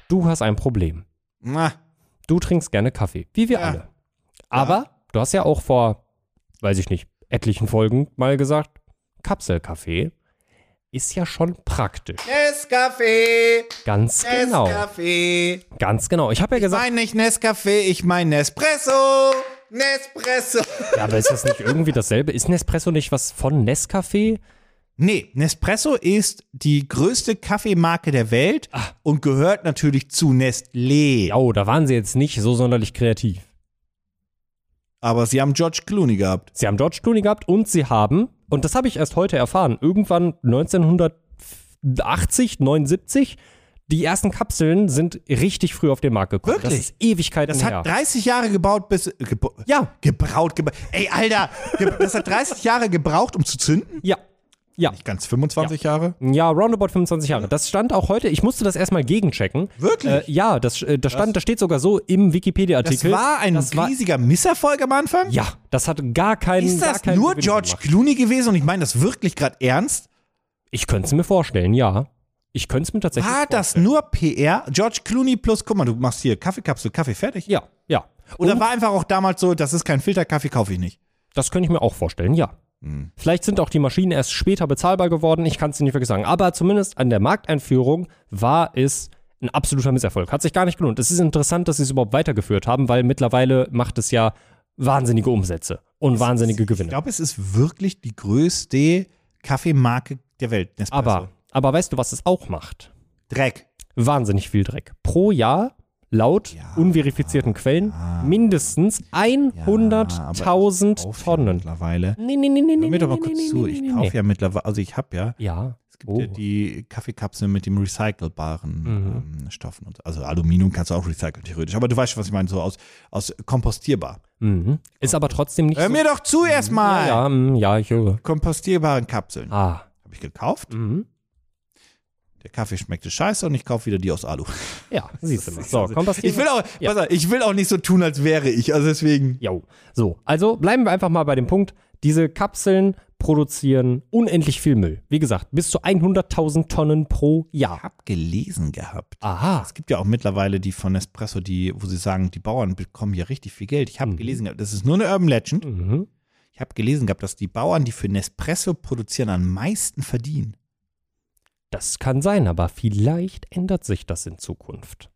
B: Du hast ein Problem.
C: Na,
B: Du trinkst gerne Kaffee, wie wir
C: Ja.
B: alle. Aber du hast ja auch vor, weiß ich nicht, etlichen Folgen mal gesagt, Kapselkaffee ist ja schon praktisch.
C: Nescafé!
B: Ganz genau.
C: Nescafé!
B: Ganz genau. Ich habe ja gesagt,
C: Nein, nicht Nescafé, ich mein Nespresso! Nespresso!
B: ja, aber ist das nicht irgendwie dasselbe? Ist Nespresso nicht was von Nescafé?
C: Nee, Nespresso ist die größte Kaffeemarke der Welt
B: Ah.
C: und gehört natürlich zu Nestlé.
B: Ja, oh, da waren sie jetzt nicht so sonderlich kreativ.
C: Aber sie haben George Clooney gehabt.
B: Sie haben George Clooney gehabt und sie haben, und das habe ich erst heute erfahren, irgendwann 1980, 79, die ersten Kapseln sind richtig früh auf den Markt gekommen. Das
C: Wirklich?
B: ist Ewigkeiten
C: Das
B: her.
C: hat 30 Jahre gebaut, bis. Gebo
B: Ja.
C: Gebraut, gebraut. Ey, Alter! Ge das hat 30 Jahre gebraucht, um zu zünden?
B: ja. Ja.
C: Nicht ganz 25 Jahre?
B: Ja, roundabout 25 Jahre. Das stand auch heute, ich musste das erstmal gegenchecken.
C: Wirklich?
B: Äh, ja, das, äh, das stand, das steht sogar so im
C: das
B: Wikipedia-Artikel.
C: war ein
B: das war,
C: riesiger Misserfolg am Anfang?
B: Ja, das hat gar keinen.
C: Ist
B: gar
C: das
B: keinen
C: nur
B: Gewinn
C: George
B: gemacht.
C: Clooney gewesen? Und ich meine das wirklich gerade ernst?
B: Ich könnte es mir vorstellen, ja. Ich könnte es mir tatsächlich
C: War das
B: vorstellen.
C: nur PR? George Clooney plus, guck mal, du machst hier Kaffeekapsel, Kaffee fertig?
B: Ja, ja.
C: Oder
B: Und-
C: war einfach auch damals so, das ist kein Filterkaffee, kaufe ich nicht.
B: Das könnte ich mir auch vorstellen, ja.
C: Hm.
B: Vielleicht sind auch die Maschinen erst später bezahlbar geworden, ich kann es dir nicht wirklich sagen. Aber zumindest an der Markteinführung war es ein absoluter Misserfolg. Hat sich gar nicht gelohnt. Es ist interessant, dass sie es überhaupt weitergeführt haben, weil mittlerweile macht es ja wahnsinnige Umsätze und wahnsinnige
C: Ich
B: Gewinne.
C: glaube, es ist wirklich die größte Kaffeemarke der Welt. Nespresso.
B: Aber, aber weißt du, was es auch macht?
C: Dreck.
B: Wahnsinnig viel Dreck. Pro Jahr, laut unverifizierten Quellen, mindestens 100.000 Tonnen.
C: Mittlerweile.
B: Nee, nee, nee, nee, nee.
C: Hör mir doch mal
B: nee,
C: kurz
B: nee,
C: zu.
B: nee, nee,
C: Ich
B: nee.
C: kaufe ja mittlerweile, also ich habe ja,
B: Ja. Oh.
C: es gibt ja die Kaffeekapseln mit dem recycelbaren
B: Mhm.
C: ähm, Stoffen. Und, also Aluminium kannst du auch recyceln, theoretisch. Aber du weißt schon, was ich meine, so aus, aus kompostierbar.
B: Mhm. Ist aber trotzdem nicht
C: Hör
B: so. Mhm.
C: mir doch zu erstmal!
B: ja, mm, ja, ich höre.
C: Kompostierbaren Kapseln.
B: Ah.
C: Habe ich gekauft.
B: Mhm.
C: Der Kaffee schmeckte scheiße und ich kaufe wieder die aus Alu.
B: Ja, siehst du mal.
C: Das ist
B: So,
C: also-
B: komm, was
C: Ich will auch,
B: Ja.
C: pass auf, ich will auch nicht so tun, als wäre ich. Also deswegen.
B: Jo. So, also bleiben wir einfach mal bei dem Punkt. Diese Kapseln produzieren unendlich viel Müll. Wie gesagt, bis zu 100.000 Tonnen pro Jahr.
C: Hab gelesen gehabt.
B: Aha.
C: Es gibt ja auch mittlerweile die von Nespresso, die, wo sie sagen, die Bauern bekommen hier richtig viel Geld. Ich habe gelesen gehabt, das ist nur eine Urban Legend.
B: Mhm.
C: Ich habe gelesen gehabt, dass die Bauern, die für Nespresso produzieren, am meisten verdienen.
B: Das kann sein, aber vielleicht ändert sich das in Zukunft.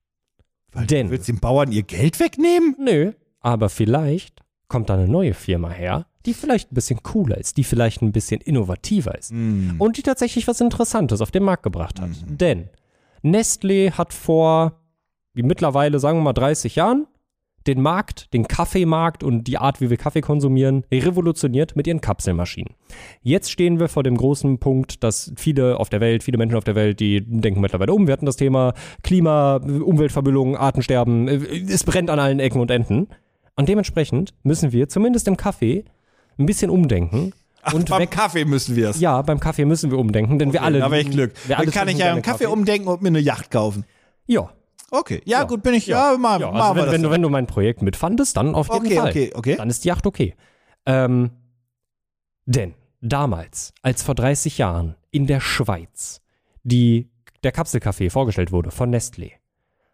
C: Weil
B: Denn-
C: du willst den Bauern ihr Geld wegnehmen?
B: Nö, aber vielleicht kommt da eine neue Firma her, die vielleicht ein bisschen cooler ist, die vielleicht ein bisschen innovativer ist. und die tatsächlich was Interessantes auf den Markt gebracht hat. Denn Nestlé hat vor wie mittlerweile, sagen wir mal, 30 Jahren den Markt, den Kaffeemarkt und die Art, wie wir Kaffee konsumieren, revolutioniert mit ihren Kapselmaschinen. Jetzt stehen wir vor dem großen Punkt, dass viele auf der Welt, viele Menschen auf der Welt, die denken mittlerweile um. Wir hatten das Thema Klima, Umweltvermüllung, Artensterben. äh, Es brennt an allen Ecken und Enden. Und dementsprechend müssen wir zumindest im Kaffee ein bisschen umdenken und
C: beim
B: weg
C: Kaffee müssen wir es.
B: ja, beim Kaffee müssen wir umdenken, denn wir alle.
C: Da habe ich Glück.
B: wir
C: Dann
B: alle
C: kann ich
B: trinken
C: ja
B: gerne
C: einen Kaffee, um- umdenken und mir eine Yacht kaufen.
B: Ja.
C: Okay, ja, gut, bin ich. Ja, mal,
B: ja
C: mal
B: also wenn,
C: das
B: wenn, du, wenn du mein Projekt mitfandest, dann auf jeden
C: Okay,
B: Fall.
C: okay, okay.
B: Dann ist die Yacht okay. Ähm, denn damals, als vor 30 Jahren in der Schweiz die, der Kapselkaffee vorgestellt wurde von Nestlé,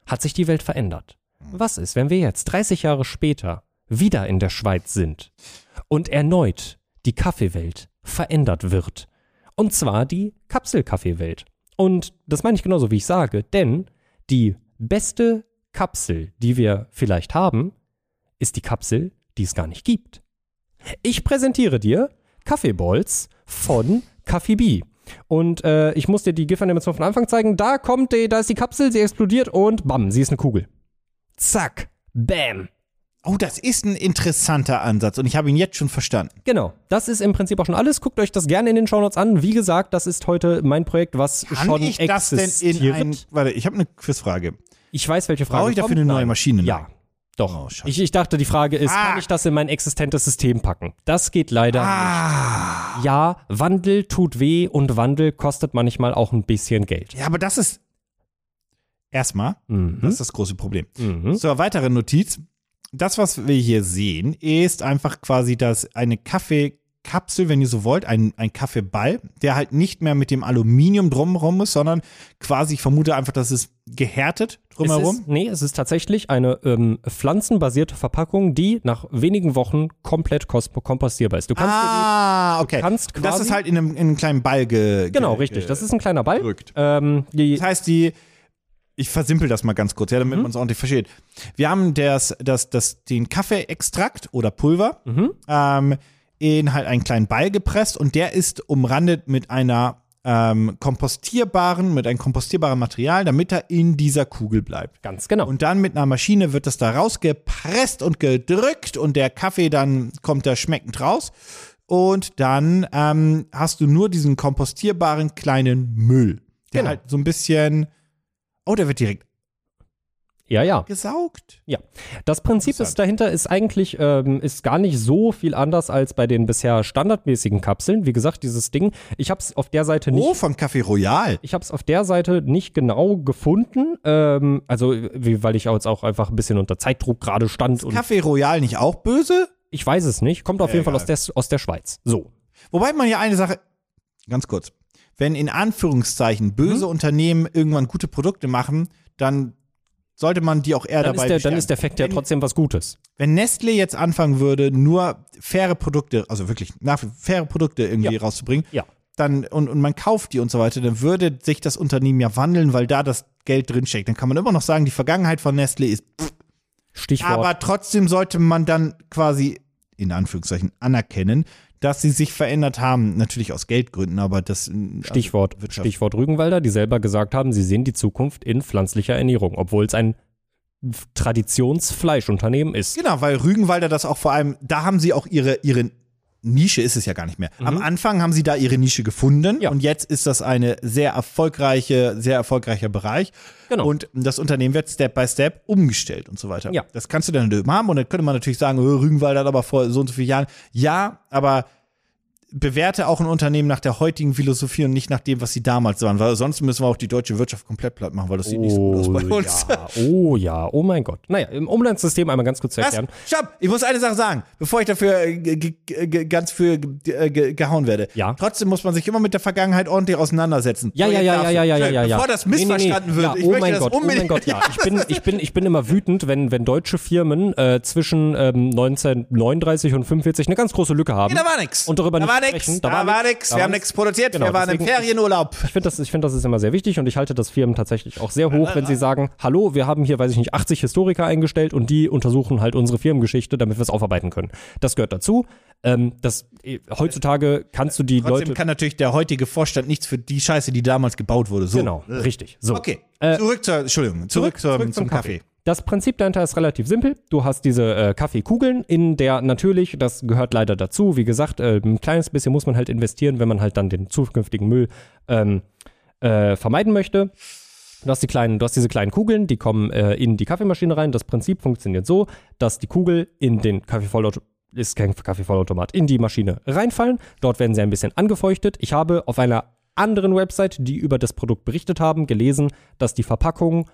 B: hat sich die Welt verändert.
C: Hm.
B: Was ist, wenn wir jetzt 30 Jahre später wieder in der Schweiz sind und erneut die Kaffeewelt verändert wird? Und zwar die Kapselkaffeewelt. Und das meine ich genauso, wie ich sage, denn die beste Kapsel, die wir vielleicht haben, ist die Kapsel, die es gar nicht gibt. Ich präsentiere dir Kaffeeballs von Kaffee Bee. Und äh, ich muss dir die GIF-Animation von Anfang zeigen. Da kommt die, da ist die Kapsel, sie explodiert und bam, sie ist eine Kugel. Zack, bam.
C: Oh, das ist ein interessanter Ansatz und ich habe ihn jetzt schon verstanden.
B: Genau, das ist im Prinzip auch schon alles. Guckt euch das gerne in den Shownotes an. Wie gesagt, das ist heute mein Projekt, was
C: Kann
B: schon
C: ich das denn
B: existiert.
C: in ein, Warte, ich habe eine Quizfrage.
B: ich weiß, welche Frage
C: Brauche ich dafür
B: kommt.
C: eine neue
B: Nein.
C: Maschine?
B: Ja, doch.
C: Oh, scheiße.
B: ich, ich dachte, die Frage ist,
C: Ah.
B: kann ich das in mein existentes System packen? Das geht leider
C: Ah.
B: nicht. Ja, Wandel tut weh und Wandel kostet manchmal auch ein bisschen Geld.
C: Ja, aber das ist. Erstmal, das
B: Mhm.
C: ist das große Problem.
B: Mhm.
C: Zur weiteren Notiz. Das, was wir hier sehen, ist einfach quasi, dass eine Kaffeekapsel, wenn ihr so wollt, ein, ein Kaffeeball, der halt nicht mehr mit dem Aluminium drumherum ist, sondern quasi, ich vermute einfach, dass es gehärtet
B: Es
C: drumherum.
B: ist, nee, es ist tatsächlich eine ähm, pflanzenbasierte Verpackung, die nach wenigen Wochen komplett kos- kompostierbar ist. Du kannst dir die
C: Ah, okay.
B: kannst
C: Und das
B: quasi-
C: ist halt in einem, in einem kleinen Ball ge, ge,
B: Genau, richtig.
C: Ge,
B: Das ist ein kleiner Ball.
C: gedrückt.
B: Ähm, die,
C: Das heißt, die, ich versimpel das mal ganz kurz, ja,
B: Mhm.
C: damit man es ordentlich versteht. Wir haben das, das, das, den Kaffeeextrakt oder Pulver
B: Mhm.
C: ähm, in halt einen kleinen Ball gepresst und der ist umrandet mit einer ähm, kompostierbaren, mit einem kompostierbaren Material, damit er in dieser Kugel bleibt.
B: ganz genau.
C: Und dann mit einer Maschine wird das da rausgepresst und gedrückt und der Kaffee dann kommt da schmeckend raus. Und dann ähm, hast du nur diesen kompostierbaren kleinen Müll. Der
B: Genau.
C: halt so ein bisschen. Oh, der wird direkt
B: ja, ja.
C: gesaugt.
B: Ja, das Prinzip ist
C: Interessant.
B: dahinter ist eigentlich ähm, ist gar nicht so viel anders als bei den bisher standardmäßigen Kapseln. Wie gesagt, dieses Ding, ich habe es auf der Seite nicht
C: Oh, von Kaffee Royal.
B: Ich habe es auf der Seite nicht genau gefunden, ähm, also wie, weil ich jetzt auch einfach ein bisschen unter Zeitdruck gerade stand und
C: Kaffee Royal nicht auch böse?
B: ich weiß es nicht. Kommt auf jeden Fall
C: egal.
B: aus der, aus der Schweiz. So.
C: Wobei man ja eine Sache. Ganz kurz. wenn in Anführungszeichen
B: Mhm.
C: böse Unternehmen irgendwann gute Produkte machen, dann sollte man die auch eher
B: Dann
C: dabei
B: ist, der, dann
C: bestärken.
B: ist der Fact ja
C: Wenn-
B: trotzdem was Gutes.
C: Wenn Nestle jetzt anfangen würde, nur faire Produkte, also wirklich nach, faire Produkte irgendwie
B: Ja.
C: rauszubringen,
B: Ja.
C: dann und, und man kauft die und so weiter, dann würde sich das Unternehmen ja wandeln, weil da das Geld drinsteckt. Dann kann man immer noch sagen, die Vergangenheit von Nestle ist.
B: Stichwort.
C: Aber trotzdem sollte man dann quasi in Anführungszeichen anerkennen, dass sie sich verändert haben. Natürlich aus Geldgründen, aber das
B: Stichwort,
C: also Wirtschaft.
B: Stichwort Rügenwalder, die selber gesagt haben, sie sehen die Zukunft in pflanzlicher Ernährung, obwohl es ein Traditionsfleischunternehmen ist.
C: Genau, weil Rügenwalder das auch vor allem, da haben sie auch ihre, ihre Nische ist es ja gar nicht mehr. Am Anfang haben sie da ihre Nische gefunden
B: Mhm. Ja.
C: und jetzt ist das eine sehr erfolgreiche, sehr erfolgreicher Bereich.
B: Genau.
C: Und das Unternehmen wird Step by Step umgestellt und so weiter.
B: Ja.
C: Das kannst du dann eben haben und dann könnte man natürlich sagen, oh, Rügenwalder hat aber vor so und so vielen Jahren. Ja, aber bewerte auch ein Unternehmen nach der heutigen Philosophie und nicht nach dem, was sie damals waren, weil sonst müssen wir auch die deutsche Wirtschaft komplett platt machen, weil das sieht nicht so gut aus bei uns.
B: Oh ja, oh ja, oh mein Gott. Naja, im Umlandssystem einmal ganz kurz zu
C: Was?
B: erklären.
C: Stopp! Ich muss eine Sache sagen, bevor ich dafür äh, ge- ge- ge- ganz für ge- ge- gehauen werde.
B: Ja.
C: Trotzdem muss man sich immer mit der Vergangenheit ordentlich auseinandersetzen.
B: Ja,
C: So,
B: ja,
C: jetzt
B: ja,
C: darfst
B: ja,
C: du.
B: ja, ja, ja, ja.
C: Entschuldigung, Bevor das
B: Nee, nee, nee.
C: missverstanden wird,
B: Ja,
C: ich
B: oh
C: möchte
B: mein
C: das
B: Gott,
C: unbedingt.
B: Oh mein Gott, ja. Ich bin, ich bin, ich bin immer wütend, wenn, wenn deutsche Firmen äh, zwischen ähm, 1939 und 45 eine ganz große Lücke haben.
C: Nee, da war nix.
B: Und darüber
C: da
B: nicht
C: war
B: sprechen.
C: nix. Da, war nix.
B: da
C: Wir
B: war
C: haben
B: nix.
C: nix produziert.
B: Genau,
C: Wir waren im
B: deswegen-
C: Ferienurlaub.
B: Ich finde das, ich find, das ist immer sehr wichtig und ich halte das Firmen tatsächlich auch sehr hoch,
C: Äh,
B: wenn sie sagen, hallo, wir haben hier, weiß ich nicht, 80 Historiker eingestellt und die untersuchen halt unsere Firmengeschichte, damit wir es aufarbeiten können. Das gehört dazu. Ähm, das, eh, heutzutage kannst du die
C: Trotzdem
B: Leute...
C: kann natürlich der heutige Vorstand nichts für die Scheiße, die damals gebaut wurde. So.
B: Genau, richtig. So.
C: Okay.
B: Äh,
C: zurück zur, Entschuldigung, zurück, zum, zum Kaffee.
B: Das Prinzip dahinter ist relativ simpel. Du hast diese äh, Kaffeekugeln, in der natürlich, das gehört leider dazu, wie gesagt, äh, ein kleines bisschen muss man halt investieren, wenn man halt dann den zukünftigen Müll ähm, äh, vermeiden möchte. Du hast, die kleinen, du hast diese kleinen Kugeln, die kommen äh, in die Kaffeemaschine rein. Das Prinzip funktioniert so, dass die Kugel in den Kaffeevollautomat ist kein Kaffeevollautomat, in die Maschine reinfallen. Dort werden sie ein bisschen angefeuchtet. Ich habe auf einer anderen Website, die über das Produkt berichtet haben, gelesen, dass die Verpackung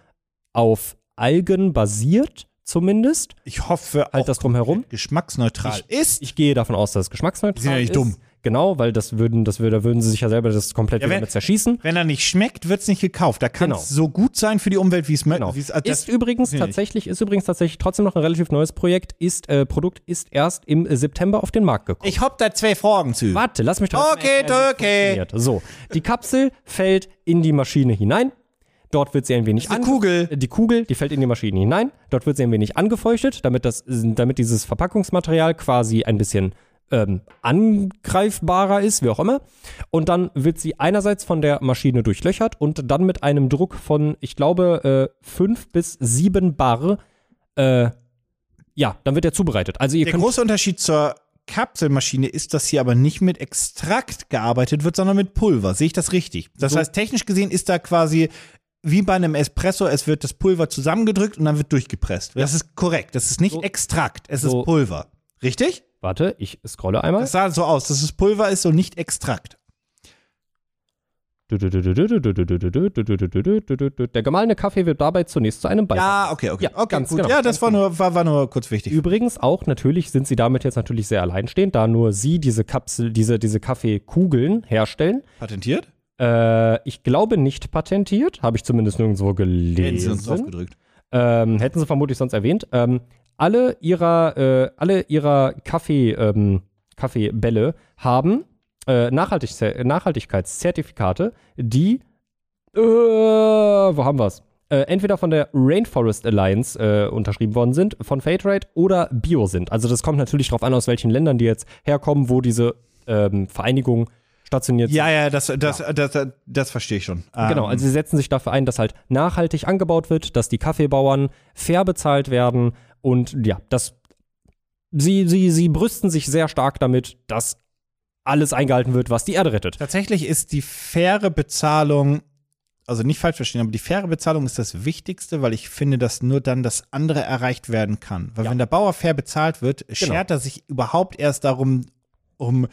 B: auf Algen basiert, zumindest.
C: Ich hoffe,
B: Halt das drumherum.
C: geschmacksneutral ist.
B: Ich gehe davon aus, dass es geschmacksneutral
C: Die sind ja nicht
B: ist.
C: dumm.
B: Genau, weil das würden, das würde, da würden sie sich ja selber das komplett
C: Ja,
B: wieder
C: wenn-
B: mit zerschießen.
C: Wenn er nicht schmeckt, wird's nicht gekauft. Da kann es
B: Genau.
C: so gut sein für die Umwelt, wie es
B: Genau.
C: möglich
B: Ist,
C: äh, das,
B: übrigens
C: weiß ich nicht.
B: tatsächlich, ist übrigens tatsächlich trotzdem noch ein relativ neues Projekt. Ist äh, Produkt ist erst im äh, September auf den Markt gekommen.
C: Ich hab da zwei Fragen zu.
B: Warte, lass mich doch erklären,
C: Okay,
B: wie
C: okay.
B: das funktioniert. So, die Kapsel fällt in die Maschine hinein. Dort wird sie ein wenig
C: ist eine
B: ange-
C: Kugel.
B: Die Kugel, die fällt in die Maschine hinein. Dort wird sie ein wenig angefeuchtet, damit, das, damit dieses Verpackungsmaterial quasi ein bisschen ähm, angreifbarer ist, wie auch immer. Und dann wird sie einerseits von der Maschine durchlöchert und dann mit einem Druck von, ich glaube, äh, 5 bis 7 Bar, äh, ja, dann wird er zubereitet. Also ihr
C: Der
B: könnt
C: große Unterschied zur Kapselmaschine ist, dass hier aber nicht mit Extrakt gearbeitet wird, sondern mit Pulver. Sehe ich das richtig? Das
B: So.
C: heißt, technisch gesehen ist da quasi wie bei einem Espresso, es wird das Pulver zusammengedrückt und dann wird durchgepresst. Das ist korrekt. Das ist nicht
B: So.
C: Extrakt, es
B: So.
C: ist Pulver. Richtig?
B: Warte, ich scrolle einmal.
C: Das sah so aus, dass es Pulver ist und nicht Extrakt.
B: Der gemahlene Kaffee wird dabei zunächst zu einem Beifall.
C: Ja, okay, okay.
B: Ja,
C: okay,
B: ganz
C: gut.
B: genau,
C: ja, das
B: ganz
C: war nur, war, war nur kurz wichtig.
B: Übrigens auch, natürlich sind sie damit jetzt natürlich sehr alleinstehend, da nur sie diese Kapsel, diese, diese Kaffeekugeln herstellen.
C: Patentiert?
B: Äh, ich glaube nicht patentiert, habe ich zumindest nirgendwo
C: Hätten sie uns
B: gelesen.
C: draufgedrückt.
B: Ähm, hätten sie vermutlich sonst erwähnt. Ähm, alle ihrer, äh, alle ihrer Kaffee, ähm, Kaffeebälle haben äh, Nachhaltig Nachhaltigkeitszertifikate, die äh, wo haben wir's? Äh, entweder von der Rainforest Alliance äh, unterschrieben worden sind, von Fairtrade oder Bio sind. Also das kommt natürlich darauf an, aus welchen Ländern die jetzt herkommen, wo diese ähm, Vereinigung stationiert
C: Ja, ja, das, das, Das, das, das verstehe ich schon. Ähm,
B: Genau, also sie setzen sich dafür ein, dass halt nachhaltig angebaut wird, dass die Kaffeebauern fair bezahlt werden und ja, das sie, sie, sie brüsten sich sehr stark damit, dass alles eingehalten wird, was die Erde rettet.
C: Tatsächlich ist die faire Bezahlung, also nicht falsch verstehen, aber die faire Bezahlung ist das Wichtigste, weil ich finde, dass nur dann das andere erreicht werden kann.
B: Ja.
C: Weil
B: Genau.
C: wenn der Bauer fair bezahlt wird, schert er sich überhaupt erst darum, um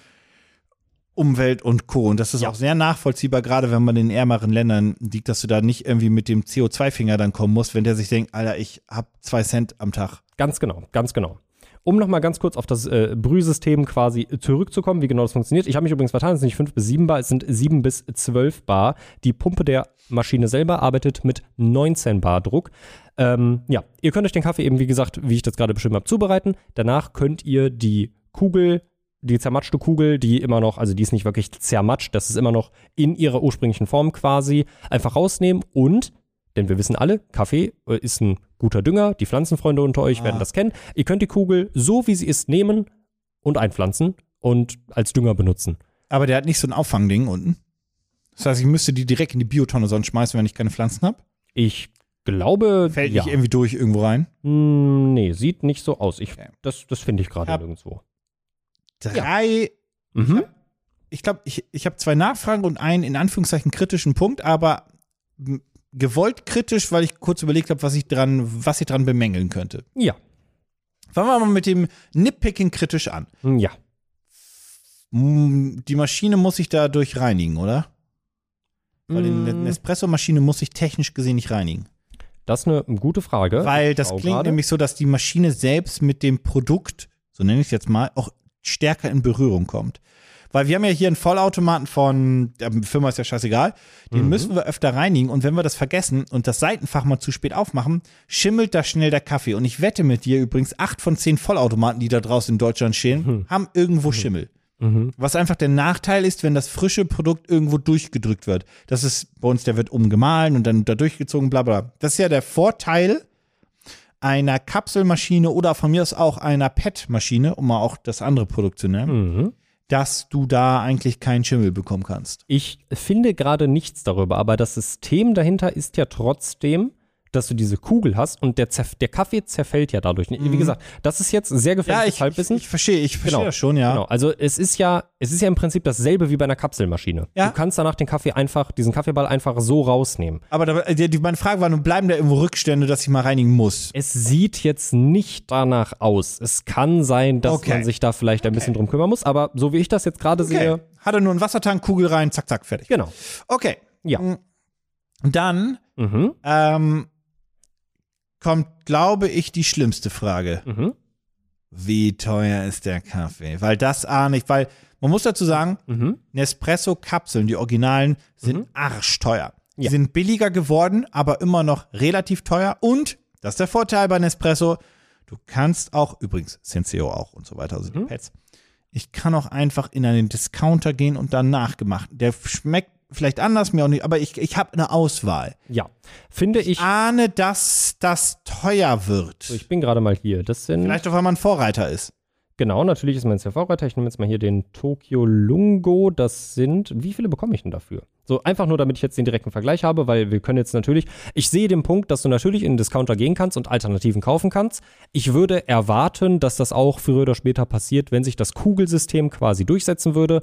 C: Umwelt und Co. Und das ist
B: Ja.
C: auch sehr nachvollziehbar, gerade wenn man in ärmeren Ländern liegt, dass du da nicht irgendwie mit dem CO2-Finger dann kommen musst, wenn der sich denkt, Alter, ich hab zwei Cent am Tag.
B: Ganz genau, ganz genau. Um nochmal ganz kurz auf das äh, Brühsystem quasi zurückzukommen, wie genau das funktioniert. Ich habe mich übrigens vertan, es sind nicht 5 bis 7 Bar, es sind 7 bis 12 Bar. Die Pumpe der Maschine selber arbeitet mit 19 Bar Druck. Ähm, ja, ihr könnt euch den Kaffee eben, wie gesagt, wie ich das gerade beschrieben habe, zubereiten. Danach könnt ihr die Kugel, die zermatschte Kugel, die immer noch, also die ist nicht wirklich zermatscht, das ist immer noch in ihrer ursprünglichen Form quasi, einfach rausnehmen und, denn wir wissen alle, Kaffee äh, ist ein guter Dünger, die Pflanzenfreunde unter
C: Ah.
B: euch werden das kennen, ihr könnt die Kugel so, wie sie ist, nehmen und einpflanzen und als Dünger benutzen.
C: Aber der hat nicht so ein Auffangding unten. Das heißt, ich müsste die direkt in die Biotonne sonst schmeißen, wenn ich keine Pflanzen habe.
B: Ich glaube,
C: Fällt
B: ja.
C: nicht irgendwie durch irgendwo rein.
B: Hm, Nee, sieht nicht so aus. Ich,
C: Okay.
B: Das, das finde ich gerade
C: Ja.
B: nirgendwo.
C: Drei,
B: Mhm.
C: ich glaube, ich, ich habe zwei Nachfragen und einen in Anführungszeichen kritischen Punkt, aber m, gewollt kritisch, weil ich kurz überlegt habe, was ich dran, was ich dran bemängeln könnte.
B: Ja.
C: Fangen wir mal mit dem Nitpicking kritisch an.
B: Hm, Ja.
C: M, Die Maschine muss ich dadurch reinigen, oder? Weil die
B: Mm.
C: Nespresso-Maschine muss ich technisch gesehen nicht reinigen.
B: Das ist eine gute Frage.
C: Weil das
B: schau
C: klingt
B: gerade.
C: nämlich so, dass die Maschine selbst mit dem Produkt, so nenne ich es jetzt mal, auch stärker in Berührung kommt. Weil wir haben ja hier einen Vollautomaten von, der Firma ist ja scheißegal, den müssen wir öfter reinigen. Und wenn wir das vergessen und das Seitenfach mal zu spät aufmachen, schimmelt da schnell der Kaffee. Und ich wette mit dir übrigens, acht von zehn Vollautomaten, die da draußen in Deutschland stehen, haben irgendwo Schimmel. Was einfach der Nachteil ist, wenn das frische Produkt irgendwo durchgedrückt wird. Das ist bei uns, der wird umgemahlen und dann da durchgezogen, bla bla. Das ist ja der Vorteil einer Kapselmaschine oder von mir aus auch einer PET-Maschine, um mal auch das andere Produkt zu nennen,
B: Mhm.
C: dass du da eigentlich keinen Schimmel bekommen kannst.
B: Ich finde gerade nichts darüber, aber das System dahinter ist ja trotzdem, dass du diese Kugel hast und der, Zerf der Kaffee zerfällt ja dadurch. Wie gesagt, das ist jetzt sehr gefährliches
C: Mhm. ich,
B: Halbwissen.
C: ich verstehe, ich verstehe
B: Genau.
C: das schon, ja.
B: Genau, also es ist ja, es ist ja im Prinzip dasselbe wie bei einer Kapselmaschine.
C: Ja.
B: Du kannst danach den Kaffee einfach, diesen Kaffeeball einfach so rausnehmen.
C: Aber da, äh, die, die, meine Frage war, nun bleiben da irgendwo Rückstände, dass ich mal reinigen muss.
B: Es sieht jetzt nicht danach aus. Es kann sein, dass
C: Okay.
B: man sich da vielleicht ein bisschen drum kümmern muss, aber so wie ich das jetzt gerade
C: Okay.
B: sehe,
C: Hatte nur einen Wassertank, Kugel rein, zack, zack, fertig.
B: genau.
C: Okay.
B: Ja.
C: Und Dann
B: Mhm.
C: ähm, kommt, glaube ich, die schlimmste Frage.
B: Mhm.
C: Wie teuer ist der Kaffee? Weil das ahne ich, weil man muss dazu sagen,
B: Mhm.
C: Nespresso-Kapseln, die originalen, sind arschteuer. Die
B: Ja.
C: sind billiger geworden, aber immer noch relativ teuer. Und, das ist der Vorteil bei Nespresso, du kannst auch, übrigens Senseo auch und so weiter, also
B: Mhm.
C: die Pads, ich kann auch einfach in einen Discounter gehen und dann nachgemacht. Der schmeckt vielleicht anders, mir auch nicht, aber ich, ich habe eine Auswahl.
B: Ja. Finde ich,
C: Ahne, dass das teuer wird.
B: ich bin gerade mal hier. Das sind
C: Vielleicht auch, weil man Vorreiter ist.
B: Genau, natürlich ist mein CV-Reiter. Ich nehme jetzt mal hier den Tokyo Lungo. Das sind, wie viele bekomme ich denn dafür? So, einfach nur, damit ich jetzt den direkten Vergleich habe, weil wir können jetzt natürlich, ich sehe den Punkt, dass du natürlich in den Discounter gehen kannst und Alternativen kaufen kannst. Ich würde erwarten, dass das auch früher oder später passiert, wenn sich das Kugelsystem quasi durchsetzen würde.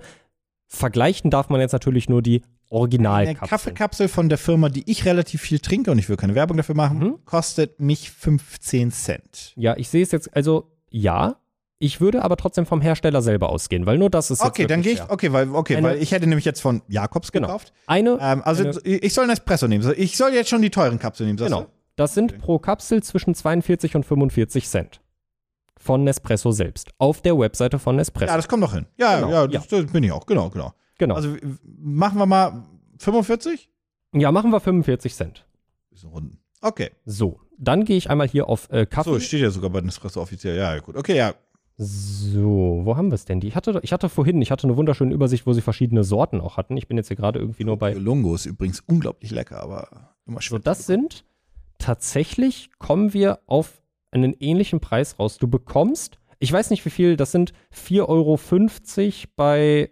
B: Vergleichen darf man jetzt natürlich nur die
C: Eine
B: Originalkapseln.
C: Kaffeekapsel von der Firma, die ich relativ viel trinke und ich will keine Werbung dafür machen,
B: Mhm.
C: kostet mich 15 Cent.
B: Ja, ich sehe es jetzt, also ja. Ich würde aber trotzdem vom Hersteller selber ausgehen, weil nur das ist jetzt
C: Okay, dann
B: wirklich
C: gehe ich,
B: fair.
C: okay, weil, okay,
B: Eine-
C: weil ich hätte nämlich jetzt von Jakobs gekauft.
B: Eine,
C: Ähm, also
B: eine-
C: ich ich soll einen Espresso nehmen. Ich soll jetzt schon die teuren Kapseln nehmen. sagst
B: Genau. Das sind pro Kapsel zwischen 42 und 45 Cent. Von Nespresso selbst. Auf der Webseite von
C: Du?
B: Nespresso.
C: Ja, das kommt doch hin. Ja,
B: Genau,
C: ja, das, das bin ich auch. Genau, genau.
B: genau.
C: Also w- machen wir mal 45?
B: ja, machen wir 45 Cent.
C: Bisschen Runden. Okay.
B: So, dann gehe ich einmal hier auf äh,
C: So,
B: Kaffee. So,
C: steht ja sogar bei Nespresso offiziell. Ja, ja, gut. Okay, ja.
B: wo haben wir es denn? Die? Ich, hatte, ich hatte vorhin, ich hatte eine wunderschöne Übersicht, wo sie verschiedene Sorten auch hatten. Ich bin jetzt hier gerade irgendwie nur bei.
C: Lungo ist übrigens unglaublich lecker, aber immer
B: So,
C: schwer.
B: das sind tatsächlich, kommen wir auf einen ähnlichen Preis raus. Du bekommst, ich weiß nicht wie viel, das sind 4,50 Euro bei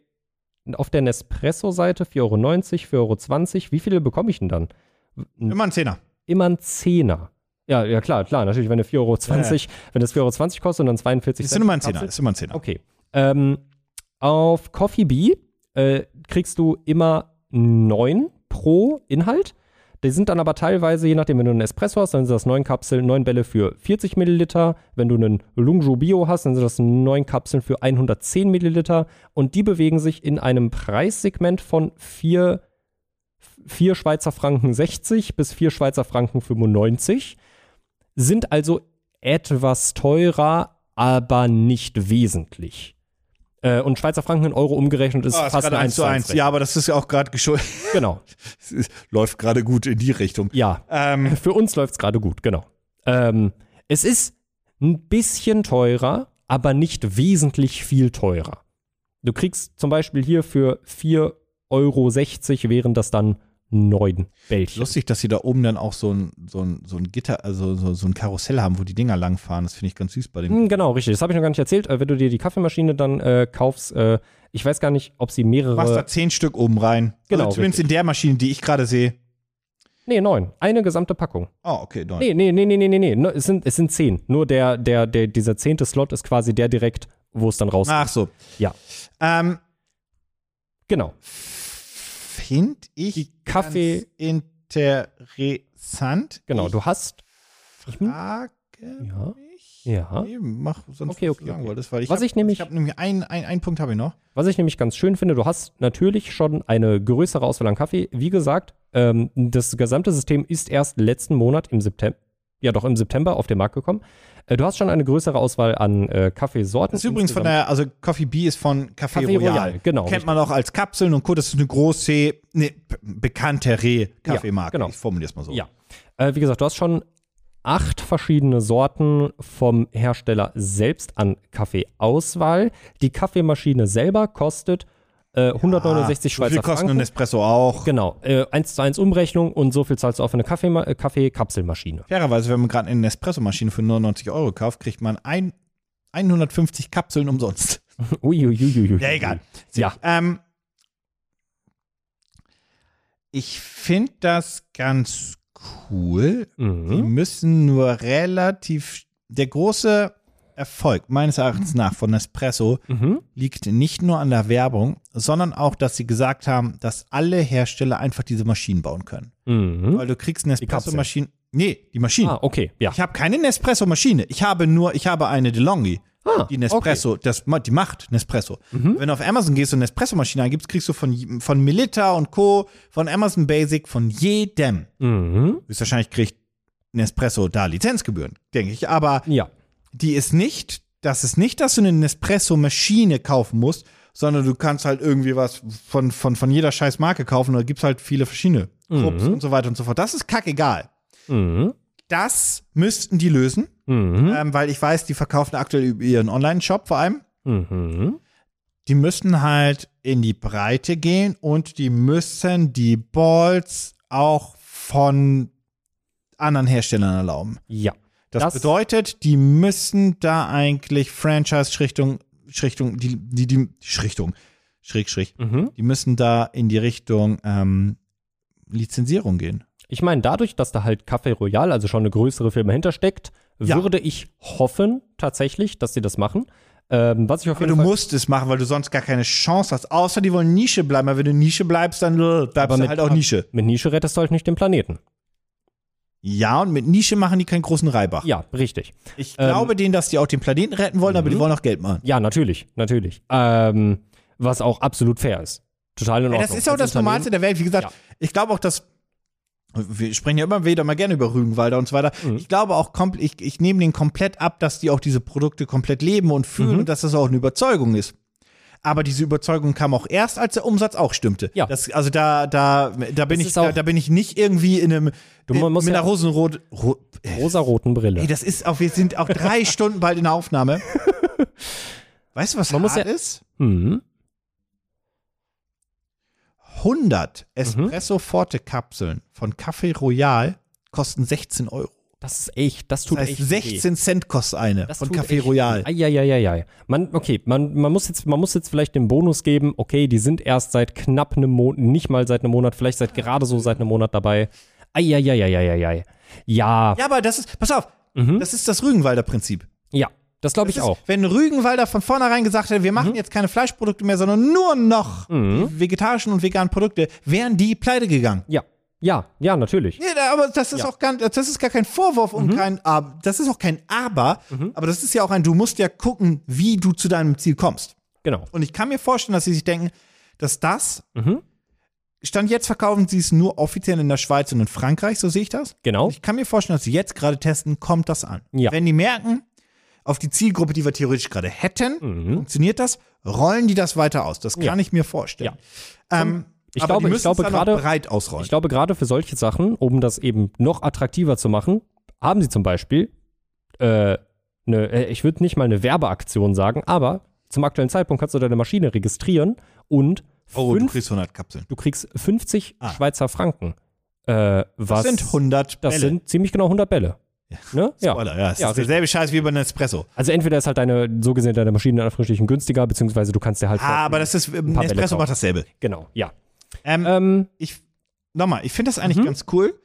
B: auf der Nespresso-Seite, 4,90 Euro, 4,20 Euro. Wie viele bekomme ich denn dann?
C: Immer ein Zehner.
B: Immer ein Zehner. Ja, ja klar, klar, natürlich, wenn du 4,20 Euro, wenn das 4,20 Euro kostet und dann 42
C: Ist
B: Cent.
C: immer ein
B: die Kapsel.
C: Zehner. Ist immer ein Zehner.
B: Okay. Ähm, auf Coffee Bee äh, kriegst du immer neun pro Inhalt. Die sind dann aber teilweise, je nachdem, wenn du einen Espresso hast, dann sind das neun Kapseln, neun Bälle für 40 Milliliter. Wenn du einen Lungju Bio hast, dann sind das neun Kapseln für 110 Milliliter. Und die bewegen sich in einem Preissegment von vier 4 Schweizer Franken 60 bis 4 Schweizer Franken 95, sind also etwas teurer, aber nicht wesentlich. Äh, und Schweizer Franken in Euro umgerechnet ist
C: Ah,
B: fast
C: gerade
B: eine 1 zu 1.
C: Ja, aber das ist ja auch gerade geschuldet.
B: Genau.
C: Läuft gerade gut in die Richtung.
B: Ja.
C: Ähm,
B: Für uns läuft es gerade gut, genau. Ähm, es ist ein bisschen teurer, aber nicht wesentlich viel teurer. Du kriegst zum Beispiel hier für 4,60 Euro wären das dann neun Bällchen.
C: lustig, dass sie da oben dann auch so ein, so ein, so ein Gitter, also so, so ein Karussell haben, wo die Dinger langfahren. Das finde ich ganz süß bei dem.
B: Hm, Genau, richtig. Das habe ich noch gar nicht erzählt. Äh, Wenn du dir die Kaffeemaschine dann äh, kaufst, äh, ich weiß gar nicht, ob sie mehrere.
C: Du machst da zehn Stück oben rein.
B: Genau,
C: Also zumindest in der Maschine, die ich gerade sehe.
B: Nee, neun. Eine gesamte Packung.
C: Oh, okay, neun.
B: Nee, nee, nee, nee, nee, nee, nee. No, Es sind, es sind zehn. Nur der, der, der, dieser zehnte Slot ist quasi der direkt, wo es dann raus.
C: Ach so.
B: Ja.
C: Ähm,
B: Genau.
C: Finde ich
B: Die Kaffee-
C: ganz interessant.
B: Genau.
C: Ich
B: Du hast.
C: frage
B: Ja.
C: mich.
B: Ja.
C: Nee, mach sonst
B: Ah? Okay,
C: was
B: okay,
C: du sagen
B: okay.
C: wolltest, weil ich
B: Was
C: hab,
B: ich nämlich-
C: ich habe nämlich ein, ein, einen Punkt habe ich noch.
B: Was ich nämlich ganz schön finde, du hast natürlich schon eine größere Auswahl an Kaffee. Wie gesagt, ähm, das gesamte System ist erst letzten Monat im September, ja doch im September auf den Markt gekommen. Äh, du hast schon eine größere Auswahl an äh, Kaffeesorten.
C: Das ist übrigens von
B: insgesamt.
C: der, also Coffee B ist von Café,
B: Café
C: Royal.
B: Royal, genau,
C: Kennt
B: richtig.
C: man auch als Kapseln und Co. Das ist eine große, ne, b- bekannte Reh-Kaffeemarke.
B: Ja, genau.
C: Ich formuliere es mal so.
B: Ja. Äh, wie gesagt, du hast schon acht verschiedene Sorten vom Hersteller selbst an Kaffeeauswahl. Die Kaffeemaschine selber kostet äh, 169
C: so viel
B: Schweizer
C: kostet ein
B: Franken.
C: Espresso auch.
B: Genau, äh, 1 zu 1 Umrechnung und so viel zahlst du auch für eine Kaffeema- äh, Kaffeekapselmaschine.
C: Fairerweise, wenn man gerade eine Nespresso-Maschine für 99 Euro kauft, kriegt man ein, 150 Kapseln umsonst.
B: Uiuiuiui.
C: Ja, egal.
B: Ja,
C: Ähm, ich finde das ganz cool. Die
B: mhm.
C: müssen nur relativ. Der große Erfolg meines Erachtens nach von Nespresso
B: Mhm.
C: liegt nicht nur an der Werbung, sondern auch, dass sie gesagt haben, dass alle Hersteller einfach diese Maschinen bauen können.
B: Mhm.
C: Weil du kriegst eine
B: Kapseln.
C: Nespresso-Maschine. Nee, die Maschine.
B: Ah, okay, ja.
C: Ich habe keine Nespresso-Maschine. Ich habe nur, ich habe eine DeLonghi.
B: Ah,
C: Die Nespresso, das, ma- die macht Nespresso. Wenn du auf Amazon gehst und Nespresso-Maschine eingibst, kriegst du von, j- von Melitta und Co., von Amazon Basic, von jedem.
B: Mhm.
C: Höchstwahrscheinlich kriegt Nespresso da Lizenzgebühren, denke ich. Aber
B: Ja,
C: die ist nicht, das ist nicht, dass du eine Nespresso-Maschine kaufen musst, sondern du kannst halt irgendwie was von, von, von jeder scheiß Marke kaufen oder gibt's halt viele verschiedene. Krups und so weiter und so fort. Das ist kackegal.
B: mhm.
C: Das müssten die lösen,
B: Mhm.
C: ähm, weil ich weiß, die verkaufen aktuell über ihren Online-Shop vor allem.
B: Mhm.
C: Die müssen halt in die Breite gehen und die müssen die Balls auch von anderen Herstellern erlauben.
B: Ja.
C: Das,
B: Das-
C: bedeutet, die müssen da eigentlich Franchise-Richtung, Richtung, die, die, die, Richtung, schräg, schräg,
B: Mhm.
C: die müssen da in die Richtung ähm, Lizenzierung gehen.
B: Ich meine, dadurch, dass da halt Café Royal, also schon eine größere Firma hintersteckt,
C: Ja.
B: würde ich hoffen, tatsächlich, dass sie das machen. Ähm, was ich auf
C: Aber du
B: jeden Fall.
C: musst es machen, weil du sonst gar keine Chance hast. Außer die wollen Nische bleiben, weil wenn du Nische bleibst, dann äh, bleibst
B: Aber
C: du
B: mit-
C: halt auch Nische.
B: Mit Nische rettest du halt nicht den Planeten.
C: Ja, und mit Nische machen die keinen großen Reibach. Ähm,
B: Ja, richtig.
C: Ich glaube denen, dass die auch den Planeten retten wollen, aber die wollen auch Geld machen.
B: Ja, natürlich, natürlich. Ähm, was auch absolut fair ist. Total in Ordnung.
C: das ist auch
B: Als
C: das Normalste der Welt. Wie gesagt,
B: Ja.
C: ich glaube auch, dass wir sprechen ja immer wieder mal gerne über Rügenwalder und so weiter. Ich glaube auch, komple- ich, ich nehme den komplett ab, dass die auch diese Produkte komplett leben und fühlen und dass das auch eine Überzeugung ist. Aber diese Überzeugung kam auch erst, als der Umsatz auch stimmte.
B: Ja.
C: Das, also da, da, da bin
B: Das
C: ich,
B: ist auch-
C: da, da bin ich nicht irgendwie in einem
B: Du musst
C: mit
B: ja-
C: einer rosenrot. Ro,
B: Unternehmen. Rosaroten Brille.
C: ey, das ist auch, wir sind auch drei Stunden bald in der Aufnahme. Weißt du, was
B: Man muss
C: hart
B: ja-
C: ist?
B: mhm.
C: 100
B: Mhm.
C: Espresso Forte Kapseln von Café Royal kosten 16 Euro.
B: Das ist echt, das tut
C: Das heißt,
B: echt weh.
C: 16 Cent kostet eine
B: Das
C: von
B: tut
C: Café
B: echt
C: Royal.
B: weh. Eieieiei. Man, okay, man, man, muss jetzt, man muss jetzt vielleicht den Bonus geben, okay, die sind erst seit knapp einem Monat, nicht mal seit einem Monat, vielleicht seit gerade so seit einem Monat dabei. Eieieiei. Ja,
C: Ja, aber das ist, pass auf, das ist das Rügenwalder Prinzip.
B: ja, das glaube Mhm. ich
C: Das
B: auch. Mhm.
C: Ist, wenn Rügenwalder von vornherein gesagt hätte, wir machen jetzt keine Fleischprodukte mehr, sondern nur noch die vegetarischen und veganen Produkte, wären die pleite gegangen.
B: Ja, ja, ja, natürlich.
C: Nee, da- aber das ist auch gar, das ist gar kein Vorwurf
B: Mhm.
C: und kein, Ab- das ist auch kein Aber, aber das ist ja auch ein, du musst ja gucken, wie du zu deinem Ziel kommst.
B: Genau.
C: Und ich kann mir vorstellen, dass sie sich denken, dass das
B: Mhm.
C: Stand jetzt verkaufen sie es nur offiziell in der Schweiz und in Frankreich, so sehe ich das.
B: Genau.
C: Ich kann mir vorstellen, dass sie jetzt gerade testen, kommt das an.
B: Ja.
C: Wenn die merken, auf die Zielgruppe, die wir theoretisch gerade hätten, funktioniert das, rollen die das weiter aus. Das kann
B: Mhm. Ja.
C: ich mir vorstellen. Ähm,
B: Ich
C: aber
B: glaube-
C: die
B: ich
C: müssen
B: glaube
C: es dann noch
B: gerade-
C: breit ausrollen.
B: Ich glaube, gerade für solche Sachen, um das eben noch attraktiver zu machen, haben sie zum Beispiel, äh, ne, äh, ich würde nicht mal eine Werbeaktion sagen, aber zum aktuellen Zeitpunkt kannst du deine Maschine registrieren und
C: oh, du
B: fünf,
C: kriegst 100 Kapseln.
B: du kriegst 50
C: Ah.
B: Schweizer Franken. Äh, was,
C: Das sind 100
B: das
C: Bälle.
B: sind ziemlich genau 100 Bälle. Ne? Ja.
C: Spoiler, ja. Es
B: Ja,
C: ist derselbe Scheiß wie bei Nespresso.
B: Also entweder ist halt deine, so gesehen, deine Maschine in Anführungsstrichen günstiger, beziehungsweise du kannst dir halt.
C: Ah, aber das ist, ähm,
B: paar Bälle
C: Nespresso
B: kaufen.
C: macht dasselbe.
B: Genau, ja.
C: Ähm,
B: Ähm,
C: ich, nochmal, ich finde das
B: Mhm.
C: eigentlich ganz cool.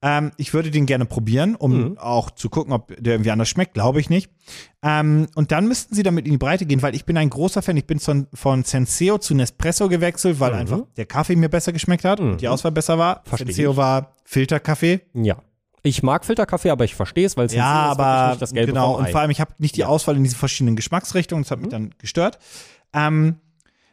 C: Ähm, ich würde den gerne probieren, um
B: Mhm.
C: auch zu gucken, ob der irgendwie anders schmeckt. Glaube ich nicht. Ähm, und dann müssten sie damit in die Breite gehen, weil ich bin ein großer Fan. Ich bin von, von Senseo zu Nespresso gewechselt, weil einfach der Kaffee mir besser geschmeckt hat und die Auswahl besser war.
B: Mhm. Versteh
C: Senseo
B: ich.
C: war Filterkaffee.
B: ja. Ich mag Filterkaffee, aber ich verstehe es, weil es
C: Ja,
B: ist wirklich
C: aber
B: nicht das Gelbe Mhm.
C: genau.
B: vom Ei.
C: Und vor allem, ich habe nicht die Auswahl in diesen verschiedenen Geschmacksrichtungen. Das hat mich dann gestört. Ähm,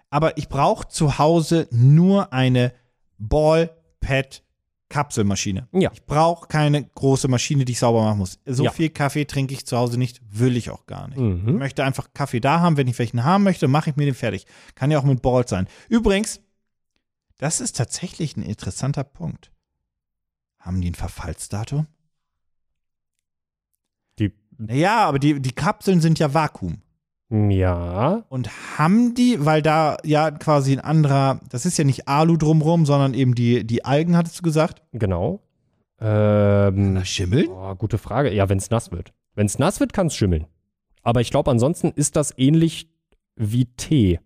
C: aber ich brauche zu Hause nur eine Ball-Pad-Kapselmaschine.
B: Ja.
C: Ich brauche keine große Maschine, die ich sauber machen muss. So
B: Ja. Mhm.
C: viel Kaffee trinke ich zu Hause nicht, will ich auch gar nicht. Ich möchte einfach Kaffee da haben. Wenn ich welchen haben möchte, mache ich mir den fertig. Kann ja auch mit Ball sein. Übrigens, das ist tatsächlich ein interessanter Punkt. Haben die ein Verfallsdatum?
B: Die,
C: Naja, aber die, die Kapseln sind ja Vakuum.
B: ja.
C: Und haben die, weil da ja quasi ein anderer, das ist ja nicht Alu drumrum, sondern eben die, die Algen, hattest du gesagt.
B: Genau. Ähm,
C: schimmeln?
B: boah, gute Frage. Ja, wenn es nass wird. Wenn es nass wird, kann es schimmeln. Aber ich glaube, ansonsten ist das ähnlich wie Tee.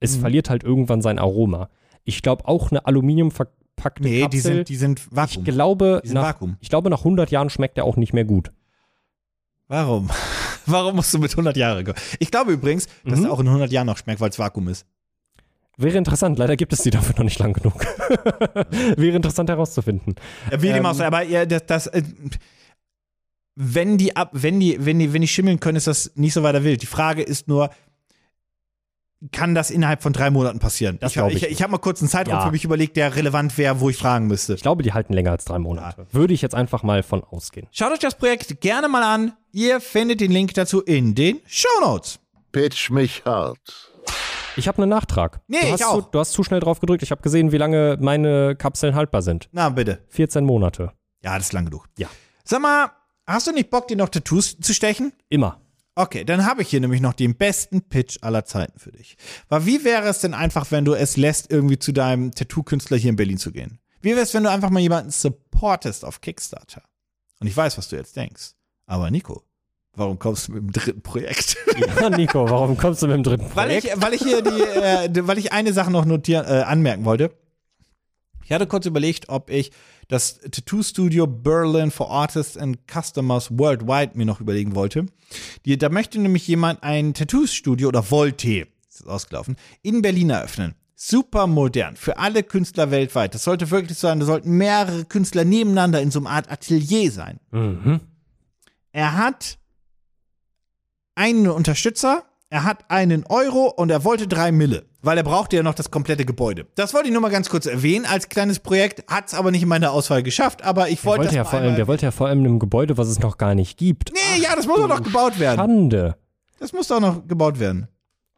B: Es
C: Mhm.
B: verliert halt irgendwann sein Aroma. Ich glaube, auch eine aluminiumverpackte
C: Nee,
B: Kapsel.
C: die sind, die sind
B: ich,
C: Vakuum.
B: glaube,
C: die sind
B: nach,
C: Vakuum.
B: ich glaube, nach 100 Jahren schmeckt er auch nicht mehr gut.
C: Warum? Warum musst du mit 100 Jahre kommen? Ich glaube übrigens, dass
B: Mhm.
C: er auch in 100 Jahren noch schmeckt, weil es Vakuum ist.
B: Wäre interessant. Leider gibt es die dafür noch nicht lang genug. Wäre interessant herauszufinden.
C: Ja, Wie dem
B: Ähm.
C: auch sei, aber ja, das, das äh, wenn die ab, wenn die, wenn die, wenn die schimmeln können, ist das nicht so weiter wild. Die Frage ist nur, kann das innerhalb von drei Monaten passieren?
B: Das
C: ich hab-
B: glaub ich
C: ich, ich habe mal kurz einen Zeitraum
B: Ja.
C: für mich überlegt, der relevant wäre, wo ich fragen müsste.
B: Ich glaube, die halten länger als drei Monate. Würde ich jetzt einfach mal von ausgehen.
C: Schaut euch das Projekt gerne mal an. Ihr findet den Link dazu in den Show Notes.
A: Pitch mich hart.
B: Ich habe einen Nachtrag.
C: Nee,
B: du
C: ich
B: hast
C: auch.
B: Zu, du hast zu schnell drauf gedrückt. Ich habe gesehen, wie lange meine Kapseln haltbar sind.
C: Na bitte.
B: 14 Monate.
C: Ja, das ist lang genug.
B: Ja.
C: Sag mal, hast du nicht Bock, dir noch Tattoos zu stechen?
B: Immer.
C: Okay, dann habe ich hier nämlich noch den besten Pitch aller Zeiten für dich. Weil wie wäre es denn einfach, wenn du es lässt, irgendwie zu deinem Tattoo-Künstler hier in Berlin zu gehen? Wie wäre es, wenn du einfach mal jemanden supportest auf Kickstarter? Und ich weiß, was du jetzt denkst. Aber Nico, warum kommst du mit dem dritten Projekt?
B: Ja, Nico, warum kommst du mit dem dritten
C: weil,
B: Projekt?
C: ich, weil ich hier die, äh, die- weil ich eine Sache noch notieren, äh, anmerken wollte. Ich hatte kurz überlegt, ob ich das Tattoo-Studio Berlin for Artists and Customers Worldwide mir noch überlegen wollte. Die, da möchte nämlich jemand ein Tattoo-Studio oder wollte, ist das ausgelaufen, in Berlin eröffnen. Super modern, für alle Künstler weltweit. Das sollte wirklich so sein, da sollten mehrere Künstler nebeneinander in so einer Art Atelier sein. Er hat einen Unterstützer, er hat einen Euro und er wollte drei Mille, weil er brauchte ja noch das komplette Gebäude. Das wollte ich nur mal ganz kurz erwähnen als kleines Projekt, hat es aber nicht in meiner Auswahl geschafft, aber ich
B: wollte
C: wollte das
B: ja
C: mal
B: vor allem,
C: einmal-
B: der wollte ja vor allem in einem Gebäude, was es noch gar nicht gibt.
C: Nee, ja, das muss doch noch gebaut werden.
B: Schande.
C: Das muss doch noch gebaut werden.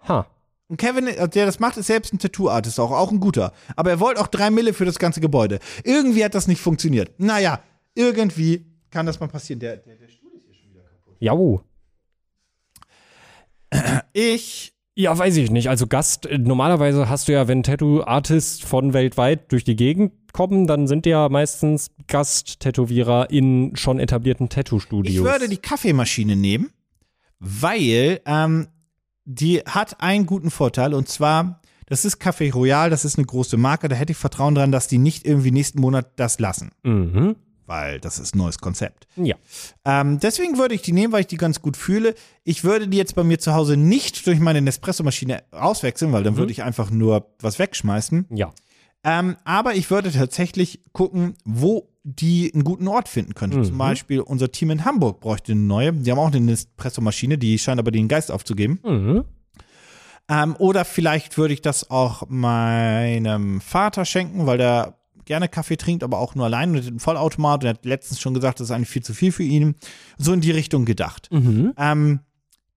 B: Ha.
C: Und Kevin, äh, der das macht, ist selbst ein Tattoo-Artist, auch, auch ein guter. Aber er wollte auch drei Mille für das ganze Gebäude. Irgendwie hat das nicht funktioniert. Naja, irgendwie kann das mal passieren. Der, der, der
B: Jau.
C: ich
B: Ja, weiß ich nicht. Also Gast, äh, normalerweise hast du ja, wenn Tattoo-Artists von weltweit durch die Gegend kommen, dann sind die ja meistens Gast-Tätowierer in schon etablierten Tattoo-Studios.
C: Ich würde die Kaffeemaschine nehmen, weil ähm, die hat einen guten Vorteil und zwar, das ist Café Royal, das ist eine große Marke, da hätte ich Vertrauen dran, dass die nicht irgendwie nächsten Monat das lassen,
B: Mhm.
C: weil das ist ein neues Konzept.
B: Ja.
C: Ähm, deswegen würde ich die nehmen, weil ich die ganz gut fühle. Ich würde die jetzt bei mir zu Hause nicht durch meine Nespresso-Maschine auswechseln, weil dann würde ich einfach nur was wegschmeißen.
B: Ja.
C: Ähm, aber ich würde tatsächlich gucken, wo die einen guten Ort finden könnten. Zum Beispiel unser Team in Hamburg bräuchte eine neue. Die haben auch eine Nespresso-Maschine, die scheint aber den Geist aufzugeben.
B: Mhm.
C: Ähm, oder vielleicht würde ich das auch meinem Vater schenken, weil der gerne Kaffee trinkt, aber auch nur allein und hat einen Vollautomat. Und er hat letztens schon gesagt, das ist eigentlich viel zu viel für ihn. So in die Richtung gedacht.
B: Mhm.
C: Ähm,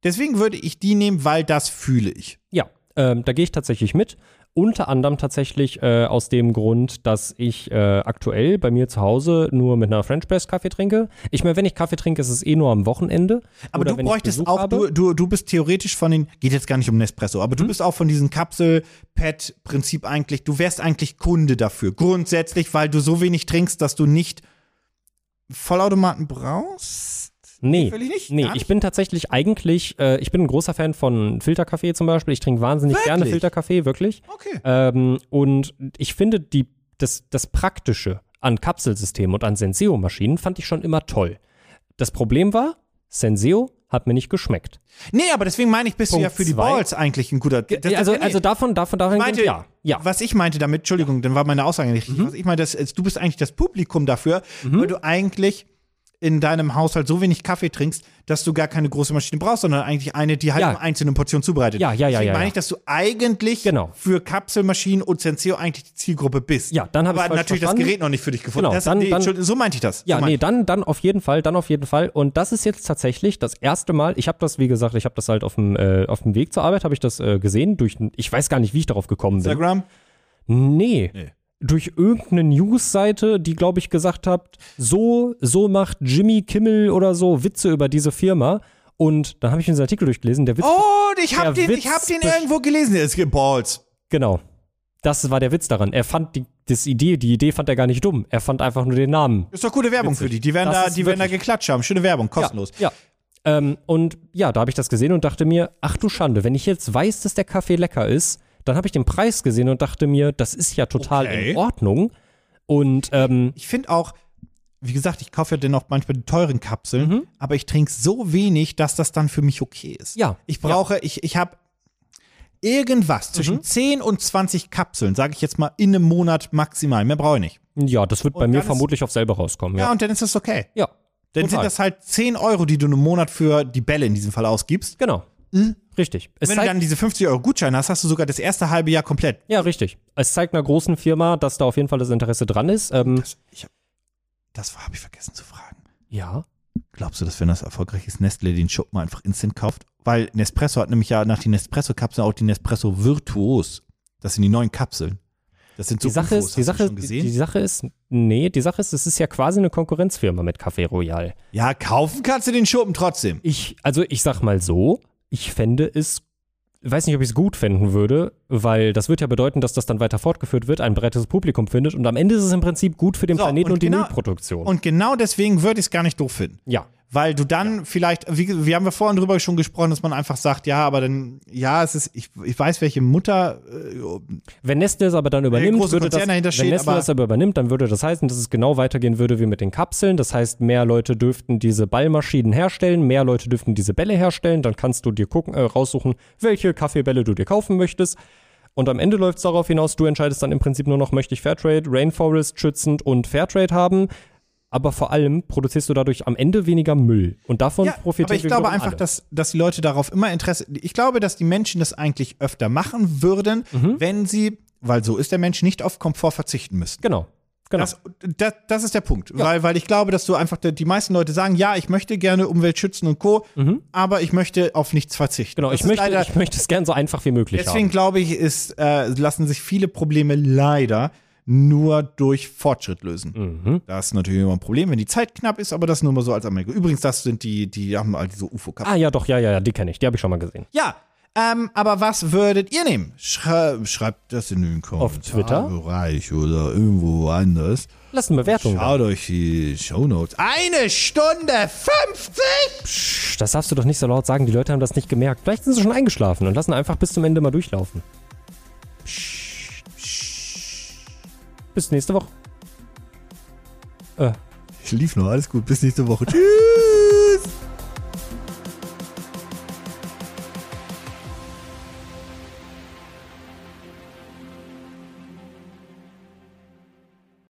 C: deswegen würde ich die nehmen, weil das fühle ich.
B: Ja, ähm, da gehe ich tatsächlich mit. Unter anderem tatsächlich äh, aus dem Grund, dass ich äh, aktuell bei mir zu Hause nur mit einer French Press Kaffee trinke. Ich meine, wenn ich Kaffee trinke, ist es eh nur am Wochenende.
C: Aber
B: Oder
C: du
B: wenn ich
C: bräuchtest
B: Besuch
C: auch,
B: habe. Mhm.
C: du, du, du bist theoretisch von den, geht jetzt gar nicht um Nespresso, aber du bist auch von diesem Kapsel-Pad-Prinzip eigentlich, du wärst eigentlich Kunde dafür. Grundsätzlich, weil du so wenig trinkst, dass du nicht Vollautomaten brauchst.
B: Nee,
C: Völlig nicht?
B: nee
C: Gar
B: ich
C: nicht?
B: bin tatsächlich eigentlich, äh, ich bin ein großer Fan von Filterkaffee zum Beispiel. Ich trinke wahnsinnig gerne
C: Wirklich?
B: Filterkaffee, wirklich.
C: Okay.
B: Ähm, und ich finde die, das, das Praktische an Kapselsystemen und an Senseo-Maschinen fand ich schon immer toll. Das Problem war, Senseo hat mir nicht geschmeckt.
C: Nee, aber deswegen meine ich, bist du
B: Punkt
C: ja für die
B: zwei.
C: Balls eigentlich ein guter. das-
B: also,
C: nee, nee.
B: also davon, davon, davon,
C: meinte,
B: ja. Ja, Mhm.
C: Was ich meinte damit, Entschuldigung, dann war meine Aussage nicht richtig. Was ich meine, das, ist, du bist eigentlich das Publikum dafür, weil du eigentlich in deinem Haushalt so wenig Kaffee trinkst, dass du gar keine große Maschine brauchst, sondern eigentlich eine, die halt
B: Ja.
C: in einzelnen Portionen zubereitet.
B: Ja, ja, ja,
C: Deswegen
B: ja,
C: meine
B: ja.
C: ich, dass du eigentlich
B: Genau.
C: für Kapselmaschinen und Senseo eigentlich die Zielgruppe bist.
B: Ja, dann habe ich
C: Aber
B: falsch
C: natürlich das
B: verstanden.
C: Gerät noch nicht für dich gefunden.
B: Genau,
C: das,
B: dann-
C: nee,
B: dann-
C: Entschuldigung, so meinte ich das.
B: ja
C: so
B: nee,
C: meinte
B: dann, dann auf jeden Fall, dann auf jeden Fall. Und das ist jetzt tatsächlich das erste Mal, ich habe das, wie gesagt, ich habe das halt auf dem, äh, auf dem Weg zur Arbeit, habe ich das äh, gesehen, durch, ich weiß gar nicht, wie ich darauf gekommen
C: ich.
B: bin.
C: Instagram.
B: Nee.
C: Nee.
B: Durch irgendeine News-Seite, die, glaube ich, gesagt hat, so, so macht Jimmy Kimmel oder so Witze über diese Firma. Und dann habe ich diesen Artikel durchgelesen, der Witz,
C: Oh, ich habe
B: Der
C: den, ich hab
B: Witz
C: den
B: besch-
C: irgendwo gelesen. Es gibt Balls.
B: genau. Das war der Witz daran. Er fand die, das Idee, die Idee fand er gar nicht dumm. Er fand einfach nur den Namen.
C: Ist doch gute Werbung für die. Die werden,
B: Das
C: da,
B: ist
C: die werden da
B: wirklich-
C: geklatscht haben. Schöne Werbung, kostenlos.
B: Ja. ja. Ähm, und ja, da habe ich das gesehen und dachte mir, ach du Schande, wenn ich jetzt weiß, dass der Kaffee lecker ist, dann habe ich den Preis gesehen und dachte mir, das ist ja total
C: Okay.
B: in Ordnung. Und ähm,
C: ich finde auch, wie gesagt, ich kaufe ja dennoch manchmal die teuren Kapseln, aber ich trinke so wenig, dass das dann für mich okay ist.
B: Ja.
C: Ich brauche, ich, ich habe irgendwas zwischen 10 und 20 Kapseln, sage ich jetzt mal, in einem Monat maximal. Mehr brauche ich nicht.
B: ja, das wird bei mir
C: dann ist-
B: vermutlich auf selber rauskommen.
C: Ja,
B: Ja,
C: und dann ist das okay.
B: ja.
C: Dann sind
B: total.
C: das halt 10 Euro, die du im Monat für die Bälle in diesem Fall ausgibst.
B: Genau. Richtig. Es
C: Wenn du
B: zeigt,
C: dann diese 50 Euro Gutschein hast, hast du sogar das erste halbe Jahr komplett.
B: ja, richtig. Es zeigt einer großen Firma, dass da auf jeden Fall das Interesse dran ist. Ähm,
C: Das, ich hab- das habe ich vergessen zu fragen.
B: ja.
C: Glaubst du, dass wenn das erfolgreich ist, Nestle den Schuppen einfach instant kauft? Weil Nespresso hat nämlich ja nach den Nespresso-Kapseln auch die Nespresso Virtuos. Das sind die neuen Kapseln. Das sind so
B: Die Sache,
C: Ufos.
B: ist,
C: Hast
B: die,
C: du
B: Sache,
C: schon
B: die,
C: gesehen?
B: die Sache ist, nee, die Sache ist, es ist ja quasi eine Konkurrenzfirma mit Café Royal.
C: ja, kaufen kannst du den Schuppen trotzdem.
B: Ich, also ich sag mal so, ich fände es, weiß nicht, ob ich es gut finden würde, weil das wird ja bedeuten, dass das dann weiter fortgeführt wird, ein breites Publikum findet und am Ende ist es im Prinzip gut für den
C: So,
B: Planeten
C: und
B: und, die
C: genau-
B: Müllproduktion.
C: Und genau deswegen würde ich es gar nicht doof finden.
B: ja.
C: Weil du dann vielleicht, wie, wir haben ja vorhin drüber schon gesprochen, dass man einfach sagt, ja, aber dann, ja, es ist, ich, ich weiß, welche Mutter, äh,
B: Wenn Nestle es aber dann übernimmt,
C: große
B: würde
C: Konzern
B: das,
C: dahinter
B: wenn
C: steht,
B: Nestle
C: aber-
B: das aber übernimmt, dann würde das heißen, dass es genau weitergehen würde wie mit den Kapseln. Das heißt, mehr Leute dürften diese Ballmaschinen herstellen, mehr Leute dürften diese Bälle herstellen. Dann kannst du dir gucken, äh, raussuchen, welche Kaffeebälle du dir kaufen möchtest. Und am Ende läuft es darauf hinaus, du entscheidest dann im Prinzip nur noch, möchte ich Fairtrade, Rainforest schützend und Fairtrade haben. Aber vor allem produzierst du dadurch am Ende weniger Müll. Und davon
C: Ja,
B: profitieren
C: aber ich
B: wir
C: glaube
B: wiederum
C: einfach,
B: alle.
C: dass, dass die Leute darauf immer Interesse. Ich glaube, dass die Menschen das eigentlich öfter machen würden,
B: Mhm.
C: wenn sie, weil so ist der Mensch, nicht auf Komfort verzichten müssten.
B: Genau. Genau.
C: Das, das, das ist der Punkt, weil, weil ich glaube, dass du einfach die die meisten Leute sagen, ja, ich möchte gerne Umwelt schützen und Co, aber ich möchte auf nichts verzichten.
B: Mhm. genau. Ich
C: Das ist
B: möchte,
C: leider,
B: ich möchte es gern so einfach wie möglich
C: deswegen
B: haben.
C: glaube ich, ist, äh, lassen sich viele Probleme leider nur durch Fortschritt lösen.
B: Mhm.
C: Das ist natürlich immer ein Problem, wenn die Zeit knapp ist, aber das nur mal so als Amerika. Übrigens, das sind die, die haben all diese UFO-Kapseln.
B: Ah ja, doch, ja, ja, ja, die kenne ich. Die habe ich schon mal gesehen.
C: Ja, ähm, aber was würdet ihr nehmen? Schrei schreibt das in den
B: Auf Twitter?
C: Kommentarbereich oder irgendwo anders.
B: Lass eine Bewertung da.
C: Schaut euch die Shownotes. Eine Stunde 50?
B: Psch, Das darfst du doch nicht so laut sagen, die Leute haben das nicht gemerkt. Vielleicht sind sie schon eingeschlafen und lassen einfach bis zum Ende mal durchlaufen. Bis nächste Woche.
C: Lief noch, alles gut. Bis nächste Woche. Tschüss.